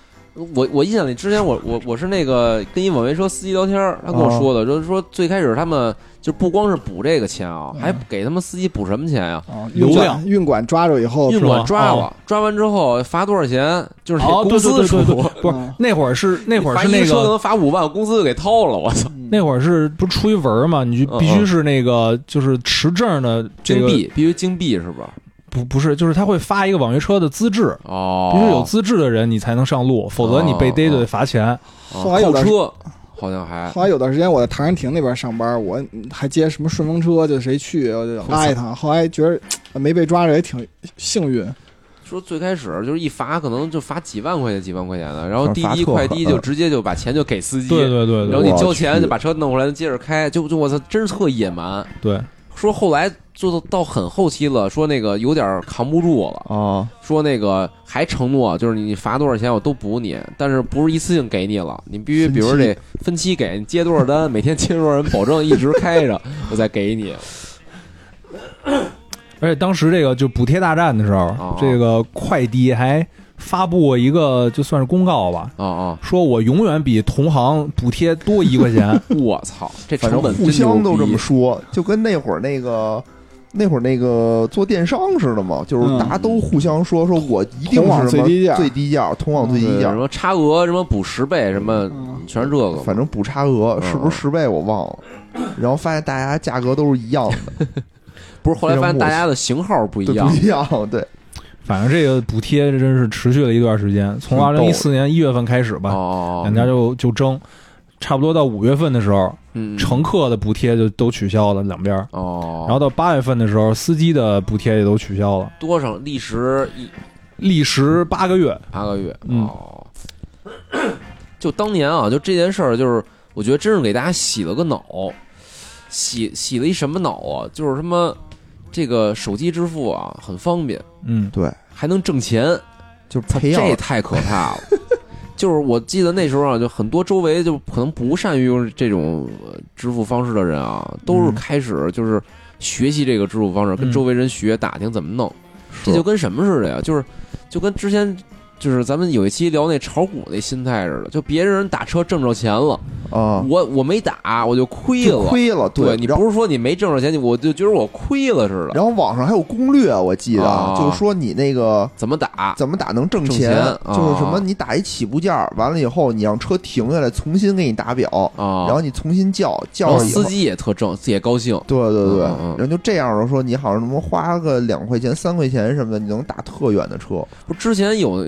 B: 我我印象里，之前我我我是那个跟一网约车司机聊天儿，他跟我说的，就是说最开始他们就不光是补这个钱啊，还给他们司机补什么钱呀、
C: 啊，
D: 流
C: 运管
D: 量
C: 运管抓住以后
B: 运
C: 是吧
B: 管抓
D: 哦
B: 了，抓完之后罚多少钱，就是
D: 哦
B: 得公司
D: 对对对
B: 出。
D: 对 对不是
C: 嗯
D: 那会儿是那会儿
B: 罚
D: 是
B: 一
D: 那
B: 车可
D: 个
B: 能罚五万，公司就给掏了。我操，
C: 嗯
D: 那会儿是不是出一文儿嘛？你就必
B: 嗯
D: 须
B: 嗯
D: 是那个就是持证的这
B: 金
D: 个
B: 币必须金币是吧？
D: 不不是，就是他会发一个网约车的资质。
B: 哦，
D: 必须有资质的人，你才能上路，否则你被逮就得罚钱。
B: 啊
C: 后来有
B: 扣
C: 点
B: 车，好像
E: 啊
B: 还
C: 后来有段时间我在唐人亭那边上班，我还接什么顺风车，就谁去我就拉一趟。后来觉得呃没被抓着也挺幸运，
B: 说最开始就是一罚可能就罚几万块钱、几万块钱的，然后
A: 反
B: 滴
A: 正罚
B: 滴
A: 特
B: 快
A: 狠
B: 滴就直接就把钱就给司机，
D: 对对对
B: 然后你
D: 对
A: 我
B: 交钱
A: 去
B: 就把车弄回来，接着开，就就我操，真是特野蛮。
D: 对，
B: 说后来做到很后期了，说那个有点扛不住了，
A: 啊，
B: 说那个还承诺就是你罚多少钱我都补你，但是不是一次性给你了，你必须
A: 分
B: 比
A: 期
B: 如说得分期给，你接多少单，每天接多少人，保证一直开着， 我再给你。
D: 而且当时这个就补贴大战的时候，
B: 哦
D: 这个快递还发布过一个就算是公告吧，
B: 啊啊！。
D: 说我永远比同行补贴多一块钱
B: 我操，这
A: 反
B: 成
A: 正
B: 本
A: 互相都这么
B: 说。
A: 说，就跟那会儿那个。那会儿那个做电商似的嘛，就是
C: 嗯
A: 大家都互相说说，我一定
C: 同
A: 是
C: 网
A: 什么
C: 最低价
A: 最低价，通往最低
B: 对
A: 价
B: 什，么差额，什么补十倍，什么
C: 嗯
B: 全是这个嘛。
A: 反正补差额
B: 嗯
A: 是不是十倍我忘了，然后发现大家价格都是一样的，
B: 不是后来发现
A: 非常默
B: 大
A: 契
B: 家的型号不一
A: 对
B: 样
A: 不，一样，对，
D: 反正这个补贴真是持续了一段时间，从二零一四年一月份开始吧，
B: 哦
D: 两，家就就争，差不多到五月份的时候，
B: 嗯
D: 乘客的补贴就都取消了两边儿，
B: 哦，
D: 然后到八月份的时候，司机的补贴也都取消了，
B: 多少历时一
D: 历时八个月。
B: 八个月，
D: 嗯
B: 哦，就当年啊，就这件事儿，就是我觉得真是给大家洗了个脑，洗洗了一什么脑啊？就是什么。这个手机支付啊很方便，
D: 嗯，
A: 对，
B: 还能挣钱，
A: 就是啊
B: 操
A: 培养
B: 这太可怕了。就是我记得那时候啊，就很多周围就可能不善于用这种呃支付方式的人啊，都是
D: 嗯
B: 开始就是学习这个支付方式，跟
D: 嗯
B: 周围人学打听怎么弄。这
A: 是
B: 就跟什么似的呀？就是就跟之前就是咱们有一期聊那炒股那心态似的，就别人打车挣着钱了，
A: 啊，
B: 我我没打我就亏
A: 就
B: 了。
A: 亏了，
B: 对你
A: 然后
B: 不是说你没挣着钱，你我就觉得我亏了似的。
A: 然后网上还有攻略，我记得啊
B: 啊
A: 就是说你那个
B: 怎么打？
A: 怎么打能挣
B: 挣
A: 钱，
B: 钱啊
A: 就是什么你打一起步价，完了以后你让车停下来重新给你打表，
B: 啊，
A: 然后你重新叫
B: 然后
A: 叫了以后
B: 司。机也特正，也高兴。
A: 对对对，
B: 嗯嗯嗯
A: 然后就这样的说，你好像什么花个两块钱、三块钱什么的，你能打特远的车。
B: 不是之前有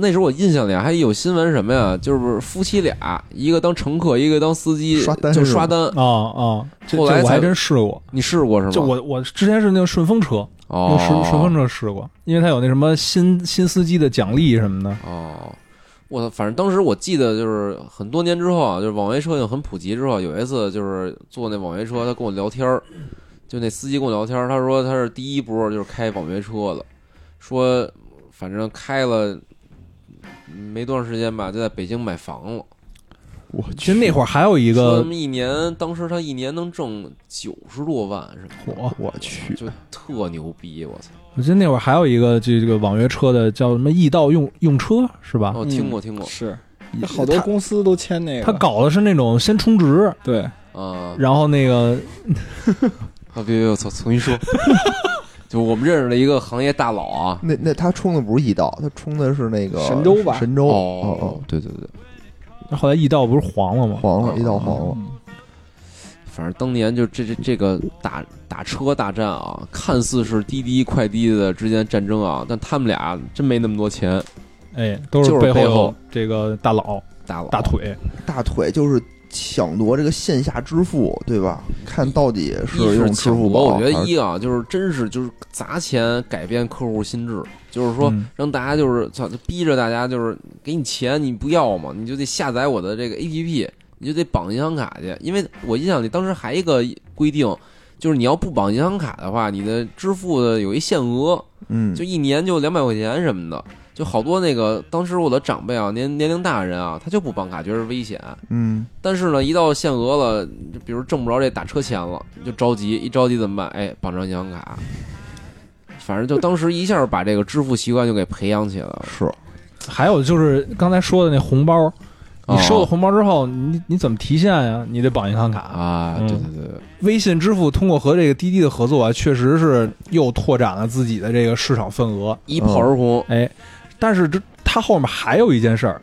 B: 那时候我印象里啊还有新闻什么呀，就是夫妻俩一个当乘客，一个当司机，
A: 刷单
B: 就是
A: 吧
B: 刷单。
D: 啊啊，这这
B: 后来
D: 我还
B: 才
D: 真试过，
B: 你试过是吗？
D: 就我我之前是那个顺风车，
B: 哦
D: 用顺顺风车试过，因为它有那什么新新司机的奖励什么的，
B: 哦，我操！反正当时我记得就是很多年之后啊，就是网约车已经很普及之后，有一次就是坐那网约车，他跟我聊天儿，就那司机跟我聊天儿，他说他是第一波就是开网约车的，说反正开了没多长时间吧，就在北京买房了。
A: 我
D: 其实那会儿还有一
B: 说
D: 个
B: 他们一年，当时他一年能挣九十多万什么的，
D: 火，
A: 我去，
B: 就特牛逼！我操！
D: 我记得那会儿还有一个这这个网约车的叫什么易到用用车是吧？
B: 哦，
E: 嗯
B: 听过听过
E: 是好多公司都签那个，
D: 他搞的是那种先充值，
E: 对
B: 啊
D: 然后那个
B: 啊！别别，我操！重新说， 就我们认识了一个行业大佬啊，
A: 那那他冲的不是易道，他冲的是那个
E: 神州吧
A: 神州
B: 哦
A: 哦，
B: 对对对，
D: 后来易到不是黄了吗
A: 哦，？黄了，易道黄了。
D: 嗯
B: 反正当年就这这这个打打车大战啊，看似是滴滴快滴的之间战争啊，但他们俩真没那么多钱，
D: 哎，都
B: 就是
D: 背
B: 背
D: 后
B: 后
D: 有这个大佬
B: 大佬
D: 大腿，
A: 大腿就是抢夺这个线下支付，对吧？看到底是
B: 一
A: 用
B: 是
A: 支
B: 抢
A: 付
B: 夺，
A: 宝，
B: 我觉
A: 还
B: 得
A: 是
B: 一啊，就是真是就是砸钱改变客户心智，就是说。
D: 嗯
B: 让大家就是操，就逼着大家就是给你钱你不要嘛，你就得下载我的这个 APP，你就得绑银行卡去。因为我印象里当时还一个规定，就是你要不绑银行卡的话，你的支付的有一限额，
A: 嗯，
B: 就一年就两百块钱什么的，就好多那个当时我的长辈啊，年年龄大的人啊，他就不绑卡，觉得危险。
A: 嗯，
B: 但是呢，一到限额了，就比如挣不着这打车钱了，你就着急，一着急怎么办？哎，绑张银行卡。反正就当时一下把这个支付习惯就给培养起来了。
A: 是
D: 还有就是刚才说的那红包，你收了红包之后，你你怎么提现呀？你得绑银行卡。
B: 啊，对
D: 嗯
B: 对对，
D: 微信支付通过和这个滴滴的合作啊，确实是又拓展了自己的这个市场份额。
B: 一炮而红。
D: 哎，但是这它后面还有一件事儿，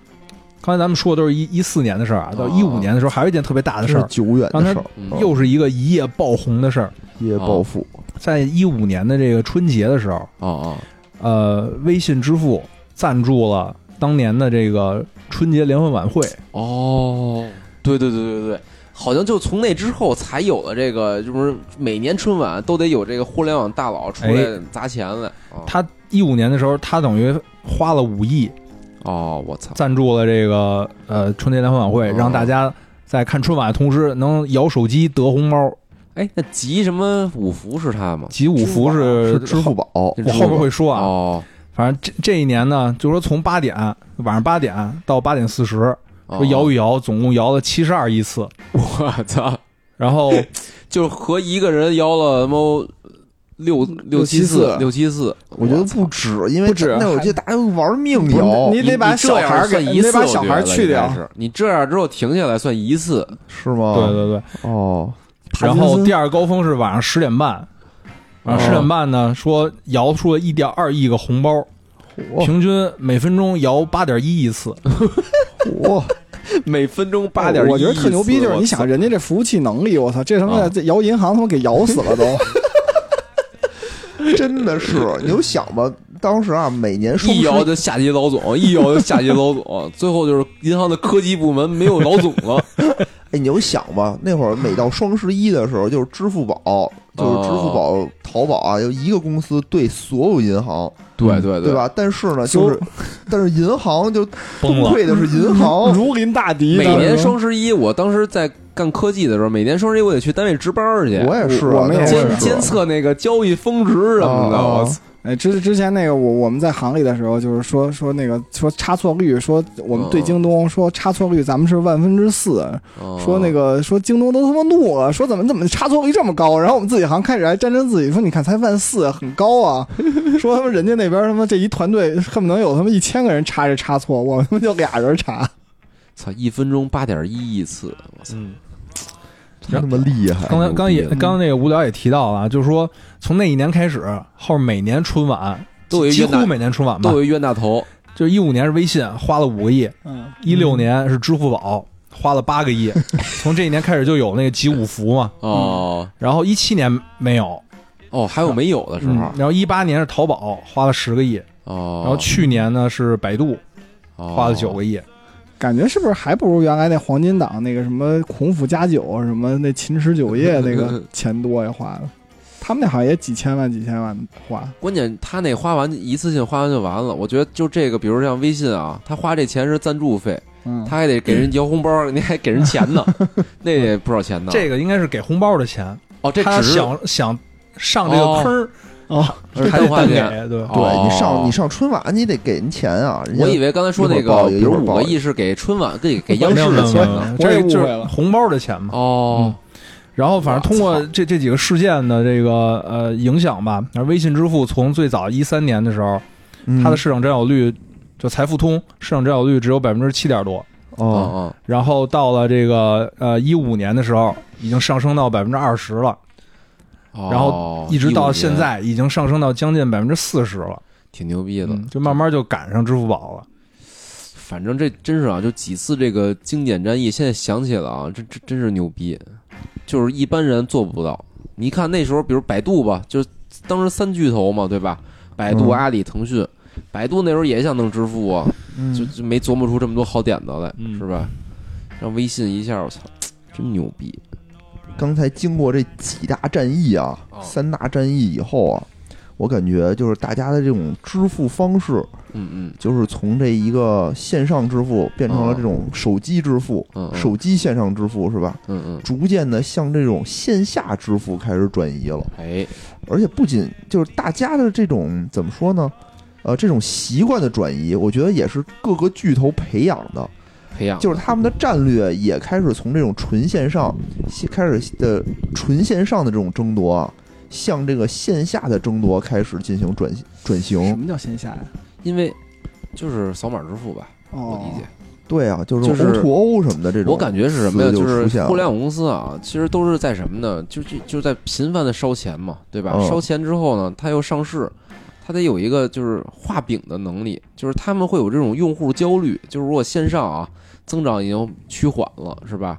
D: 刚才咱们说的都是一一四年的事儿啊，到
B: 哦
D: 一五年的时候还有一件特别大的
A: 这
D: 事
A: 是
D: 儿，
A: 久远
D: 让
A: 的事
D: 他
A: 儿，
B: 嗯
A: 嗯
D: 又哦是一个一夜爆红的事儿。
A: 一夜暴富，
D: 在一五年的这个春节的时候，
B: 哦哦，
D: 呃，微信支付赞助了当年的这个春节联欢晚会，
B: 哦，对对对对对，好像就从那之后才有了这个，就是每年春晚都得有这个互联网大佬出来
D: 哎
B: 砸钱来。啊
D: 他一五年的时候，他等于花了五亿
B: 哦，我操，
D: 赞助了这个呃春节联欢晚会，
B: 哦
D: 让大家在看春晚的同时能摇手机得红包，
B: 哎，那集什么五福是他吗？
D: 集五福
A: 是
D: 是
A: 支付宝，
D: 我后面会说啊，
B: 哦，
D: 反正这这一年呢，就说从八点晚上八点到八点四十，
B: 哦
D: 说摇一摇，总共摇了七十二亿次，
B: 我操，
D: 然后
B: 就和一个人摇了他妈六六七次，六七次，
A: 我觉得不止，因为
E: 不止
A: 那我记得大家玩命
E: 不是
A: 摇，
E: 你得把
B: 这
E: 小
B: 样
E: 孩儿
B: 算
E: 给，
B: 一
E: 你得
B: 次
E: 把
B: 我
E: 小
B: 觉
E: 孩儿
B: 得
E: 去
B: 应该
E: 掉。
B: 是你这样之后停下来算一次，
A: 是吗？
D: 对对对，
A: 哦，
D: 然后第
E: 二
D: 二高峰是晚上十点半，晚上十点半呢，说摇出了一点二亿个红包，
A: 哇
D: 平均每分钟摇八点一亿次，
A: 哇，
B: 每分钟八点，
E: 我觉得特牛逼，就是你想人家这服务器能力，我操，这他妈
B: 啊
E: 这摇 银行他妈给摇死了都。
A: 真的是，你就想吧，当时啊，每年双
B: 一
A: 十
B: 摇就下级老总，一摇就下级老总， 最后就是银行的科技部门没有老总了。
A: 哎，你就想吧，那会儿每到双十一的时候，就是支付宝，就是支付
B: 哦
A: 宝、淘宝啊，有一个公司对所有银行，
B: 对对
A: 对？吧？但是呢，就是，但是银行就崩
D: 崩了。嗯
A: 溃的是银
C: 哦
A: 行，
E: 如临大敌。
B: 每
E: 当时
B: 年双十一，我当时在干科技的时候，每年双十一我得去单位值班儿去，
A: 我也是
C: 我
A: 啊，
C: 没
A: 那
C: 有
A: 会儿
B: 监
A: 是
B: 监测那个交易峰值什么的。
A: 哦
B: 我
A: 哦
B: 操
C: 哎，之之前那个我我们在行里的时候，就是说说那个说差错率，说我们对
B: 嗯
C: 京东说差错率咱们是万分之四，
B: 哦
C: 说那个说京东都他妈怒了，说怎么怎么差错率这么高，然后我们自己行开始还沾沾自喜，说你看才万四，很 高啊，说他妈人家那边他妈这一团队恨不得有他妈一千个人查这差错，我他妈就俩人查，
B: 操，一分钟八点一亿次，我操！
D: 嗯，
A: 真他妈厉害，
D: 刚才
B: 哎牛
D: 刚
B: 逼嗯
D: 也
B: 了
D: 刚刚那个无聊也提到了啊，就是说从那一年开始，后面每年春晚
B: 都有一
D: 几
B: 冤大
D: 乎每年春晚吧
B: 都，有一冤大头，
D: 就是一五年是微信花了五个亿，
E: 嗯，
D: 一六年是支付宝花了八个亿， 从这一年开始就有那个集五福嘛，
B: 哦
D: 然后一七年没有，
B: 哦，还有没有的时候
D: 嗯然后一八年是淘宝花了十个亿，
B: 哦，
D: 然后去年呢是百度花了九个亿，
C: 感觉是不是还不如原来那黄金档那个什么孔府家酒什么那秦时酒业 那个钱多呀花的，他们那好像也几千万几千万花，
B: 关键他那花完一次性花完就完了，我觉得就这个，比如像微信啊，他花这钱是赞助费，
C: 嗯，
B: 他还得给人摇红包，你还给人钱 呢，那也不少钱呢。
D: 这个应该是给红包的钱，
B: 哦，这
D: 他
B: 只是
D: 想想上这个坑儿，
B: 是
D: 他
B: 单
D: 就
B: 花
D: 单给
B: 钱。
D: 对。
A: 对你上
B: 哦
A: 你上春晚，你得给人钱啊，人家
B: 我以为刚才说那
A: 一会儿报
B: 个
A: 一
B: 有
A: 会儿
B: 五
A: 报
B: 个亿是给春晚给给央
D: 没有
B: 视
D: 没
B: 的
D: 有
B: 钱
D: 没
B: 呢。
D: 有，
E: 我也
D: 这
E: 误
D: 就是
E: 会了
D: 红包的钱嘛。
B: 哦，
D: 然后反正通
B: 我
D: 过
B: 操
D: 这这几个事件的这个呃影响吧，然后微信支付从最早一三年的时候，
B: 嗯
D: 它的市场占有率就财付通市场占有率只有百分之七点多，
B: 哦
A: 哦，
B: 哦，
D: 然后到了这个呃一五年的时候，已经上升到百分之二十了，
B: 哦
D: 然后一直到现，
B: 15年
D: 在已经上升到将近百分之四十了，
B: 挺牛逼的
D: 嗯。就慢慢就赶上支付宝了。
B: 反正这真是啊，就几次这个经典战役，现在想起来啊，这这真是牛逼，就是一般人做不到。你看那时候，比如百度吧，就是当时三巨头嘛，对吧？百度、
A: 嗯
B: 阿里、腾讯，百度那时候也想弄支付啊，
A: 嗯
B: 就就没琢磨出这么多好点子来，
D: 嗯
B: 是吧？让微信一下，我操，真牛逼！
A: 刚才经过这几大战役啊，
B: 哦
A: 三大战役以后啊，我感觉就是大家的这种支付方式，
B: 嗯嗯
A: 就是从这一个线上支付变成
B: 哦
A: 了这种手机支付，
B: 嗯嗯
A: 手机线上支付是吧？
B: 嗯嗯，
A: 逐渐的向这种线下支付开始转移了，
B: 哎，
A: 而且不仅就是大家的这种怎么说呢？呃，这种习惯的转移，我觉得也是各个巨头培养的。
B: 培养
A: 就是他们的战略也开始从这种纯线上先开始的纯线上的这种争夺啊，向这个线下的争夺开始进行转转
E: 什
B: 嗯
A: 型。
E: 么叫线下呀？
B: 因为就是扫码支付吧，我
C: 哦
B: 理解。
A: 对啊，就是
B: 就是
A: O to O 什么的这种，
B: 我感觉是什么呀？
A: 词
B: 就
A: 就是出现了
B: 互联网公司啊，其实都是在什么呢？就就就在频繁的烧钱嘛，对吧？
A: 嗯
B: 烧钱之后呢，它又上市，它得有一个就是画饼的能力，就是他们会有这种用户焦虑，就是如果线上啊增长已经趋缓了，是吧？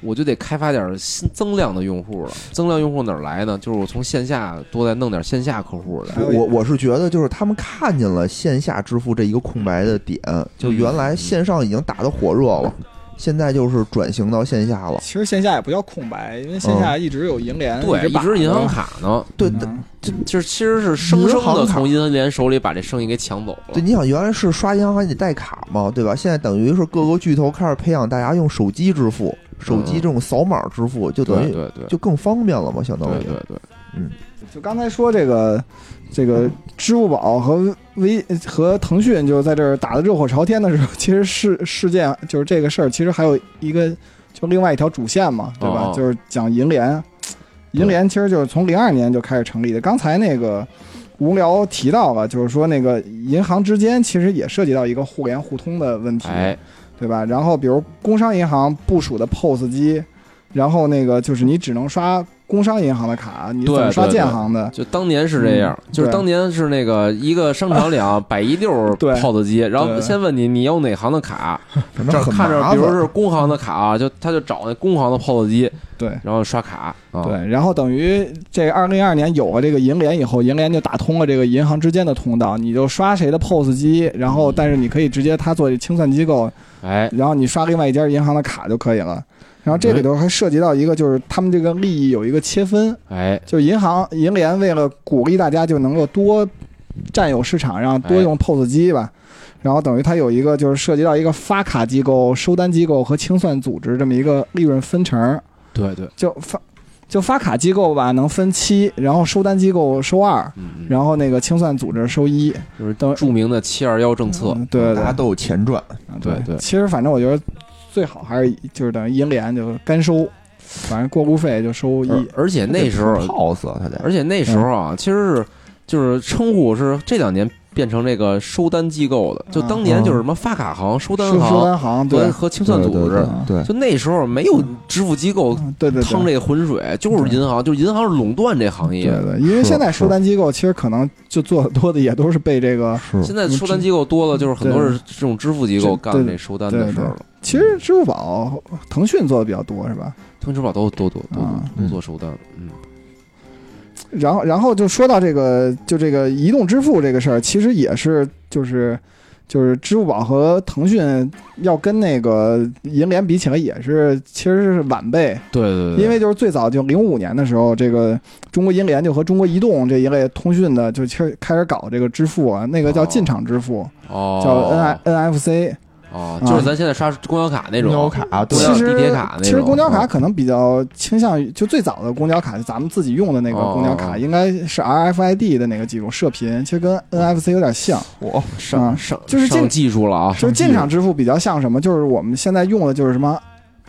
B: 我就得开发点新增量的用户了。增量用户哪儿来呢？就是我从线下多再弄点线下客户来。
A: 我我我是觉得就是他们看见了线下支付这一个空白的点，就原来线上已经打得火热了，现在就是转型到线下了。
E: 其实线下也不叫空白，因为线下一直有银
C: 哎
E: 联，
B: 哦对，一
E: 把
B: 直银行
C: 啊
E: 着
B: 卡呢，
A: 对，
C: 嗯
B: 就是其实是生生
A: 银行
B: 的
A: 卡
B: 从银联手里把这生意给抢走了
A: 对，。你想原来是刷银行还得带卡嘛，对吧？现在等于是各个巨头开始培养大家用手机支付，手机这种扫码支付，就等
B: 对
A: 于
B: 对对，
A: 就更方便了嘛，相当
B: 对
A: 于。
B: 对对。
C: 就刚才说这个，这个支付宝和微和腾讯就在这儿打得热火朝天的时候，其实事事件就是这个事儿，其实还有一个就另外一条主线嘛，对吧？
B: 哦
C: 就是讲银联，银联其实就是从零二年就开始成立的。刚才那个无聊提到了，就是说那个银行之间其实也涉及到一个互联互通的问题，
B: 哎，
C: 对吧？然后比如工商银行部署的 POS 机，然后那个就是你只能刷工商银行的卡，你
B: 对
C: 怎么刷
B: 对
C: 建
B: 对
C: 行的？
B: 就当年是这样，就是
C: 嗯对
B: 当年是那个一个商场里 啊摆一溜儿
C: 对
B: 泡子机，然后
C: 对
B: 先问你你有哪行的卡，
A: 反
B: 这
A: 正
B: 儿
A: 很
B: 看着
A: 麻
B: 比如
A: 烦。
B: 是工行的卡啊，就他就找那工行的泡子机，
C: 对
B: 然后刷卡啊，
C: 对，然后等于这二零一二年有了这个银联以后，银联就打通了这个银行之间的通道，你就刷谁的 POS 机，然后但是你可以直接他做清算机构，
B: 嗯哎，嗯
C: 然后你刷另外一家银行的卡就可以了。然后这里头还涉及到一个，就是他们这个利益有一个切分，
B: 哎，
C: 就银行银联为了鼓励大家就能够多占有市场，让多用 POS 机吧。然后等于它有一个就是涉及到一个发卡机构、收单机构和清算组织这么一个利润分成，
B: 对对，
C: 就发就发卡机构吧能分七，然后收单机构收二，
B: 嗯，嗯
C: 然后那个清算组织收一。
B: 就是
C: 等
B: 著名的七二幺政策，
C: 嗯对对对
A: 大家都有钱赚，
B: 对对
C: 其实反正我觉得最好还是就是等于银联就是干收，反正过路费就收一。
B: 而而且那时候
A: 泡死他得
B: 而且那时候
C: 嗯
B: 啊，其实是就是称呼是这两年变成这个收单机构的，就当年就是什么发卡行、收单
C: 嗯收收
B: 行
C: 单行，对
B: 和和清算组织，啊
A: 对对
B: 就那时候没有支付机构
C: 嗯对对对
B: 趟这个浑水，就是银行，就是银行是垄断这行业
C: 对。对，因为
A: 是
C: 现在
A: 是
C: 收单机构其实可能就做的多的也都是被这个，
A: 啊是
B: 现在收单机构多了，就是很多是这种支付机构
C: 对
B: 干这收单的事儿了。
C: 其实支付宝、腾讯做的比较多是吧？
B: 通支付宝都都都都
C: 啊
B: 都做收单了，嗯，
C: 然后然后就说到这个，就这个移动支付这个事儿，其实也是就是就是支付宝和腾讯要跟那个银联比起来，也是其实是晚辈，
B: 对对对，
C: 因为就是最早就零五年的时候，这个中国银联就和中国移动这一类通讯的就开开始搞这个支付啊，那个叫
B: 哦
C: 进场支付，
B: 哦
C: 叫 N I 啊 N F C。
B: 哦，就是咱现在刷公交卡那种
A: 公交卡，
C: 啊
A: 对
B: 公交
C: 其实
B: 地铁卡那种
C: 其实公交卡可能比较倾向于就最早的公交卡，就咱们自己用的那个公交
B: 哦
C: 卡，应该是 R F I D 的那个技术射频，其实跟 N F C 有点像。
A: 我
C: 啊
B: 上上
C: 就是进
B: 上技术了啊，
C: 就是进场支付比较像什么？就是我们现在用的就是什么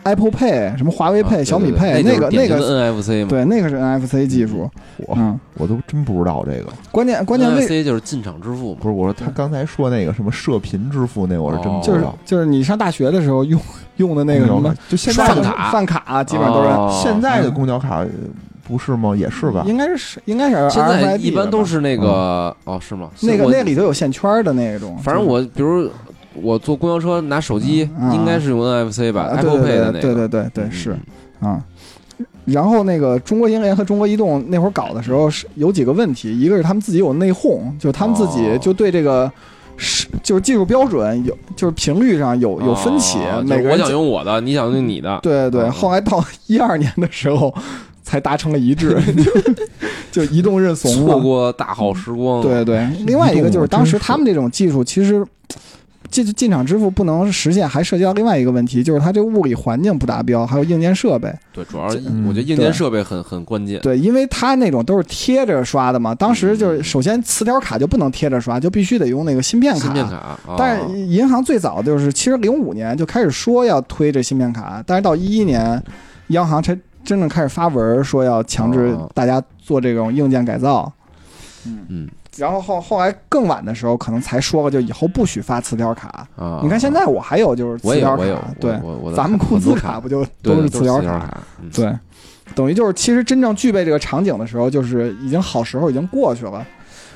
C: Apple Pay、什么
B: 啊
C: 华为 Pay、小米 Pay 那个那个，
B: NFC 嘛，
C: 对，那个是 N F C 技术。
A: 我
C: 嗯，
A: 我都真不知道这个，
C: 关键关键为
B: NFC 就是进场支付嘛
A: 不，是我说他刚才说那个什么射频支付那我是真
B: 哦
A: 不
C: 就是
A: 知道，
C: 就是你上大学的时候用用的那个什么，
A: 就现在
B: 饭
A: 的
B: 卡
C: 饭卡啊基本都是、
B: 哦
A: 现在的公交卡呃不是吗？也是吧？
C: 应该是应该是
B: 现
C: RFID
B: 在一般
C: 的
B: 都
C: 吧
B: 是那个哦是吗？
C: 那个
B: 我
C: 那里头有线圈的那种，
B: 反正我比如我坐公交车拿手机，
C: 嗯
B: 应该是用 NFC 吧
C: 啊对
B: ，Apple
C: 对
B: Pay 的那
C: 对对
B: 个，
C: 对对对
B: 嗯
C: 是啊、然后那个中国银联和中国移动那会儿搞的时候是有几个问题，一个是他们自己有内讧，就是他们自己
B: 哦
C: 就对这个。是，就是技术标准有，就是频率上有有分歧，
B: 哦
C: 每
B: 就
C: 个
B: 我
C: 人
B: 想用我的，你想用你的，
C: 对对，
B: 嗯
C: 后来到一二年的时候才达成了 一致，就就移动认怂
B: 错
C: 了。
B: 过大好时光，
C: 嗯对对，另外一个就是当时他们这种技术其实。进进场支付不能实现，还涉及到另外一个问题，就是它这物理环境不达标，还有硬件设备。
B: 对，主要是
A: 嗯
B: 我觉得硬件
C: 对
B: 设备很很关键，
C: 对，因为它那种都是贴着刷的嘛，当时就是首先磁条卡就不能贴着刷，就必须得用那个芯片卡。
B: 芯片卡，哦
C: 但是银行最早就是其实零五年就开始说要推这芯片卡，但是到一一年，央行才真正开始发文儿说要强制
B: 哦
C: 大家做这种硬件改造。
B: 嗯
C: 然后后后来更晚的时候，可能才说了，就以后不许发磁条卡。
B: 啊，
C: 你看现在我还有就是
B: 我也
C: 磁
B: 有
C: 条
B: 我也有
C: 卡，，
B: 我
C: 对，
B: 我我的
C: 咱们
B: 卡
C: 工资
B: 很多卡
C: 不就
B: 对
C: 都
B: 都
C: 是
B: 是
C: 磁疗
B: 磁疗
C: 卡？
B: 卡，嗯
C: 对，等于就是其实真正具备这个场景的时候，就是已经好时候已经过去了。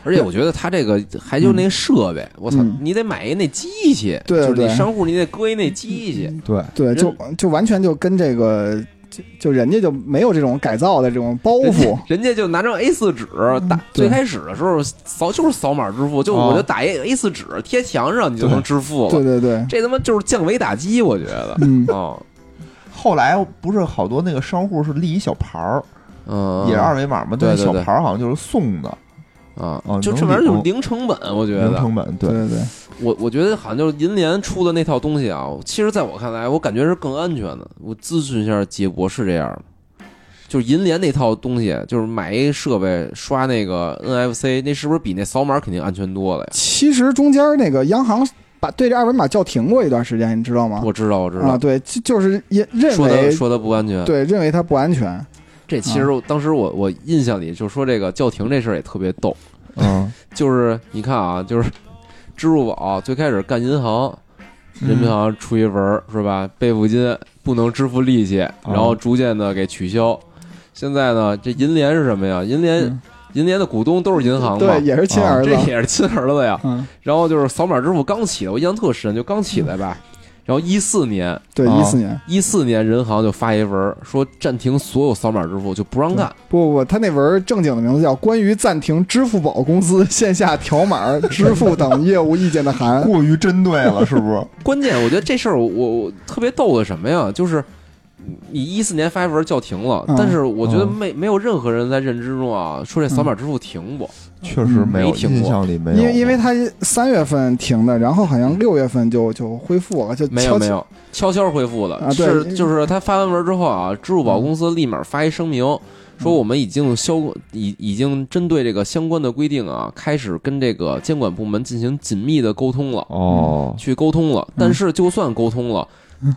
B: 而且我觉得他这个还就那个设备，我操
C: 嗯，
B: 你得买一那机器，
C: 对
B: 就是
C: 对
B: 你商户你得搁一那机器，
A: 对，
C: 对，就就完全就跟这个就就人家就没有这种改造的这种包
B: 人
C: 袱
B: 家。人家就拿张 A 四纸打，
C: 对
B: 最开始的时候扫就是扫码支付，就
A: 嗯哦
B: 我就打一 A 四纸贴墙上，你就
A: 对
B: 能支付
C: 对
B: 了。
C: 对 对，
B: 这他妈就是降维打击，我觉得。
C: 嗯，
B: 哦，
A: 后来不是好多那个商户是立一小牌儿，
B: 嗯，
A: 也是二维码嘛，
B: 对
A: 但
B: 对
A: 是小牌儿好像就是送的，
B: 啊
A: 哦，
B: 就
A: 能
B: 这玩意儿
A: 理
B: 就是
A: 哦
B: 零成本，我觉
A: 零
B: 得。
A: 成本
C: 对
A: 对。
C: 对对，
B: 我我觉得好像就是银联出的那套东西啊，其实在我看来，我感觉是更安全的。我咨询一下杰博是这样的。就是银联那套东西，就是买一设备刷那个 NFC，那是不是比那扫码肯定安全多了呀？
C: 其实中间那个央行把对这二维码叫停过一段时间，你知道吗？
B: 我知道，我知
C: 啊，
B: 道，
C: 对，就就是也认
B: 说的
C: 为
B: 说的不安全。
C: 对嗯认为它不安全。
B: 这其实我当时我我印象里就说这个叫停这事儿也特别逗，
A: 嗯，
B: 就是你看啊，就是支付宝最开始干银行，人
C: 嗯
B: 民银行出
C: 哦
B: 一文儿是吧？备付金不能支付利息，然后逐渐的给取消。现在呢，这银联是什么呀？银联、
E: 嗯
B: 银联的股东都是哎银行嘛，
C: 对，也是亲
D: 啊
C: 儿子
B: 这，也是亲儿子呀。
E: 嗯，
B: 然后就是扫码支付刚起来，我印象特深，就刚起来吧。然后一四年，
C: 对，
D: 啊
C: 一四年。
B: 一四年人行就发一文儿说暂停所有扫码支付，就不让干。
C: 不不不，他那文儿正经的名字叫《关于暂停支付宝公司线下条码支付等业务意见的函》。
A: 过于针对了，是 不是？
B: 关键我觉得这事儿我我我特别逗的什么呀？就是你一四年发一文儿叫停了，
C: 嗯
B: 但是我觉得
D: 嗯
B: 没没有任何人在认知中啊说这扫码支付停过。
A: 确实没有，
B: 没听过
A: 印象里没有。
C: 因为因为他三月份停的，然后好像六月份就就恢复了，就
B: 没
C: 悄
B: 有没有，悄悄恢复的，
C: 啊对
B: 是就是他发完文之后啊，支付宝公司立马发一声明，
C: 嗯
B: 说我们已经消已已经针对这个相关的规定啊，开始跟这个监管部门进行紧密的沟通了，
A: 哦，
B: 去沟通
C: 嗯
B: 了。但是就算沟通了，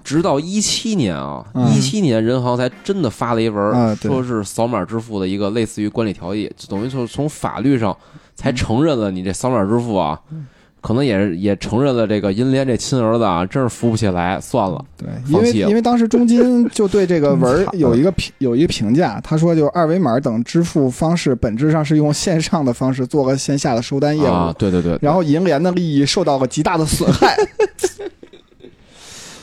B: 直到一七年啊，
C: 嗯
B: 一七年人行才真的发了一文，
C: 啊对
B: 说是扫码支付的一个类似于管理条例，就等于说从法律上才承认了你这扫码支付啊。
C: 嗯
B: 可能也是也承认了这个银联这亲儿子啊，真是扶不起来，算了。
C: 对，因
B: 放
C: 为
B: 弃了
C: 因为当时中金就对这个文 儿
A: 惨
C: 有一个评有一个评价，他说就二维码等支付方式本质上是用线上的方式做了线下的收单业务，
B: 啊，对对对，
C: 哎然后银联的利益受到了极大的损害。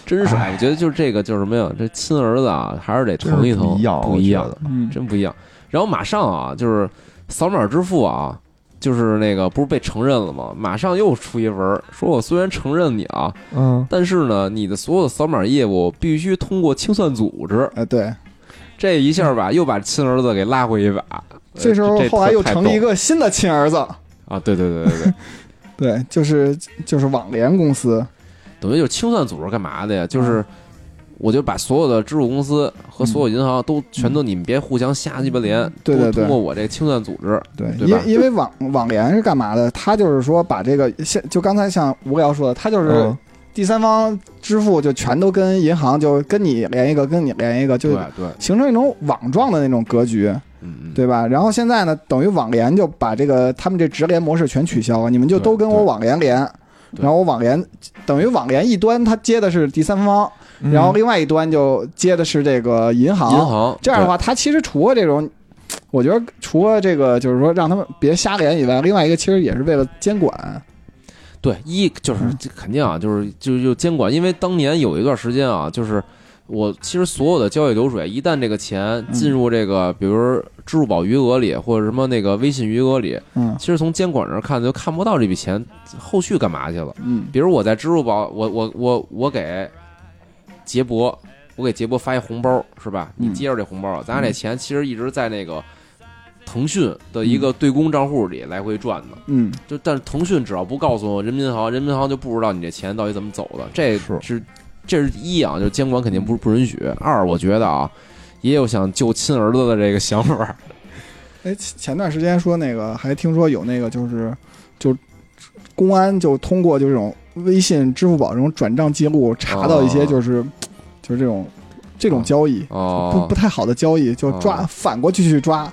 B: 真是，哎我觉得就是这个就是什么呀，这亲儿子啊，还是得
A: 真是
B: 疼一疼，
A: 不一样，
B: 不一样，
E: 嗯，
B: 真不一样。然后马上啊，就是扫码支付啊，就是那个不是被承认了吗？马上又出一文儿，说我虽然承认你啊，
A: 嗯，
B: 但是呢，你的所有的扫码业务必须通过清算组织。
C: 呃，对，
B: 这一下吧，又把亲儿子给拉回一把。呃
C: 这时候后来又成立一
B: 这特
C: 个新的亲儿子，
B: 太逗啊，对对对对 对，
C: 对，就是就是网联公司，
B: 等于就是清算组织干嘛的呀？就是。我就把所有的支付公司和所有银行都全都你们别互相瞎鸡巴连，
C: 嗯对对
B: 都
C: 对
B: 通过我这清算组织，
C: 对，
B: 对
C: 因
B: 吧
C: 为因为网网联是干嘛的？他就是说把这个现就刚才像无聊说的，他就是
A: 嗯
C: 第三方支付就全都跟银行就跟你连一个，跟你连一个，就
B: 对对，
C: 形成一种网状的那种格局，
B: 嗯嗯，
C: 对吧？然后现在呢，等于网联就把这个他们这直连模式全取消了，你们就
B: 对
C: 都跟我
B: 对
C: 网联连，
B: 对
C: 然后我网联等于网联一端它接的是第三方，
A: 嗯
C: 然后另外一端就接的是这个银行，
B: 银行
C: 这样的话，它其实除了这种，我觉得除了这个就是说让他们别瞎连以外，另外一个其实也是为了监管，
B: 对对一就是这肯定啊，就是就就监管，因为当年有一段时间啊，就是我其实所有的交易流水，一旦这个钱进入这个，比如支付宝余额里或者什么那个微信余额里，
C: 嗯
B: 其实从监管上看就看不到这笔钱后续干嘛去了。
C: 嗯
B: 比如我在支付宝，我我我我给杰博，我给杰博发一红包，是吧？
C: 嗯
B: 你接着这红包啊，咱俩这钱其实一直在那个腾讯的一个对公账户里来回转呢。
C: 嗯，
B: 就但是腾讯只要不告诉我人民银行，人民银行就不知道你这钱到底怎么走的。这
A: 是
B: 是这是一啊，就是监管肯定不不允许。二，我觉得啊，也有想救亲儿子的这个想法。
C: 哎，前前段时间说那个还听说有那个就是就公安就通过就这种微信、支付宝这种转账记录查到一些
B: 哦
C: 就是、就是这种这种交易。不
B: 哦
C: 不，太好的交易，就抓、
B: 哦
C: 反过去去抓，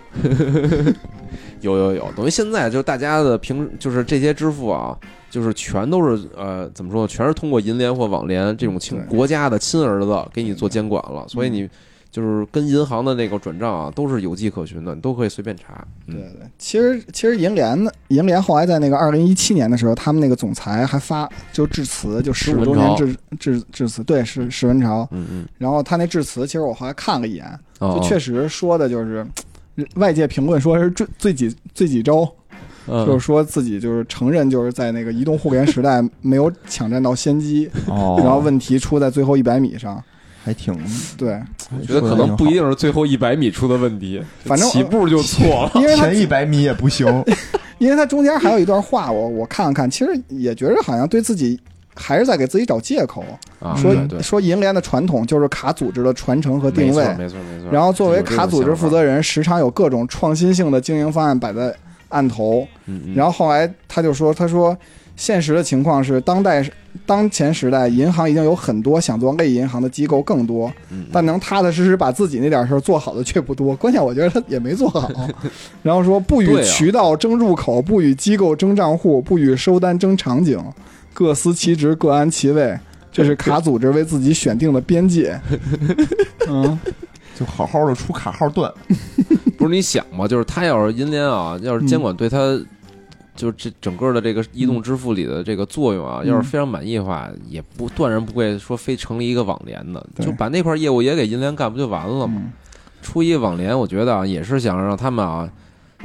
B: 有有有，等于现在就是大家的平，就是这些支付啊，就是全都是呃，怎么说呢，全是通过银联或网联这种亲
C: 对嗯
B: 国家的亲儿子给你做监管了，所以你就是跟银行的那个转账啊，都是有迹可循的，你都可以随便查。嗯
C: 对对，其实其实银联呢，银联后来在那个二零一七年的时候，他们那个总裁还发就致辞，就十五周年
B: 史
C: 致致致辞，对，是史文潮。
B: 嗯嗯，
C: 然后他那致辞，其实我后来看了一眼，
B: 哦
C: 就，确实说的就是。嗯外界评论说是最最几最几周，
B: 嗯
C: 就是说自己就是承认就是在那个移动互联时代没有抢占到先机，
A: 哦，
C: 然后问题出在最后一百米上。
A: 还挺，
C: 对，
A: 我
B: 觉得可能不一定是最后一百米出的问题，
C: 反正呃
B: 起步就错了。
C: 因 为他
A: 前一百米也不行，
C: 因为他中间还有一段 话，我我看了看，其实也觉得好像对自己还是在给自己找借口。
B: 啊
C: 说
B: 对对，
C: 说银联的传统就是卡组织的传承和定
B: 没错
C: 位，
B: 没错没错。
C: 然后作为
B: 有这种
C: 卡组织负责人，时常有各种创新性的经营方案摆在案头。
B: 嗯，嗯
C: 然后后来他就说，他说现实的情况是，当代当前时代，银行已经有很多想做类银行的机构更多，
B: 嗯
C: 但能踏踏实实把自己那点事儿做好的却不多。关键我觉得他也没做好。
B: 啊
C: 然后说不与
B: 对啊
C: 渠道争入口，不与机构争账户，不与收单争场景，各司其职，各安其位。这是卡组织为自己选定的边界。嗯，
A: 就好好的出卡号段，
B: 不是你想嘛，就是他要是银联啊，要是
C: 嗯
B: 监管对他，就是这整个的这个移动支付里的这个作用啊，
C: 嗯
B: 要是非常满意的话，也不断然不会说非成立一个网联的，
C: 对
B: 就把那块业务也给银联干不就完了吗？
C: 嗯
B: 出一个网联，我觉得啊，也是想让他们啊。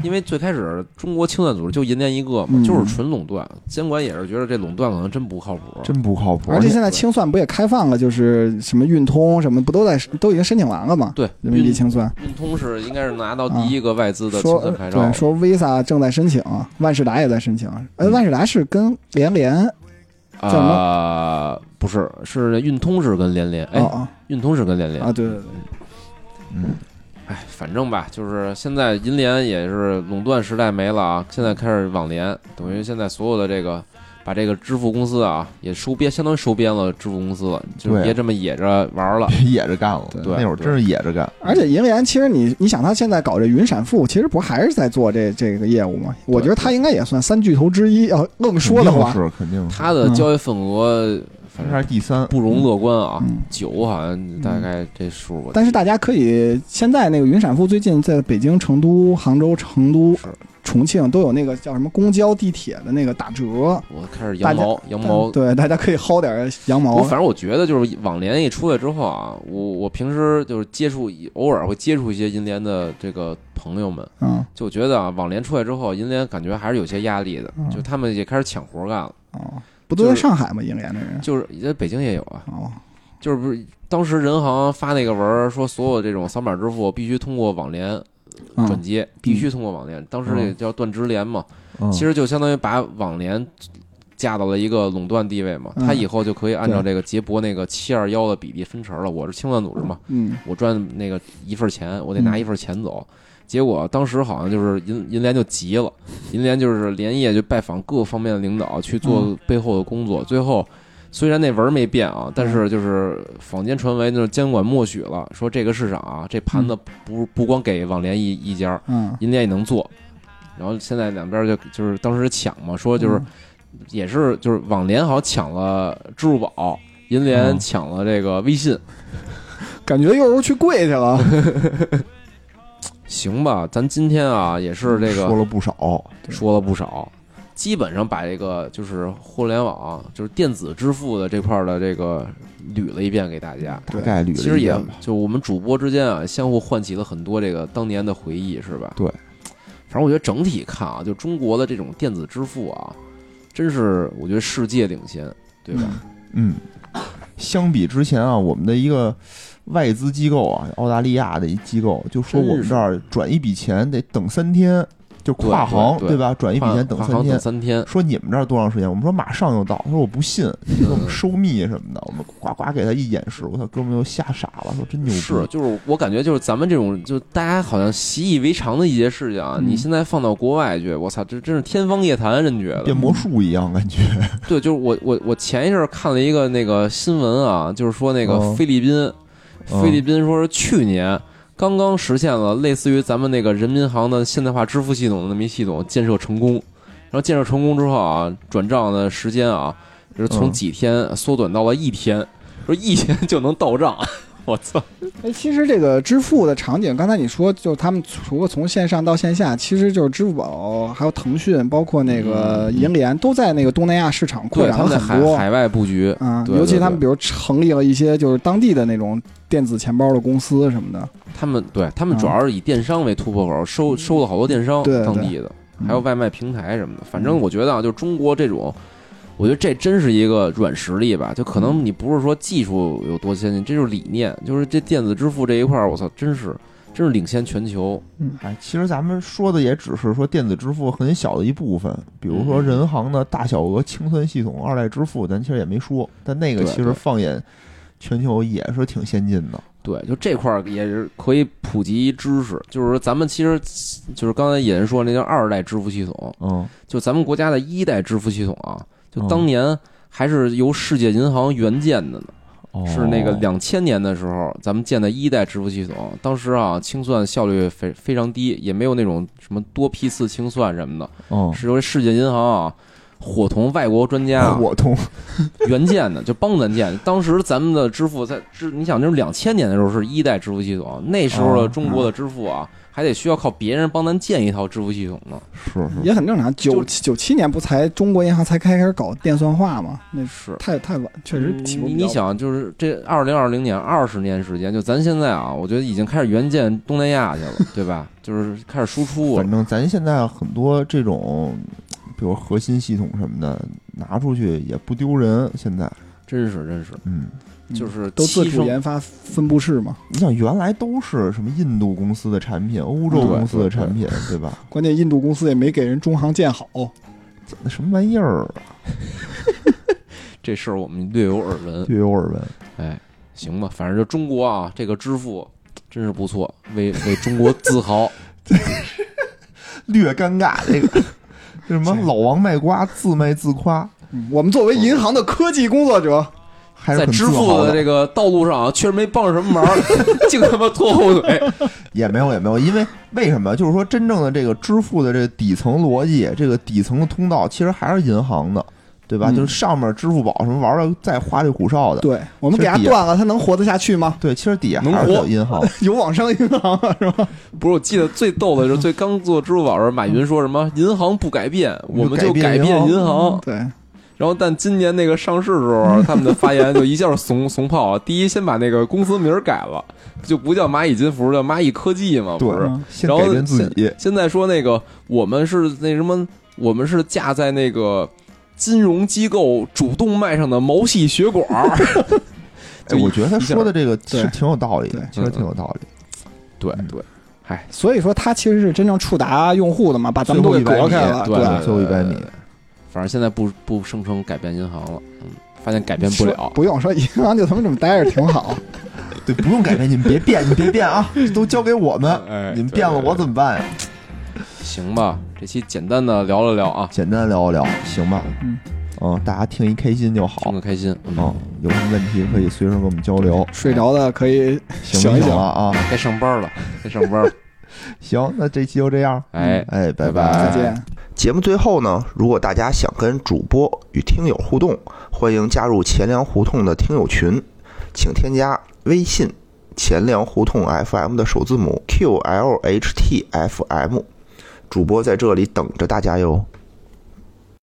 B: 因为最开始中国清算组织就银联一个嘛，
C: 嗯
B: 就是纯垄断，监管也是觉得这垄断可能真不靠谱，
A: 真不靠谱。
C: 而且现在清算不也开放了，就是什么运通什么不都在都已经申请完了吗？
B: 对，
C: 人民币
B: 运
C: 清算
B: 运通是应该是拿到第一个外嗯资的清
C: 说
B: 算牌照了，
C: 对说 Visa 正在申请，万事达也在申请。哎，
B: 嗯
C: 万事达是跟联联
B: 啊、
C: 叫什
B: 不是，是运通是跟联联，哎，
C: 哦
B: 运通是跟联联
C: 啊，对对对，
A: 嗯，
B: 哎，反正吧，就是现在银联也是垄断时代没了啊，现在开始网联，等于现在所有的这个把这个支付公司啊也收编，相当于收编了支付公司了，就是
A: 对
B: 别这么野着玩了。
C: 嗯
A: 别 野着干了，
B: 对
A: 那会儿真是野着干。
C: 而且银联其实你你想，他现在搞这云闪付，其实不还是在做这这个业务吗？我觉得他应该也算三巨头之一。要愣说的话，
A: 肯
B: 啊
A: 定是肯定是，
B: 它的交易份额反
A: 他
B: 正
A: 是第三，
B: 不容乐观啊
C: 嗯，
B: 九好像大概这数我记得。
C: 但是大家可以现在那个云闪付最近在北京、成都、杭州、成都
B: 是、
C: 重庆都有那个叫什么公交、地铁的那个打折，
B: 我开始羊毛羊毛
C: 对，大家可以薅点羊
B: 我
C: 毛。
B: 反正我觉得就是网联一出来之后啊，我我平时就是接触偶尔会接触一些银联的这个朋友们，
C: 嗯，
B: 就觉得啊，网联出来之后，银联感觉还是有些压力
C: 嗯
B: 的，就他们也开始抢活干了，
C: 哦，不都在
B: 就是
C: 上海吗？银联的人。
B: 就是在北京也有啊，
C: 哦，
B: 就是不是当时人行发那个文儿说，所有这种扫码支付必须通过网联转
C: 嗯，
B: 接，必须通过网联，当时也叫断直联嘛，
A: 嗯
B: 其实就相当于把网联。架到了一个垄断地位嘛，
C: 嗯
B: 他以后就可以按照这个杰博那个七二幺的比例分成了。我是清算组织嘛，
C: 嗯，
B: 我赚那个一份钱，我得拿一份钱走。结果当时好像就是银银联就急了，银联就是连夜就拜访各方面的领导去做背后的工作。最后虽然那文儿没变啊，但是就是坊间传闻就是监管默许了，说这个市场啊，这盘子不不光给网联一一家，
C: 嗯，
B: 银联也能做。然后现在两边就就是当时抢嘛，说就是也是就是网联好像抢了支付宝，银联
A: 嗯
B: 抢了这个微信。
C: 感觉又是去跪去了。
B: 行吧，咱今天啊也是这
A: 嗯说
B: 个
A: 了不少，
B: 说了不少，基本上把这个就是互联网，就是电子支付的这块儿的这个捋了一遍给大家。
A: 大概率了
B: 其实
A: 一
B: 也
A: 遍吧
B: 就我们主播之间啊，相互唤起了很多这个当年的回忆，是吧？
A: 对。
B: 反正我觉得整体看啊，就中国的这种电子支付啊，真是我觉得世界领先，对吧？
A: 嗯，相比之前啊，我们的一个外资机构啊，澳大利亚的一机构，就说我们这儿转一笔钱得等三天，就跨行
B: 对对对
A: 吧？转一笔钱等
B: 跨
A: 三
B: 行等
A: 天。
B: 三天，
A: 说你们这儿多长时间？我们说马上就到。他说我不信，这
B: 嗯
A: 种收密什么的，我们呱呱给他一演示，我操，哥们都吓傻了，说真牛逼。
B: 是，就是我感觉就是咱们这种，就大家好像习以为常的一些事情啊，
C: 嗯
B: 你现在放到国外去，我操，这真是天方夜谭，人觉得
A: 变。魔术一样感觉，
B: 对，就是我我我前一阵儿看了一个那个新闻啊，就是说那个
A: 哦
B: 菲律宾，
A: 嗯
B: 菲律宾说是去年。刚刚实现了类似于咱们那个人民银行的现代化支付系统的那么一系统建设成功，然后建设成功之后啊，转账的时间啊，就是从
A: 嗯
B: 几天缩短到了一天，说一天就能到账， 我操！
C: 哎，其实这个支付的场景，刚才你说，就他们除了从线上到线下，其实就是支付宝、还有腾讯，包括那个银联，都在那个东南亚市场
B: 嗯
C: 扩
B: 对，
C: 展
B: 他
C: 了
B: 们在
C: 很
B: 海
C: 多。
B: 海外布局，
C: 嗯，
B: 对
C: 尤其
B: 对
C: 他
B: 对
C: 们比如成立了一些就是当地的那种电子钱包的公司什么的，
B: 他们对他们主要是以电商为突破口，收收了好多电商
C: 嗯对对
B: 当地的，
C: 嗯
B: 还有外卖平台什么的。反正我觉得啊，就中国这种，我觉得这真是一个软实力吧。就可
C: 嗯
B: 能你不是说技术有多先进，这就是理念，就是这电子支付这一块儿，我操，真是真是领先全球。
A: 哎，其实咱们说的也只是说电子支付很小的一部分，比如
B: 嗯
A: 说人行的大小额清算系统、二代支付，咱其实也没说，但那个
B: 对
A: 其
B: 对
A: 实放眼全球也是挺先进的。
B: 对，就这块儿也是可以普及知识，就是说咱们其实就是刚才野人说那叫二代支付系统，
A: 嗯，
B: 就咱们国家的一代支付系统啊，就当
A: 嗯
B: 年还是由世界银行援建的呢。
A: 哦
B: 是那个两千年的时候，咱们建的一代支付系统，当时啊清算效率非非常低，也没有那种什么多批次清算什么的，
A: 嗯
B: 是由世界银行啊伙同外国专家啊
A: 哦我 通
B: 援建的，就帮咱建。当时咱们的支付在支，你想那是两千年的时候是一代支付系统，那时候的
A: 哦
B: 中国的支付啊，还得需要靠别人帮咱建一套支付系统呢。
A: 是
B: 嗯
A: 是，
C: 也很正常。九九七年不才中国银行才开始搞电算化嘛，
A: 嗯
C: 那
B: 是，
C: 太太晚，确实起
B: 嗯
C: 步
B: 你
C: 比较
B: 你想，就是这二零二零年二十年时间，就咱现在啊，我觉得已经开始援建东南亚去了，对吧？ 就是开始输出啊了
A: 反。正咱现在很多这种，比如核心系统什么的，拿出去也不丢人。现在，
B: 真是真是，
A: 嗯，
C: 嗯
B: 就是
C: 都自
B: 牺
C: 主
B: 牲
C: 研发分布式嘛。
A: 你想原来都是什么印度公司的产品、欧洲
B: 对
A: 公司的
B: 对对
A: 产品，对吧？
C: 关键印度公司也没给人中行建好，
A: 那什么玩意儿啊，
B: 这事儿我们略有耳闻。
A: 略有耳闻。
B: 哎，行吧，反正就中国啊，这个支付真是不错，为为中国自豪。
A: 略尴尬，这个 这什么老王卖瓜，自卖自夸，
C: 嗯我们作为银行的科技工作者，
A: 还是
B: 在
A: 很
B: 支
A: 自
B: 付
A: 豪
B: 的这个道路上啊，确实没帮上什么忙， 净他妈拖后腿。
A: 也没有也没有，因为为什么？就是说，真正的这个支付的这个底层逻辑，这个底层的通道，其实还是银行的，对吧？
C: 嗯
A: 就是上面支付宝什么玩的再花里胡哨的，
C: 对我们给他
A: 是底
C: 断了，他能活得下去吗？
A: 对，其实底下
B: 能
A: 还是
B: 活
A: 有银 行。
C: 有网商银行啊，是吧？
B: 不是，我记得最逗的就是最刚做支付宝时候，马云说什么“银行不改变，我们就改变银行
C: 对，”。
B: 然后，但今年那个上市的时候，啊他们的发言就一下怂怂炮了。啊第一，先把那个公司名儿改了，就不叫蚂蚁金服，叫蚂蚁科技嘛，
A: 对
B: 不是？，
C: 嗯
A: 先
B: 然后
A: 改变自己，哎
B: 现在说那个我们是那什么，我们是架在那个金融机构主动脉上的毛细血管儿。
A: 哎，
B: 就
A: 我觉得他
B: 一下
A: 说的这个其实
C: 对
A: 挺有道理
C: 对嗯
A: 的，其实挺有道理。
B: 对对，嗨，
C: 所以说他其实是真正触达用户的嘛，把咱们都给
A: 最后
C: 隔
A: 一百米
C: 开了，
B: 对
C: 对
A: 最后一百米，
B: 反正现在不不声称改变银行了，嗯，发现改变不
C: 说
B: 了。
C: 不用说，银行就他妈这么待着挺好。
A: 对，不用改变，你们别变，你们别变啊，都交给我们，
B: 哎
A: 你们变了我怎么办呀？
B: 行吧？这期简单的聊了聊啊，
A: 简单聊一聊，行吧？
C: 嗯，
A: 嗯，大家听一开心就好
B: 听。个开心。
A: 嗯，，有什么问题可以随时跟我们交流，
C: 睡着了可以
A: 行
C: 想一
A: 不行
C: 想
A: 了啊？
B: 该上班了，该上班了。
A: 行，那这期就这样，
B: 哎，
A: 哎，拜
B: 拜拜
A: 拜
C: 再见。
F: 节目最后呢，如果大家想跟主播与听友互动，欢迎加入钱粮胡同的听友群，请添加微信“钱粮胡同 FM” 的首字母 “QLHTFM”，主播在这里等着大家哟。